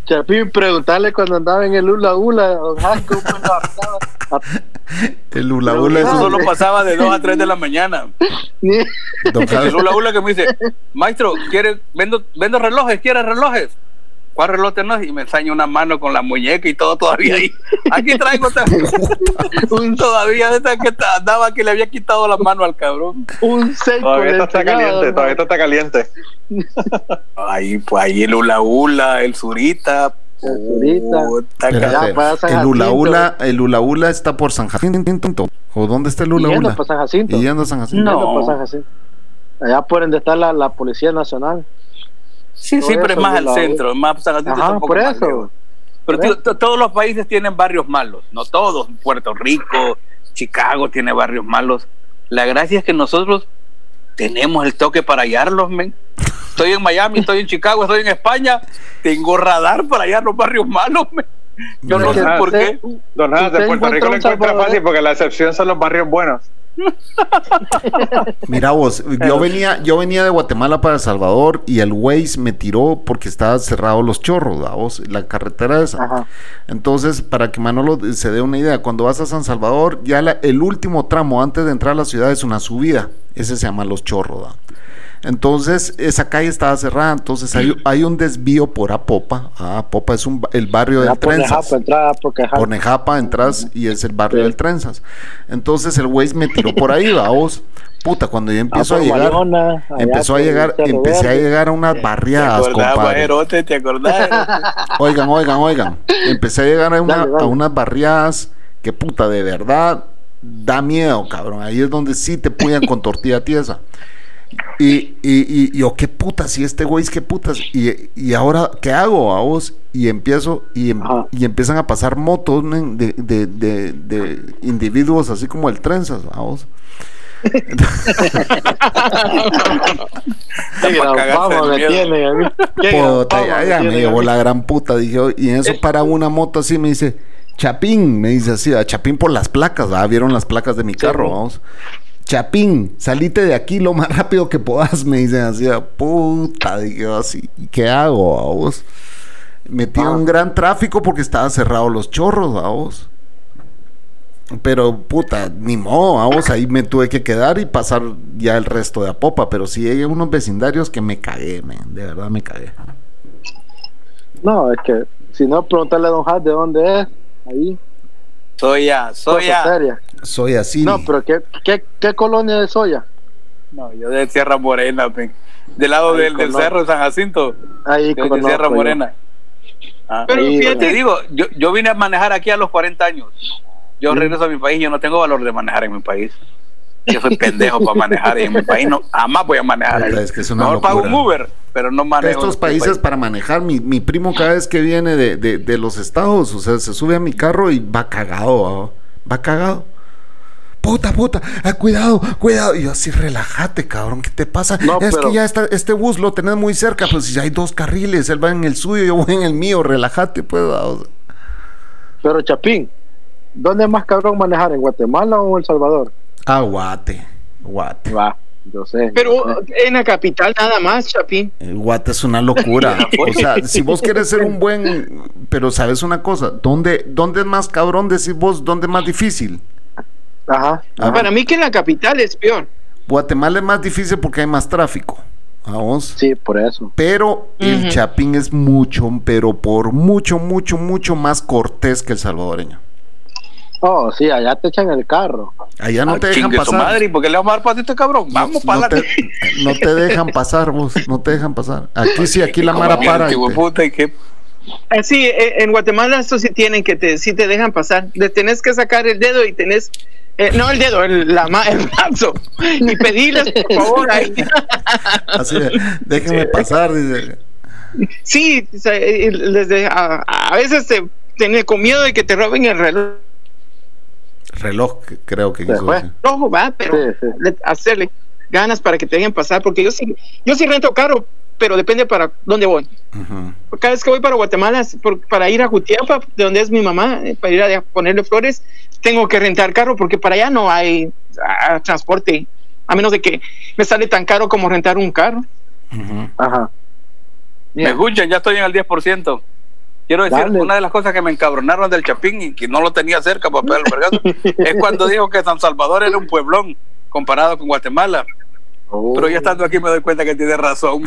Speaker 6: Chapín, preguntarle cuando andaba en el hula hula a don Has cómo lo hartaba.
Speaker 1: El hula hula es
Speaker 5: Eso
Speaker 1: un-
Speaker 5: solo pasaba de dos a tres de la mañana.
Speaker 1: Don
Speaker 5: El
Speaker 1: Has-
Speaker 5: hula hula que me dice, maestro, ¿quiere, vendo, vendo relojes, ¿quieres relojes? ¿Cuál reloj tenés? Y me ensaña una mano con la muñeca y todo todavía ahí. Aquí traigo ta- un todavía de esta que ta- andaba que le había quitado la mano al cabrón.
Speaker 6: Un seis
Speaker 9: Todavía
Speaker 6: por
Speaker 9: esto está
Speaker 6: entregada,
Speaker 9: caliente,
Speaker 6: don
Speaker 9: todavía
Speaker 6: Has.
Speaker 9: esto está caliente.
Speaker 5: Ahí, pues ahí el hula hula, el surita.
Speaker 6: El Zurita.
Speaker 5: puta,
Speaker 1: Espérate,
Speaker 5: ca-
Speaker 6: Ya, para San
Speaker 1: el hula
Speaker 6: Jacinto.
Speaker 1: hula, el hula hula está por San Jacinto. ¿O dónde está el hula
Speaker 6: Yendo
Speaker 1: hula?
Speaker 6: para San Jacinto.
Speaker 1: Y yendo a San Jacinto.
Speaker 5: No.
Speaker 6: Yendo para San Jacinto. Allá por donde está la, la Policía Nacional.
Speaker 5: Sí,
Speaker 6: Todo
Speaker 5: sí, pero es
Speaker 6: eso
Speaker 5: más
Speaker 6: de
Speaker 5: al
Speaker 6: la-
Speaker 5: centro, más Zagatito es
Speaker 6: Ajá,
Speaker 5: un poco
Speaker 6: por
Speaker 5: más lejos.
Speaker 6: eso.
Speaker 5: Pero
Speaker 6: por
Speaker 5: tío,
Speaker 6: eso.
Speaker 5: to- todos los países tienen barrios malos, no todos, Puerto Rico, Chicago tiene barrios malos. La gracia es que nosotros tenemos el toque para hallarlos, men. Estoy en Miami, estoy en Chicago, estoy en España, tengo radar para hallar los barrios malos, men. Yo no
Speaker 1: Mira.
Speaker 5: sé por qué.
Speaker 6: uh,
Speaker 9: Don Hans, de
Speaker 6: Usted
Speaker 9: Puerto Rico
Speaker 6: encuentra
Speaker 9: lo
Speaker 6: un
Speaker 9: encuentra
Speaker 6: Salvador.
Speaker 5: ¿eh?
Speaker 9: fácil porque la excepción son los barrios buenos.
Speaker 1: Mira vos, yo venía, yo venía de Guatemala para El Salvador y el Waze me tiró porque estaba cerrado los chorros, ¿va vos? la carretera esa.
Speaker 6: Ajá.
Speaker 1: Entonces, para que Manolo se dé una idea, cuando vas a San Salvador, ya la- el último tramo antes de entrar a la ciudad es una subida. Ese se llama Los Chorros. ¿va? Entonces, esa calle estaba cerrada. Entonces, hay, hay un desvío por Apopa. Ah, Apopa es un, ba- el barrio
Speaker 6: Ya
Speaker 1: del
Speaker 6: pone
Speaker 1: Trenzas.
Speaker 6: japa, entrada, porque japa.
Speaker 1: Por Nejapa entras y es el barrio
Speaker 6: Sí.
Speaker 1: del Trenzas. Entonces, el Waze me tiró por ahí, ¿va vos. Puta, cuando yo empiezo
Speaker 6: Ah,
Speaker 1: a
Speaker 6: por
Speaker 1: llegar.
Speaker 6: Bayona, allá
Speaker 1: Empezó a
Speaker 6: por
Speaker 1: llegar,
Speaker 6: Cerro
Speaker 1: empecé a
Speaker 6: Verde.
Speaker 1: llegar a unas barriadas, compadre.
Speaker 5: Erote? ¿Te acordás?
Speaker 1: Oigan, oigan, oigan. Empecé a llegar a, una-
Speaker 6: Dale, dale.
Speaker 1: a unas barriadas que puta, de verdad, da miedo, cabrón. Ahí es donde sí te puyan con tortilla tiesa. Y, y, y- y yo, qué putas, y este güey es qué putas. Y, y ahora, ¿qué hago a vos? Y empiezo, y, em-
Speaker 6: Ajá.
Speaker 1: y empiezan a pasar motos men, de, de, de, de individuos así como el trenzas, a vos.
Speaker 5: Para cagarse del
Speaker 6: Vamos, me
Speaker 5: miedo.
Speaker 6: tienen a mí. Qué
Speaker 1: Puta,
Speaker 6: gafama
Speaker 1: ya,
Speaker 6: me
Speaker 1: ya me
Speaker 6: tienen a
Speaker 1: llevó
Speaker 6: mí.
Speaker 1: la gran puta, dije, "Oh", y en eso para una moto así me dice, Chapín, me dice así, "ah, Chapín por las placas, ¿ah? vieron las placas de mi carro, vamos. Chapín, salite de aquí lo más rápido que puedas, me dicen así, "ah, puta, dije yo así, "¿Y ¿qué hago, vamos? Metí un gran tráfico porque estaban cerrados los chorros, vamos. Pero puta, ni modo, vamos, ahí me tuve que quedar y pasar ya el resto de Apopa, pero sí llegué a unos vecindarios que me cagué, men, de verdad me cagué.
Speaker 6: No, es que si no, preguntarle a Don Hart de dónde es. Ahí,
Speaker 5: Soya,
Speaker 6: cosa
Speaker 5: soya.
Speaker 6: seria.
Speaker 1: Soy así.
Speaker 6: No, pero ¿qué, qué, qué colonia de soya?
Speaker 5: No, yo de Sierra Morena, men. Del lado
Speaker 6: Ay,
Speaker 5: del, del
Speaker 6: conozco.
Speaker 5: cerro de San Jacinto.
Speaker 6: Ahí,
Speaker 5: Yo
Speaker 6: conozco
Speaker 5: de Sierra
Speaker 6: yo.
Speaker 5: Morena. Ah.
Speaker 7: Pero
Speaker 6: Ahí,
Speaker 7: fíjate-
Speaker 5: Te digo, yo, yo vine a manejar aquí a los 40 años. Yo regreso a mi país, yo no tengo valor de manejar en mi país. Yo soy pendejo para manejar y en mi país no, jamás voy a manejar.
Speaker 1: Puta,
Speaker 5: ahí.
Speaker 1: es que es una
Speaker 5: Mejor pago
Speaker 1: locura.
Speaker 5: un Uber, pero no manejo. en
Speaker 1: estos
Speaker 5: mi
Speaker 1: países
Speaker 5: país.
Speaker 1: para manejar, mi, mi primo cada vez que viene de, de- de los estados, o sea, se sube a mi carro y va cagado, ¿va? va cagado. Puta, puta, ah, cuidado, cuidado. Y yo así, relájate, cabrón, ¿qué te pasa?
Speaker 6: No,
Speaker 1: es
Speaker 6: pero-
Speaker 1: que ya está, este bus lo tenés muy cerca, pues si hay dos carriles, él va en el suyo, yo voy en el mío, relájate, pues. ¿va? O sea,
Speaker 6: Pero Chapín, ¿dónde es más cabrón manejar? ¿En Guatemala o en El Salvador?
Speaker 1: Aguate, guate.
Speaker 6: Va, yo sé.
Speaker 7: Pero uh,
Speaker 6: yo sé.
Speaker 7: en la capital nada más, Chapín.
Speaker 1: El guate es una locura. o sea, si vos quieres ser un buen. Pero sabes una cosa, ¿dónde, dónde es más cabrón decís vos? ¿Dónde es más difícil?
Speaker 6: Ajá.
Speaker 1: Ah,
Speaker 7: Para mí que en la capital es peor.
Speaker 1: Guatemala es más difícil porque hay más tráfico. Vamos.
Speaker 6: Sí, por eso.
Speaker 1: Pero el
Speaker 7: Ujú.
Speaker 1: Chapín es mucho, pero por mucho, mucho, mucho más cortés que el salvadoreño.
Speaker 6: Oh, sí, allá te echan el carro.
Speaker 1: Allá no
Speaker 5: Ah,
Speaker 1: te dejan
Speaker 5: chingue su
Speaker 1: pasar.
Speaker 5: madre, ¿y por qué le vamos a dar paso a este cabrón?
Speaker 1: No-
Speaker 5: Vamos
Speaker 1: no,
Speaker 5: para
Speaker 1: te, no te dejan pasar, vos. No te dejan pasar. Aquí sí, aquí la mara para. y te-
Speaker 7: Así, eh, en Guatemala esto sí tienen que te, sí te dejan pasar. Le tenés que sacar el dedo y tenés, eh, no el dedo, el, la, ma- el brazo y pedirles por favor. ahí.
Speaker 1: Así de, déjenme pasar. dice.
Speaker 7: Sí, o sea, eh, les de- a, a veces te tenés con miedo de que te roben el reloj,
Speaker 1: Reloj, que- creo que
Speaker 6: Se
Speaker 1: quiso
Speaker 6: fue.
Speaker 1: decir.
Speaker 7: va, pero
Speaker 6: Sí, sí.
Speaker 7: le- hacerle ganas para que te dejen pasar, porque yo sí, yo sí rento carro, pero depende para dónde voy.
Speaker 1: Ujú.
Speaker 7: Cada vez que voy para Guatemala, es por- para ir a Jutiapa, de donde es mi mamá, eh, para ir a de- ponerle flores, tengo que rentar carro porque para allá no hay ah, transporte, a menos de que me sale tan caro como rentar un carro.
Speaker 1: Ujú.
Speaker 6: Ajá.
Speaker 5: Me escuchan, ya estoy en el 10%. Quiero decir,
Speaker 6: Dale.
Speaker 5: una de las cosas que me encabronaron del Chapín y que no lo tenía cerca para pegar el vergazo, es cuando dijo que San Salvador era un pueblón comparado con Guatemala.
Speaker 6: Oh.
Speaker 5: Pero ya estando aquí me doy cuenta que tiene razón.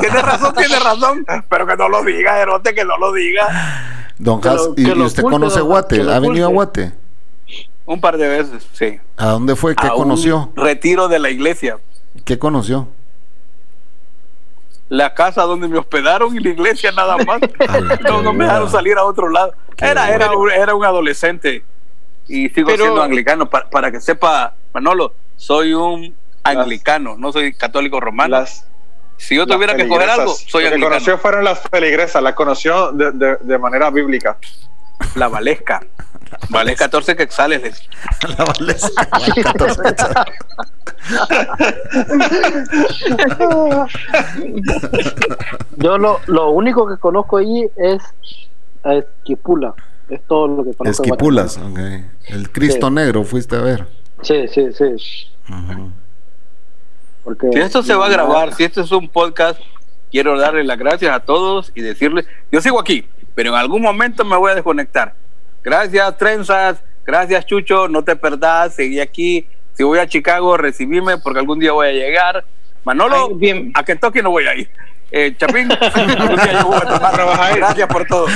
Speaker 5: tiene razón, tiene razón. Pero que no lo diga, Erote, que no lo diga.
Speaker 1: Don
Speaker 6: Que
Speaker 1: Has,
Speaker 6: lo-
Speaker 1: ¿y,
Speaker 6: que
Speaker 1: y
Speaker 6: lo
Speaker 1: usted
Speaker 6: oculte,
Speaker 1: conoce
Speaker 6: don-
Speaker 1: Guate?
Speaker 6: que lo
Speaker 1: ¿Ha venido a
Speaker 6: oculte.
Speaker 1: Guate?
Speaker 5: Un par de veces, sí.
Speaker 1: ¿A dónde fue? ¿Qué
Speaker 5: A un
Speaker 1: conoció?
Speaker 5: Retiro de la iglesia.
Speaker 1: ¿Qué conoció?
Speaker 5: La casa donde me hospedaron y la iglesia nada más.
Speaker 1: A la
Speaker 5: no, no me dejaron
Speaker 1: verga.
Speaker 5: salir a otro lado.
Speaker 1: Qué
Speaker 5: Era, era,
Speaker 1: bueno.
Speaker 5: un, era un adolescente y sigo
Speaker 7: Pero-
Speaker 5: siendo anglicano. Para, para que sepa, Manolo, soy un anglicano, no soy católico romano.
Speaker 9: Las,
Speaker 5: Si yo tuviera
Speaker 4: Las
Speaker 5: que coger algo,
Speaker 4: feligresas.
Speaker 5: soy
Speaker 4: Lo que
Speaker 5: anglicano.
Speaker 4: conoció fueron las feligresas, las conoció de, de- de manera bíblica.
Speaker 5: La Valesca. Vales 14 quexales. les-
Speaker 1: La Valesa. Vale, 14 quetzales.
Speaker 6: Yo lo, lo único que conozco allí es a Esquipula. Es todo lo que conozco. de
Speaker 1: Esquipulas. ok. El Cristo
Speaker 6: Sí.
Speaker 1: Negro fuiste a ver.
Speaker 6: Guatemala. Sí, sí, sí.
Speaker 1: Ujú.
Speaker 6: Porque
Speaker 5: Si esto se
Speaker 6: mi
Speaker 5: va a
Speaker 6: mamá-
Speaker 5: grabar, si esto es un podcast, quiero darle las gracias a todos y decirles, yo sigo aquí, pero en algún momento me voy a desconectar. Gracias, trenzas, gracias, Chucho, no te perdás, seguí aquí. Si voy a Chicago, recibime porque algún día voy a llegar. Manolo,
Speaker 7: Ay, bien.
Speaker 5: a Kentucky no voy a ir. Eh, Chapín, algún día yo voy a tomar. gracias por todo.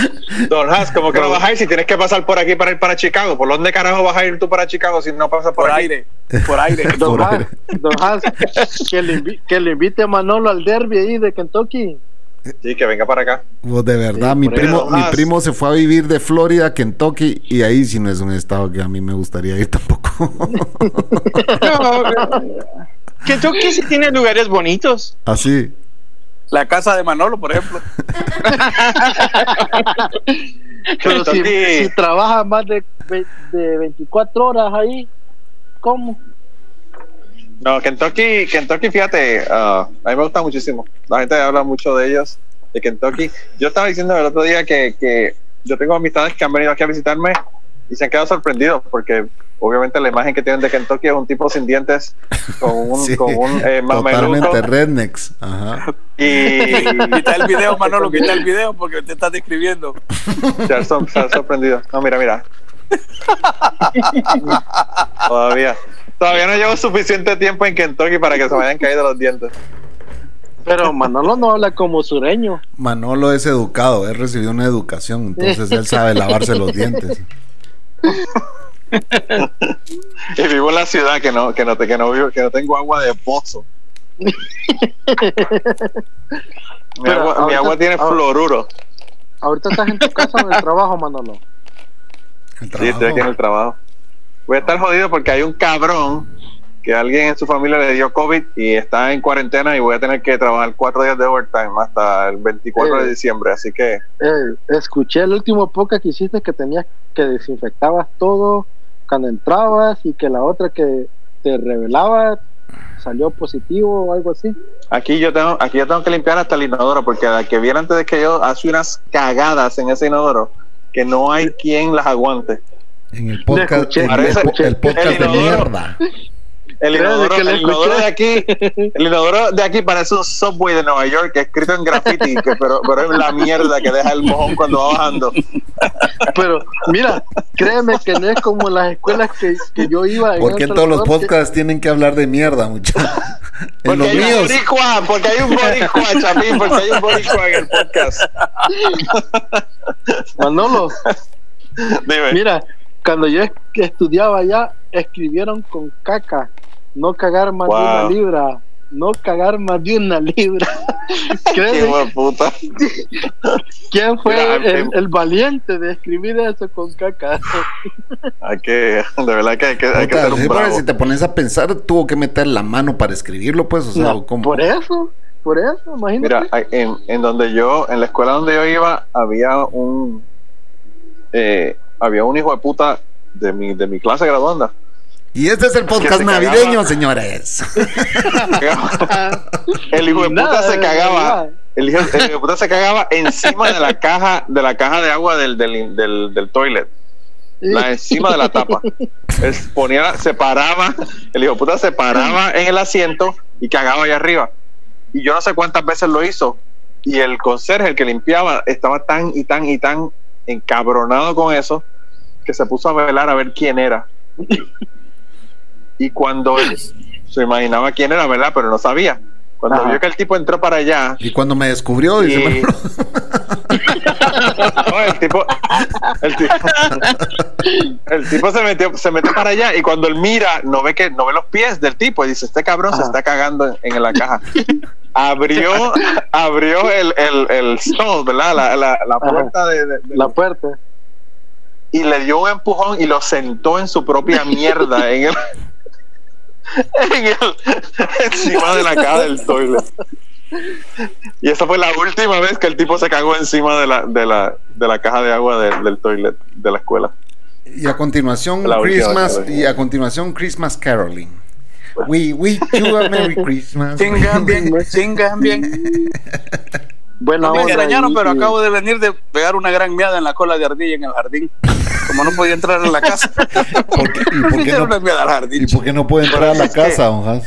Speaker 4: Don Has, como que no bajáis si tienes que pasar por aquí para ir para Chicago? ¿Por dónde carajo vas a ir tú para Chicago si no pasas por,
Speaker 5: Por
Speaker 4: aquí?
Speaker 5: aire, por aire.
Speaker 6: Don
Speaker 1: Por
Speaker 6: Hans,
Speaker 1: aire.
Speaker 6: don Hans, que, le invi- que le invite a Manolo al derby ahí de Kentucky.
Speaker 4: Sí, que venga para acá.
Speaker 1: Vos, Pues, de verdad,
Speaker 6: Sí,
Speaker 1: mi,
Speaker 6: por ahí
Speaker 1: primo, mi
Speaker 4: nomás.
Speaker 1: primo se fue a vivir de Florida a Kentucky y ahí sí no es un estado que a mí me gustaría ir tampoco.
Speaker 7: No, eh, que tú que sí tiene lugares bonitos.
Speaker 1: Así.
Speaker 5: La casa de Manolo, por ejemplo.
Speaker 6: Pero si,
Speaker 4: Kentucky.
Speaker 6: si trabaja más de, ve- de 24 horas ahí, ¿cómo?
Speaker 4: No, Kentucky, Kentucky, fíjate, ah, a mí me gusta muchísimo. La gente habla mucho de ellos, de Kentucky. Yo estaba diciendo el otro día que, que yo tengo amistades que han venido aquí a visitarme y se han quedado sorprendidos porque obviamente la imagen que tienen de Kentucky es un tipo sin dientes con un,
Speaker 1: Sí,
Speaker 4: con un eh, mameluco
Speaker 1: totalmente rednecks. Ajá.
Speaker 4: y
Speaker 5: Quita el video, Manolo, quita el video porque te estás describiendo.
Speaker 4: se han, sor- se han sorprendido. No, mira, mira. Todavía. Todavía no llevo suficiente tiempo en Kentucky para que se me hayan caído los dientes.
Speaker 6: Pero Manolo no habla como sureño.
Speaker 1: Manolo es educado, él recibió una educación, entonces él sabe lavarse los dientes.
Speaker 4: Y vivo en la ciudad que no, que no, te- que no, vivo, que no tengo agua de pozo. mi,
Speaker 6: Pero
Speaker 4: agua, mi
Speaker 6: ahorita-
Speaker 4: agua tiene
Speaker 6: ahora-
Speaker 4: fluoruro.
Speaker 6: Ahorita estás en tu casa o en el trabajo, Manolo.
Speaker 1: El
Speaker 4: Sí, estoy aquí en el
Speaker 1: trabajo.
Speaker 4: trabajo. Voy a estar jodido porque hay un cabrón que alguien en su familia le dio COVID y está en cuarentena y voy a tener que trabajar cuatro días de overtime hasta el 24 de
Speaker 6: Eh.
Speaker 4: diciembre. Así que
Speaker 6: Eh, escuché el último podcast que hiciste que tenías que desinfectabas todo cuando entrabas y que la otra que te revelaba salió positivo o algo así.
Speaker 4: aquí yo tengo aquí yo tengo que limpiar hasta el inodoro porque la que viera antes de que yo hace unas cagadas en ese inodoro que no hay quien las aguante.
Speaker 1: En el podcast,
Speaker 6: escuché.
Speaker 1: en el
Speaker 4: Parece-
Speaker 1: po- el podcast de
Speaker 4: El inodoro.
Speaker 1: mierda.
Speaker 4: El
Speaker 6: Créanme
Speaker 4: inodoro,
Speaker 6: que lo
Speaker 4: el inodoro de
Speaker 6: escuché.
Speaker 4: aquí, el inodoro de aquí parece un subway de Nueva York escrito en graffiti, que- pero, pero es la mierda que deja el mojón cuando va bajando.
Speaker 6: Pero mira, créeme que no es como las escuelas que, que yo iba. en
Speaker 1: ¿Por qué
Speaker 6: El
Speaker 1: en todos los
Speaker 6: Salvador, que-
Speaker 1: podcasts tienen que hablar de mierda, muchachos? En
Speaker 4: Porque
Speaker 1: los
Speaker 4: hay un
Speaker 1: míos.
Speaker 4: boricua, porque hay un boricua, Chapín, porque hay un boricua en el podcast.
Speaker 6: Manolo,
Speaker 4: Dime.
Speaker 6: mira, cuando yo es- estudiaba allá, escribieron con caca, no cagar más de una
Speaker 4: Wow.
Speaker 6: libra, no cagar más de una libra.
Speaker 4: Qué
Speaker 6: Créeme
Speaker 4: buen puta.
Speaker 6: ¿Quién fue
Speaker 4: Mira,
Speaker 6: el,
Speaker 4: em-
Speaker 6: el valiente de escribir eso con caca?
Speaker 4: Hay que, de verdad que hay que, hay que
Speaker 1: Puta,
Speaker 4: ser
Speaker 1: sí,
Speaker 4: un
Speaker 1: porque
Speaker 4: bravo.
Speaker 1: si te pones a pensar, tuvo que meter la mano para escribirlo, pues, o sea,
Speaker 6: No,
Speaker 1: ¿cómo?
Speaker 6: por eso, por eso, imagínate.
Speaker 4: Mira, hay- en, en donde yo, en la escuela donde yo iba, había un eh, había un hijo de puta de mi, de mi clase graduanda.
Speaker 1: Y este es el
Speaker 4: Que
Speaker 1: podcast
Speaker 4: se
Speaker 1: navideño,
Speaker 4: cagaba.
Speaker 1: señores.
Speaker 4: El hijo de
Speaker 6: Nada,
Speaker 4: puta se
Speaker 6: de
Speaker 4: cagaba.
Speaker 6: verdad.
Speaker 4: El hijo, el hijo de puta se cagaba encima de la caja, de la caja de agua del, del, del, del toilet. La encima de la tapa. Es- ponía, la- se paraba, el hijo de puta se paraba en el asiento y cagaba allá arriba. Y yo no sé cuántas veces lo hizo. Y el conserje, el que limpiaba, estaba tan y tan y tan encabronado con eso que se puso a velar a ver quién era. Y cuando él se imaginaba quién era, ¿verdad? Pero no sabía. Cuando
Speaker 6: Ajá.
Speaker 4: vio que el tipo entró para allá,
Speaker 1: Y cuando me descubrió, dice,
Speaker 4: Y-
Speaker 1: "Bueno,
Speaker 4: Eh, no, el tipo, el tipo, el tipo se metió, se metió para allá y cuando él mira, no ve que, no ve los pies del tipo y dice, este cabrón se
Speaker 6: Ajá.
Speaker 4: está cagando en, en la caja. Abrió, abrió el, el, el stall, ¿verdad? La, la, la
Speaker 6: Ajá.
Speaker 4: puerta de, de- de-
Speaker 6: La puerta.
Speaker 4: y le dio un empujón y lo sentó en su propia mierda en el, en el- encima de la caja del toilet. Y esa fue la última vez que el tipo se cagó encima de la, de la, de la caja de agua de- del toilet de la escuela.
Speaker 1: Y a continuación,
Speaker 4: La última
Speaker 1: Christmas.
Speaker 4: vez.
Speaker 1: Y a continuación, Christmas Caroling. We wish you a Merry Christmas.
Speaker 5: Chingan bien, chingan bien.
Speaker 6: Buena
Speaker 5: No me
Speaker 6: onda
Speaker 5: engañaron,
Speaker 6: y-
Speaker 5: pero
Speaker 6: y-
Speaker 5: acabo de venir de pegar una gran miada en la cola de ardilla en el jardín. Como no podía entrar en la casa.
Speaker 1: ¿Por qué- y
Speaker 5: Me
Speaker 1: por qué
Speaker 5: hicieron
Speaker 1: no-
Speaker 5: una miada al
Speaker 1: ¿Y
Speaker 5: jardín.
Speaker 1: por qué no puede entrar a la
Speaker 5: Es que-
Speaker 1: casa, don Hans?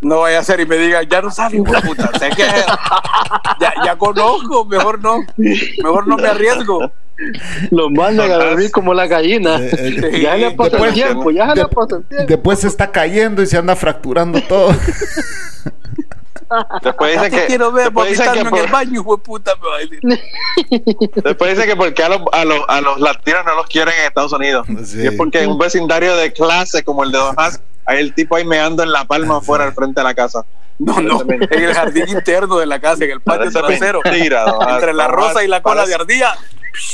Speaker 5: No vaya a ser y me digan, ya no sale, hijo de puta. Sé que ya, ya conozco, mejor no. Mejor no me arriesgo.
Speaker 6: Los mandan a dormir como la gallina.
Speaker 1: Eh, eh,
Speaker 6: ya le pasó
Speaker 1: después-
Speaker 6: el tiempo, ya
Speaker 5: Ah,
Speaker 1: de-
Speaker 6: le
Speaker 5: pues,
Speaker 6: pasó el tiempo.
Speaker 1: Después se está cayendo y se anda fracturando todo.
Speaker 4: Después
Speaker 5: Ya
Speaker 4: dicen
Speaker 5: te
Speaker 4: que.
Speaker 5: quiero ver
Speaker 4: después dicen
Speaker 5: vomitarme
Speaker 4: que
Speaker 5: en el
Speaker 4: por-
Speaker 5: baño, hijo de puta. Me va a decir.
Speaker 4: Después dicen que porque a los, a, los, a los latinos no los quieren en Estados Unidos.
Speaker 1: Sí.
Speaker 4: Y es porque en un vecindario de clase como el de Don Haas, hay el tipo ahí meando en la palma afuera al frente de la casa.
Speaker 5: No, no, en el jardín interno de la casa, en el patio
Speaker 4: Parece
Speaker 5: trasero.
Speaker 4: mentira, don Haas.
Speaker 5: Entre la
Speaker 4: Don
Speaker 5: rosa
Speaker 4: Haas,
Speaker 5: y la cola de
Speaker 4: parece-
Speaker 5: ardilla.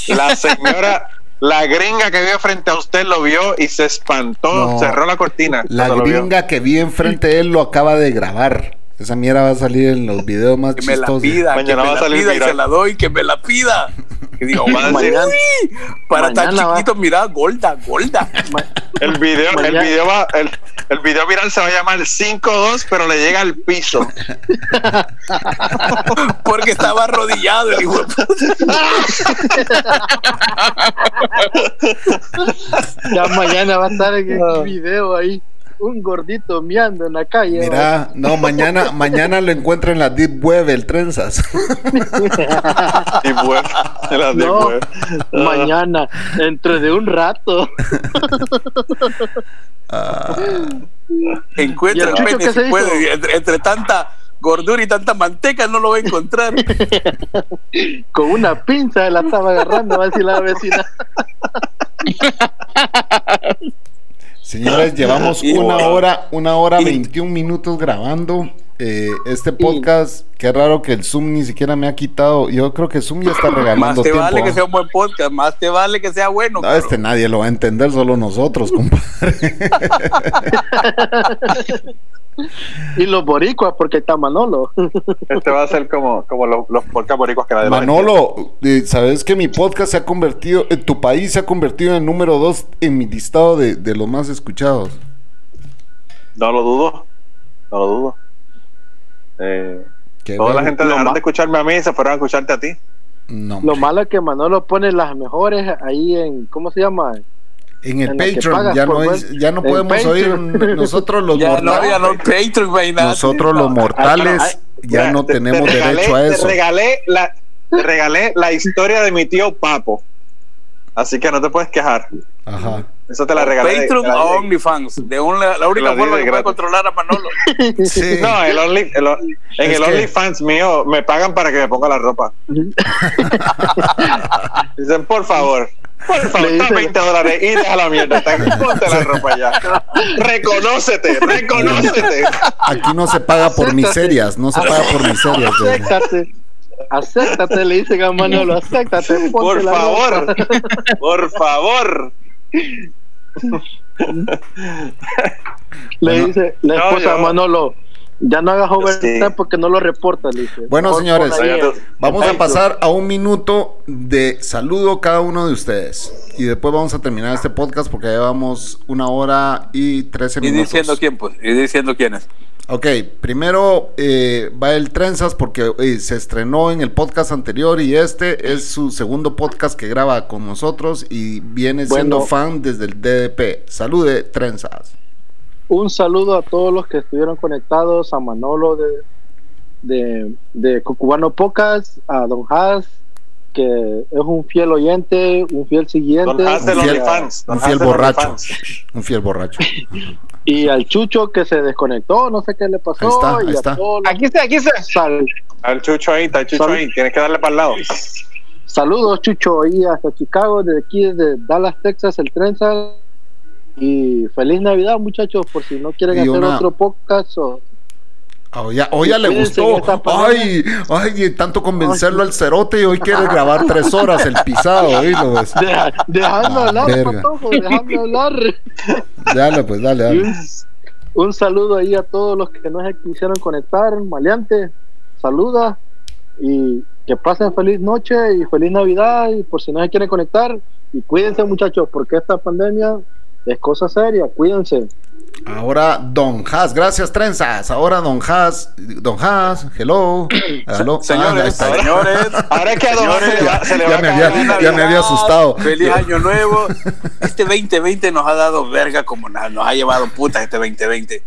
Speaker 4: La señora, la gringa que vive frente a usted lo vio y se espantó,
Speaker 1: No.
Speaker 4: cerró la cortina.
Speaker 1: La
Speaker 4: cuando lo vio.
Speaker 1: gringa que vi enfrente de él lo acaba de grabar. Esa mierda va a salir en los videos más
Speaker 5: Que me la
Speaker 1: chistosos.
Speaker 5: pida, que me
Speaker 4: Mañana va a
Speaker 5: la
Speaker 4: salir
Speaker 5: pida y
Speaker 4: viral.
Speaker 5: se la doy, que me la pida. Que digo,
Speaker 4: Va a
Speaker 5: "Uy,
Speaker 4: decir-
Speaker 5: para tan
Speaker 6: mañana va-
Speaker 5: chiquito, mira, gorda, gorda.
Speaker 4: El video, el
Speaker 6: Mañana-
Speaker 4: video va, el, el video viral se va a llamar 5-2, pero le llega al piso.
Speaker 5: Porque estaba arrodillado el hijo de puta.
Speaker 6: Ya mañana va a estar en el video ahí. Un gordito miando en la calle.
Speaker 1: Mira, no, mañana, mañana lo encuentra en la Deep Web, el Trenzas.
Speaker 4: Y pues, la de
Speaker 6: No.
Speaker 4: pues.
Speaker 6: va. Mañana, dentro de un rato.
Speaker 5: Encuentra
Speaker 6: ¿Y el
Speaker 5: el
Speaker 6: chucho
Speaker 5: pene
Speaker 6: qué se
Speaker 5: si
Speaker 6: hizo?
Speaker 5: puede. Entre, entre tanta gordura y tanta manteca no lo va a encontrar.
Speaker 6: Con una pinza la estaba agarrando, va a decir la vecina.
Speaker 1: Señores, llevamos
Speaker 5: Y-
Speaker 1: una hora, una hora
Speaker 5: y-
Speaker 1: 21 minutos grabando eh, este podcast. Qué raro que el Zoom ni siquiera me ha quitado. Yo creo que Zoom ya está
Speaker 5: Más
Speaker 1: regalando
Speaker 5: te
Speaker 1: tiempo.
Speaker 5: vale que
Speaker 1: ¿ah?
Speaker 5: sea un buen podcast, más te vale que sea bueno.
Speaker 1: No, este nadie lo va a entender, solo nosotros, compadre.
Speaker 6: Y los boricuas, porque está Manolo.
Speaker 4: Este va a ser como, como los, los podcast boricuas que nadie
Speaker 1: Manolo, eh, ¿sabes que mi podcast se ha convertido, eh, tu país se ha convertido en el número dos en mi listado de, de los más escuchados?
Speaker 4: No lo dudo. No lo dudo. Eh,
Speaker 1: Qué
Speaker 4: toda la
Speaker 1: bueno.
Speaker 4: gente dejaron de escucharme a mí y se fueron a escucharte a ti.
Speaker 1: No,
Speaker 6: Lo malo es que Manolo pone las mejores ahí en, ¿cómo se llama?
Speaker 1: en el
Speaker 6: en la que
Speaker 1: Patreon
Speaker 6: pagas
Speaker 1: ya no,
Speaker 6: por
Speaker 1: es- ya no
Speaker 6: ver- en
Speaker 1: podemos oír
Speaker 6: Patreon.
Speaker 1: n- nosotros los
Speaker 5: Ya no,
Speaker 1: mortales.
Speaker 5: ya no, Patreon, imagínate.
Speaker 1: nosotros los mortales
Speaker 4: ay,
Speaker 1: ya
Speaker 4: Mira,
Speaker 1: no
Speaker 4: ah, te- te
Speaker 1: tenemos
Speaker 4: regalé-
Speaker 1: derecho a eso.
Speaker 4: Te regalé, la, te regalé la historia de mi tío Papo. Así que no te puedes quejar.
Speaker 1: Ajá.
Speaker 4: Eso te la regalé.
Speaker 5: Patreon oh,
Speaker 4: te la
Speaker 5: a
Speaker 4: di.
Speaker 5: OnlyFans. De un- la única
Speaker 4: La di
Speaker 5: forma
Speaker 4: de
Speaker 5: que puede
Speaker 4: gratis.
Speaker 5: controlar a Manolo.
Speaker 1: Sí.
Speaker 4: No, el Only- el o- en
Speaker 1: Es
Speaker 4: el
Speaker 1: que-
Speaker 4: OnlyFans mío me pagan para que me ponga la ropa. Dicen, por favor, por favor,
Speaker 6: Le
Speaker 4: da
Speaker 6: dicen-
Speaker 4: 20 dólares y deja la mierda. está- Ponte la ropa ya. Reconócete, reconócete.
Speaker 1: Aquí no se paga por miserias, no se paga por miserias. güey.
Speaker 6: Acéptate. Acéptate, le dicen a Manolo, acéptate. ponte
Speaker 4: Por
Speaker 6: la
Speaker 4: favor,
Speaker 6: ropa.
Speaker 4: por favor.
Speaker 6: Le
Speaker 1: Bueno.
Speaker 6: dice la
Speaker 4: No,
Speaker 6: esposa de
Speaker 4: yo-
Speaker 6: Manolo, ya no hagas overtime
Speaker 4: Sí.
Speaker 6: porque no lo reporta, le dice.
Speaker 1: Bueno,
Speaker 6: Pon-
Speaker 1: señores,
Speaker 6: pon ahí el-
Speaker 1: Vamos
Speaker 6: el
Speaker 1: a
Speaker 6: Patreon.
Speaker 1: pasar a un minuto de saludo cada uno de ustedes. Y después vamos a terminar este podcast porque ya llevamos una hora y trece
Speaker 5: Y
Speaker 1: minutos.
Speaker 5: diciendo quién, pues. Y diciendo quién es.
Speaker 1: Ok, primero eh, va el Trenzas porque eh, se estrenó en el podcast anterior y este es su segundo podcast que graba con nosotros y viene siendo
Speaker 6: Bueno.
Speaker 1: fan desde el DDP. Salude, Trenzas.
Speaker 6: Un saludo a todos los que estuvieron conectados, a Manolo de, de, de Cucubano Pocas, a Don Haas, que es un fiel oyente, un fiel siguiente.
Speaker 4: Don Haas del
Speaker 1: Un fiel-
Speaker 4: OnlyFans. Don
Speaker 1: un
Speaker 4: Haas
Speaker 1: fiel
Speaker 4: del
Speaker 1: borracho.
Speaker 4: OnlyFans.
Speaker 1: Un fiel borracho.
Speaker 6: Y al Chucho que se desconectó, no sé qué le pasó.
Speaker 1: Ahí está, ahí
Speaker 6: y a
Speaker 1: está.
Speaker 6: todos los-
Speaker 7: Aquí está, aquí está.
Speaker 6: sal-
Speaker 4: Al chucho ahí, está el chucho
Speaker 6: Salud.
Speaker 4: ahí. Tienes que darle para el lado.
Speaker 6: saludos, Chucho, ahí hasta Chicago, desde aquí, desde Dallas, Texas, el Trenza. Y feliz Navidad, muchachos, por si no quieren
Speaker 1: Y
Speaker 6: hacer
Speaker 1: una-
Speaker 6: otro podcast o
Speaker 1: Ah, hoy ya, hoy ya le
Speaker 6: Cuídense
Speaker 1: gustó.
Speaker 6: en esta pandemia.
Speaker 1: Ay, ay, tanto convencerlo al cerote y hoy quiere grabar tres horas el pisado. oílo, pues.
Speaker 6: Deja- dejando
Speaker 1: Ah,
Speaker 6: hablar,
Speaker 1: verga.
Speaker 6: patojo, dejando hablar.
Speaker 1: Dale, pues, dale,
Speaker 6: Y
Speaker 1: dale.
Speaker 6: un, un saludo ahí a todos los que no se quisieron conectar, maleante. saluda y que pasen feliz noche y feliz Navidad y por si no se quieren conectar y cuídense muchachos porque esta pandemia es cosa seria, cuídense.
Speaker 1: Ahora Don Haas, gracias trenzas. Ahora Don Haas, Don Haas, hello. hello. Ah, ahí
Speaker 5: Señores,
Speaker 1: está.
Speaker 5: señores,
Speaker 4: Ahora es que a Don Haas se le va- se le va
Speaker 1: ya
Speaker 4: a
Speaker 1: me
Speaker 4: caer la
Speaker 1: había, ya
Speaker 4: Navidad.
Speaker 1: me había asustado.
Speaker 5: feliz año nuevo. Este 2020 nos ha dado verga como na- nos ha llevado putas este 2020.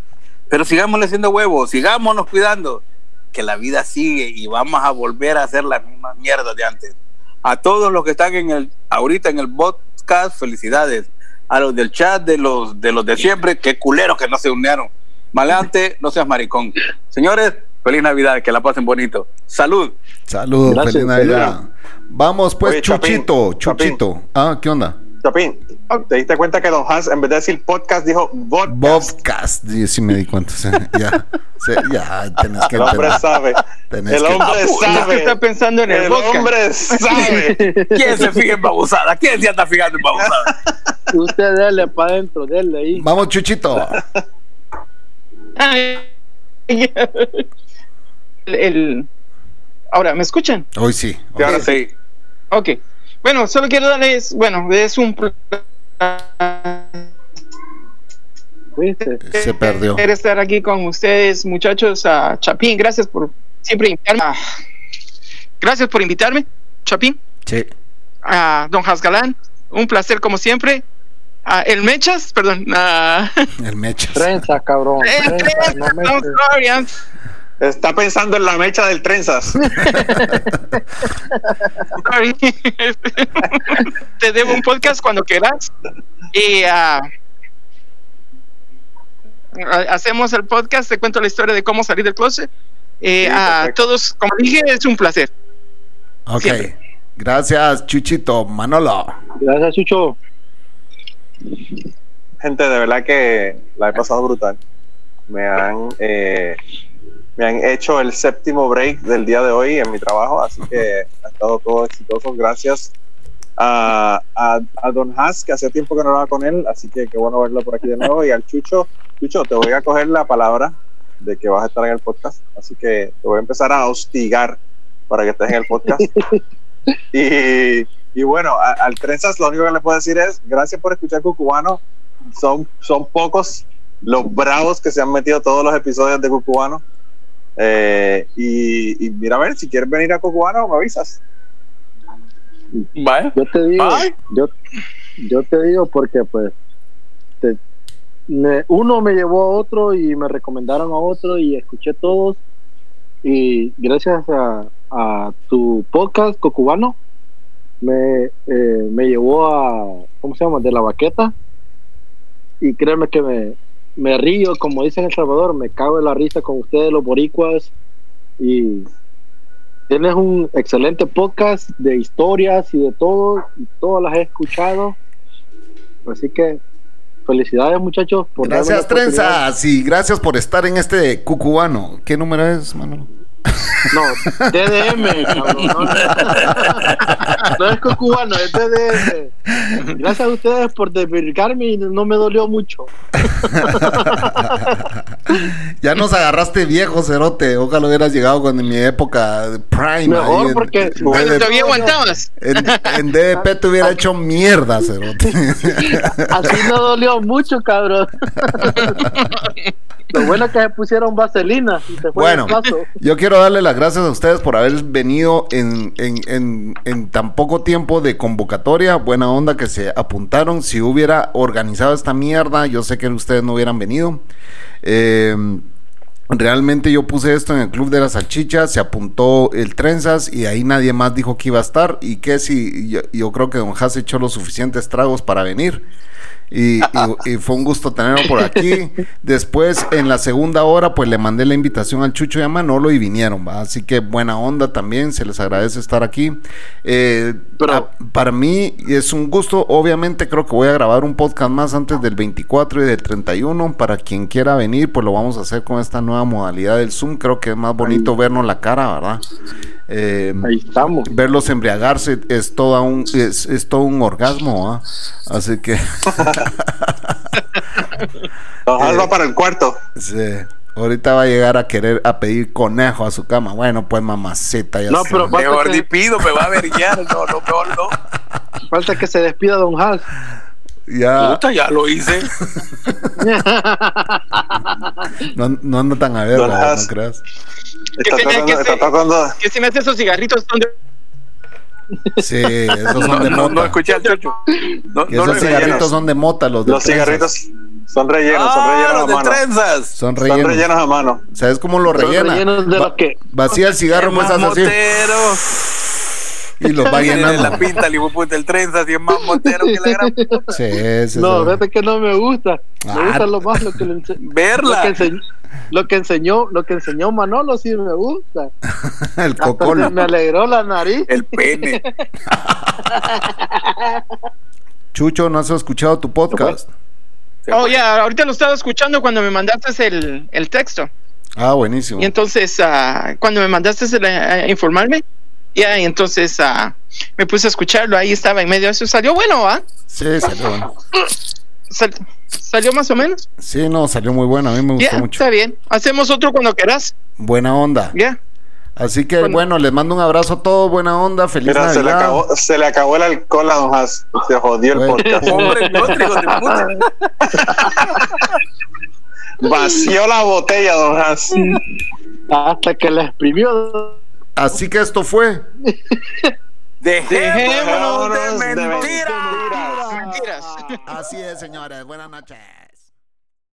Speaker 5: Pero sigámosle haciendo huevos, sigámonos cuidando, que la vida sigue y vamos a volver a hacer las mismas mierdas de antes. A todos los que están en el ahorita en el podcast, felicidades. A los del chat, de los de los de siempre, qué culeros que no se unieron. Malante, no seas maricón. Señores, feliz Navidad, que la pasen bonito. Salud.
Speaker 1: Saludos,
Speaker 6: Gracias,
Speaker 1: feliz Navidad.
Speaker 6: saludos.
Speaker 1: Vamos pues,
Speaker 4: Oye, Chapín,
Speaker 1: Chuchito,
Speaker 4: Chapín.
Speaker 1: Chuchito. Ah, ¿qué onda?
Speaker 4: Chapín, ¿te diste cuenta que Don Hans, en vez de decir podcast, dijo vodcast?
Speaker 1: Bobcast, sí, sí me di cuenta. sí, ya, sí, ya, tenés que
Speaker 4: El hombre
Speaker 1: entender.
Speaker 4: sabe.
Speaker 1: Tenés
Speaker 4: El
Speaker 1: que-
Speaker 4: hombre
Speaker 7: Es que
Speaker 4: sabe.
Speaker 7: está pensando en el,
Speaker 4: El
Speaker 7: vodka.
Speaker 4: hombre sabe.
Speaker 5: ¿Quién se fija en babosada? ¿Quién se anda fijando en babosada?
Speaker 6: Y usted dele para adentro, dele ahí.
Speaker 1: Vamos, Chuchito.
Speaker 7: Ay, el, el- ahora, ¿me escuchan?
Speaker 1: Hoy sí.
Speaker 5: Y ahora sí.
Speaker 7: Ok. Bueno, solo quiero darles, bueno, es un placer
Speaker 6: ¿Viste?
Speaker 1: Se perdió.
Speaker 7: estar aquí con ustedes, muchachos. A Chapín, gracias por siempre invitarme. Ah, Gracias por invitarme, Chapín.
Speaker 1: Sí.
Speaker 7: A Don Hasgalán, un placer como siempre. A el Mechas, perdón. a-
Speaker 1: El Mechas.
Speaker 6: Trenza, cabrón.
Speaker 7: el
Speaker 6: trenza, Eh, no me-
Speaker 7: I'm sorry, I'm
Speaker 4: Está pensando en la mecha del trenzas.
Speaker 7: Sorry. Te debo un podcast cuando quieras. Y ah, ha- hacemos el podcast, te cuento la historia de cómo salir del closet. Eh,
Speaker 4: Sí,
Speaker 7: a
Speaker 4: perfecto.
Speaker 7: todos, como dije, es un placer.
Speaker 1: Ok.
Speaker 7: Siempre.
Speaker 1: Gracias, Chuchito. Manolo.
Speaker 6: Gracias, Chucho.
Speaker 4: Gente, de verdad que la he pasado brutal. Me han, eh, me han hecho el séptimo break del día de hoy en mi trabajo, así que ha estado todo exitoso. Gracias a, a- a Don Haas, que hacía tiempo que no hablaba con él, así que qué bueno verlo por aquí de nuevo. Y al Chucho, Chucho, te voy a coger la palabra de que vas a estar en el podcast, así que te voy a empezar a hostigar para que estés en el podcast. y, y bueno, a- al Trenzas lo único que le puedo decir es gracias por escuchar Cucubano son, son pocos los bravos que se han metido todos los episodios de Cucubano. Eh, y, y mira, a ver, si quieres venir a Cucubano, me avisas.
Speaker 5: Vaya.
Speaker 6: Yo te digo,
Speaker 5: Ay.
Speaker 6: yo, yo te digo porque pues te- me- uno me llevó a otro y me recomendaron a otro y escuché todos y gracias a, a tu podcast cocubano me, eh, me llevó a, ¿cómo se llama? De la baqueta y créeme que me, me río, como dicen en El Salvador, me cago en la risa con ustedes los boricuas y Tienes un excelente podcast de historias y de todo, y todas las he escuchado. Así que felicidades muchachos por darme
Speaker 1: Gracias,
Speaker 6: la oportunidad.
Speaker 1: trenzas. Y gracias por estar en este cucubano. ¿Qué número es, Manolo?
Speaker 6: No, DDM, cabrón. No, no. No es cubano, es DDM. Gracias a ustedes por desvirgarme y no me dolió mucho.
Speaker 1: Ya nos agarraste viejo, cerote. Ojalá hubieras llegado cuando en mi época de prime.
Speaker 6: Mejor
Speaker 1: ahí en-
Speaker 6: porque-
Speaker 1: en
Speaker 6: Bueno,
Speaker 1: DDP.
Speaker 7: Todavía aguantabas.
Speaker 1: En, en DDP te hubiera hecho mierda, cerote.
Speaker 6: Así no dolió mucho, cabrón. Lo bueno es que se pusieron vaselina y se fue
Speaker 1: Bueno,
Speaker 6: el paso.
Speaker 1: yo quiero darle las gracias a ustedes por haber venido en, en, en- en tan poco tiempo de convocatoria. Buena onda que se apuntaron. Si hubiera organizado esta mierda, yo sé que ustedes no hubieran venido. Eh, Realmente yo puse esto en el Club de la Salchicha, se apuntó el Trenzas y ahí nadie más dijo que iba a estar y que si yo, yo creo que Don Haas echó los suficientes tragos para venir y, y- y fue un gusto tenerlo por aquí. Después en la segunda hora pues le mandé la invitación al Chucho y a Manolo y vinieron, ¿va? así que buena onda también, se les agradece estar aquí. Eh,
Speaker 6: Pero-
Speaker 1: a- para mí es un gusto, obviamente creo que voy a grabar un podcast más antes del 24 y del 31, para quien quiera venir pues lo vamos a hacer con esta nueva modalidad del Zoom, creo que es más bonito vernos la cara, ¿verdad? Eh,
Speaker 6: Ahí estamos.
Speaker 1: verlos embriagarse es toda un es, es todo un orgasmo ¿ah? así que Eh,
Speaker 5: Eh,
Speaker 4: Don Hans va Ah, para el cuarto.
Speaker 1: sí. Ahorita va a llegar a querer a pedir conejo a su cama. Bueno, pues mamacita, ya
Speaker 6: No,
Speaker 1: sé.
Speaker 6: pero
Speaker 5: De
Speaker 6: Falta que-
Speaker 5: gordipido me va a averiar. No, no, peor no.
Speaker 6: Falta que se despida Don Hans.
Speaker 1: ya
Speaker 5: Puta, ya lo hice.
Speaker 1: no, no anda tan a ver,
Speaker 4: Don
Speaker 1: ¿verdad? no
Speaker 4: Has.
Speaker 1: creas.
Speaker 7: tenía
Speaker 4: Está tratando,
Speaker 7: que
Speaker 4: está
Speaker 7: ser?
Speaker 4: tratando de-
Speaker 7: ¿Qué se me hace esos cigarritos? Son de-
Speaker 1: Sí, esos
Speaker 5: No,
Speaker 1: son de
Speaker 5: no, no
Speaker 1: mota.
Speaker 5: escuché al chocho. No,
Speaker 1: Y
Speaker 5: no lo
Speaker 1: esos
Speaker 5: escuché.
Speaker 1: cigarritos son de mota, los de
Speaker 4: Los
Speaker 1: trenzas.
Speaker 4: cigarritos son rellenos, son
Speaker 5: Ah,
Speaker 4: rellenos
Speaker 5: los
Speaker 4: a mano.
Speaker 5: de trenzas.
Speaker 1: Son
Speaker 4: Son
Speaker 1: rellenos.
Speaker 4: rellenos a mano.
Speaker 1: ¿Sabes cómo lo
Speaker 6: Son
Speaker 1: rellena?
Speaker 6: rellenos de
Speaker 1: Va-
Speaker 6: los que-
Speaker 1: Vacía el cigarro, pues
Speaker 5: más
Speaker 1: hace así
Speaker 5: motero.
Speaker 1: y los va
Speaker 5: Tiene
Speaker 1: llenando.
Speaker 5: la pinta, el hijo puta, el trenza, si es más motero que la gran puta.
Speaker 1: Sí, sí, sí.
Speaker 6: No, fíjate que no me gusta. Me
Speaker 1: Ah.
Speaker 6: gusta lo más lo que, le ense- lo que,
Speaker 5: Verla.
Speaker 6: enseñó, lo que enseñó, lo que enseñó Manolo sí me gusta.
Speaker 1: El
Speaker 6: Hasta
Speaker 1: cocolo.
Speaker 6: se me alegró la nariz.
Speaker 5: El pene.
Speaker 1: Chucho, ¿no has escuchado tu podcast?
Speaker 7: Oh, ya, ahorita lo estaba escuchando cuando me mandaste el, el texto.
Speaker 1: Ah, buenísimo.
Speaker 7: Y entonces, ah, cuando me mandaste el, eh, informarme, ya, y entonces ah, me puse a escucharlo. Ahí estaba en medio de eso. Salió bueno, ¿ah?
Speaker 1: Sí, salió bueno.
Speaker 7: Sal- salió más o menos.
Speaker 1: Sí, no, salió muy bueno. A mí me
Speaker 7: Ya,
Speaker 1: gustó mucho.
Speaker 7: está bien. Hacemos otro cuando quieras.
Speaker 1: Buena onda.
Speaker 7: Ya.
Speaker 1: Así que
Speaker 7: Bueno.
Speaker 1: bueno, les mando un abrazo a todos. Buena onda. Feliz
Speaker 4: Mira, se le,
Speaker 1: Navidad.
Speaker 4: acabó, se le acabó el alcohol a Don Has. Se jodió el
Speaker 1: Bueno.
Speaker 4: podcast.
Speaker 5: Hombre, no, hijo de puta.
Speaker 4: Vació la botella, Don Has.
Speaker 6: Hasta que la exprimió.
Speaker 1: Así que esto fue.
Speaker 5: Dejémonos
Speaker 4: Dejémonos de
Speaker 5: de mentiras.
Speaker 4: mentiras.
Speaker 7: Mentiras.
Speaker 1: Así es, señores. Buenas noches.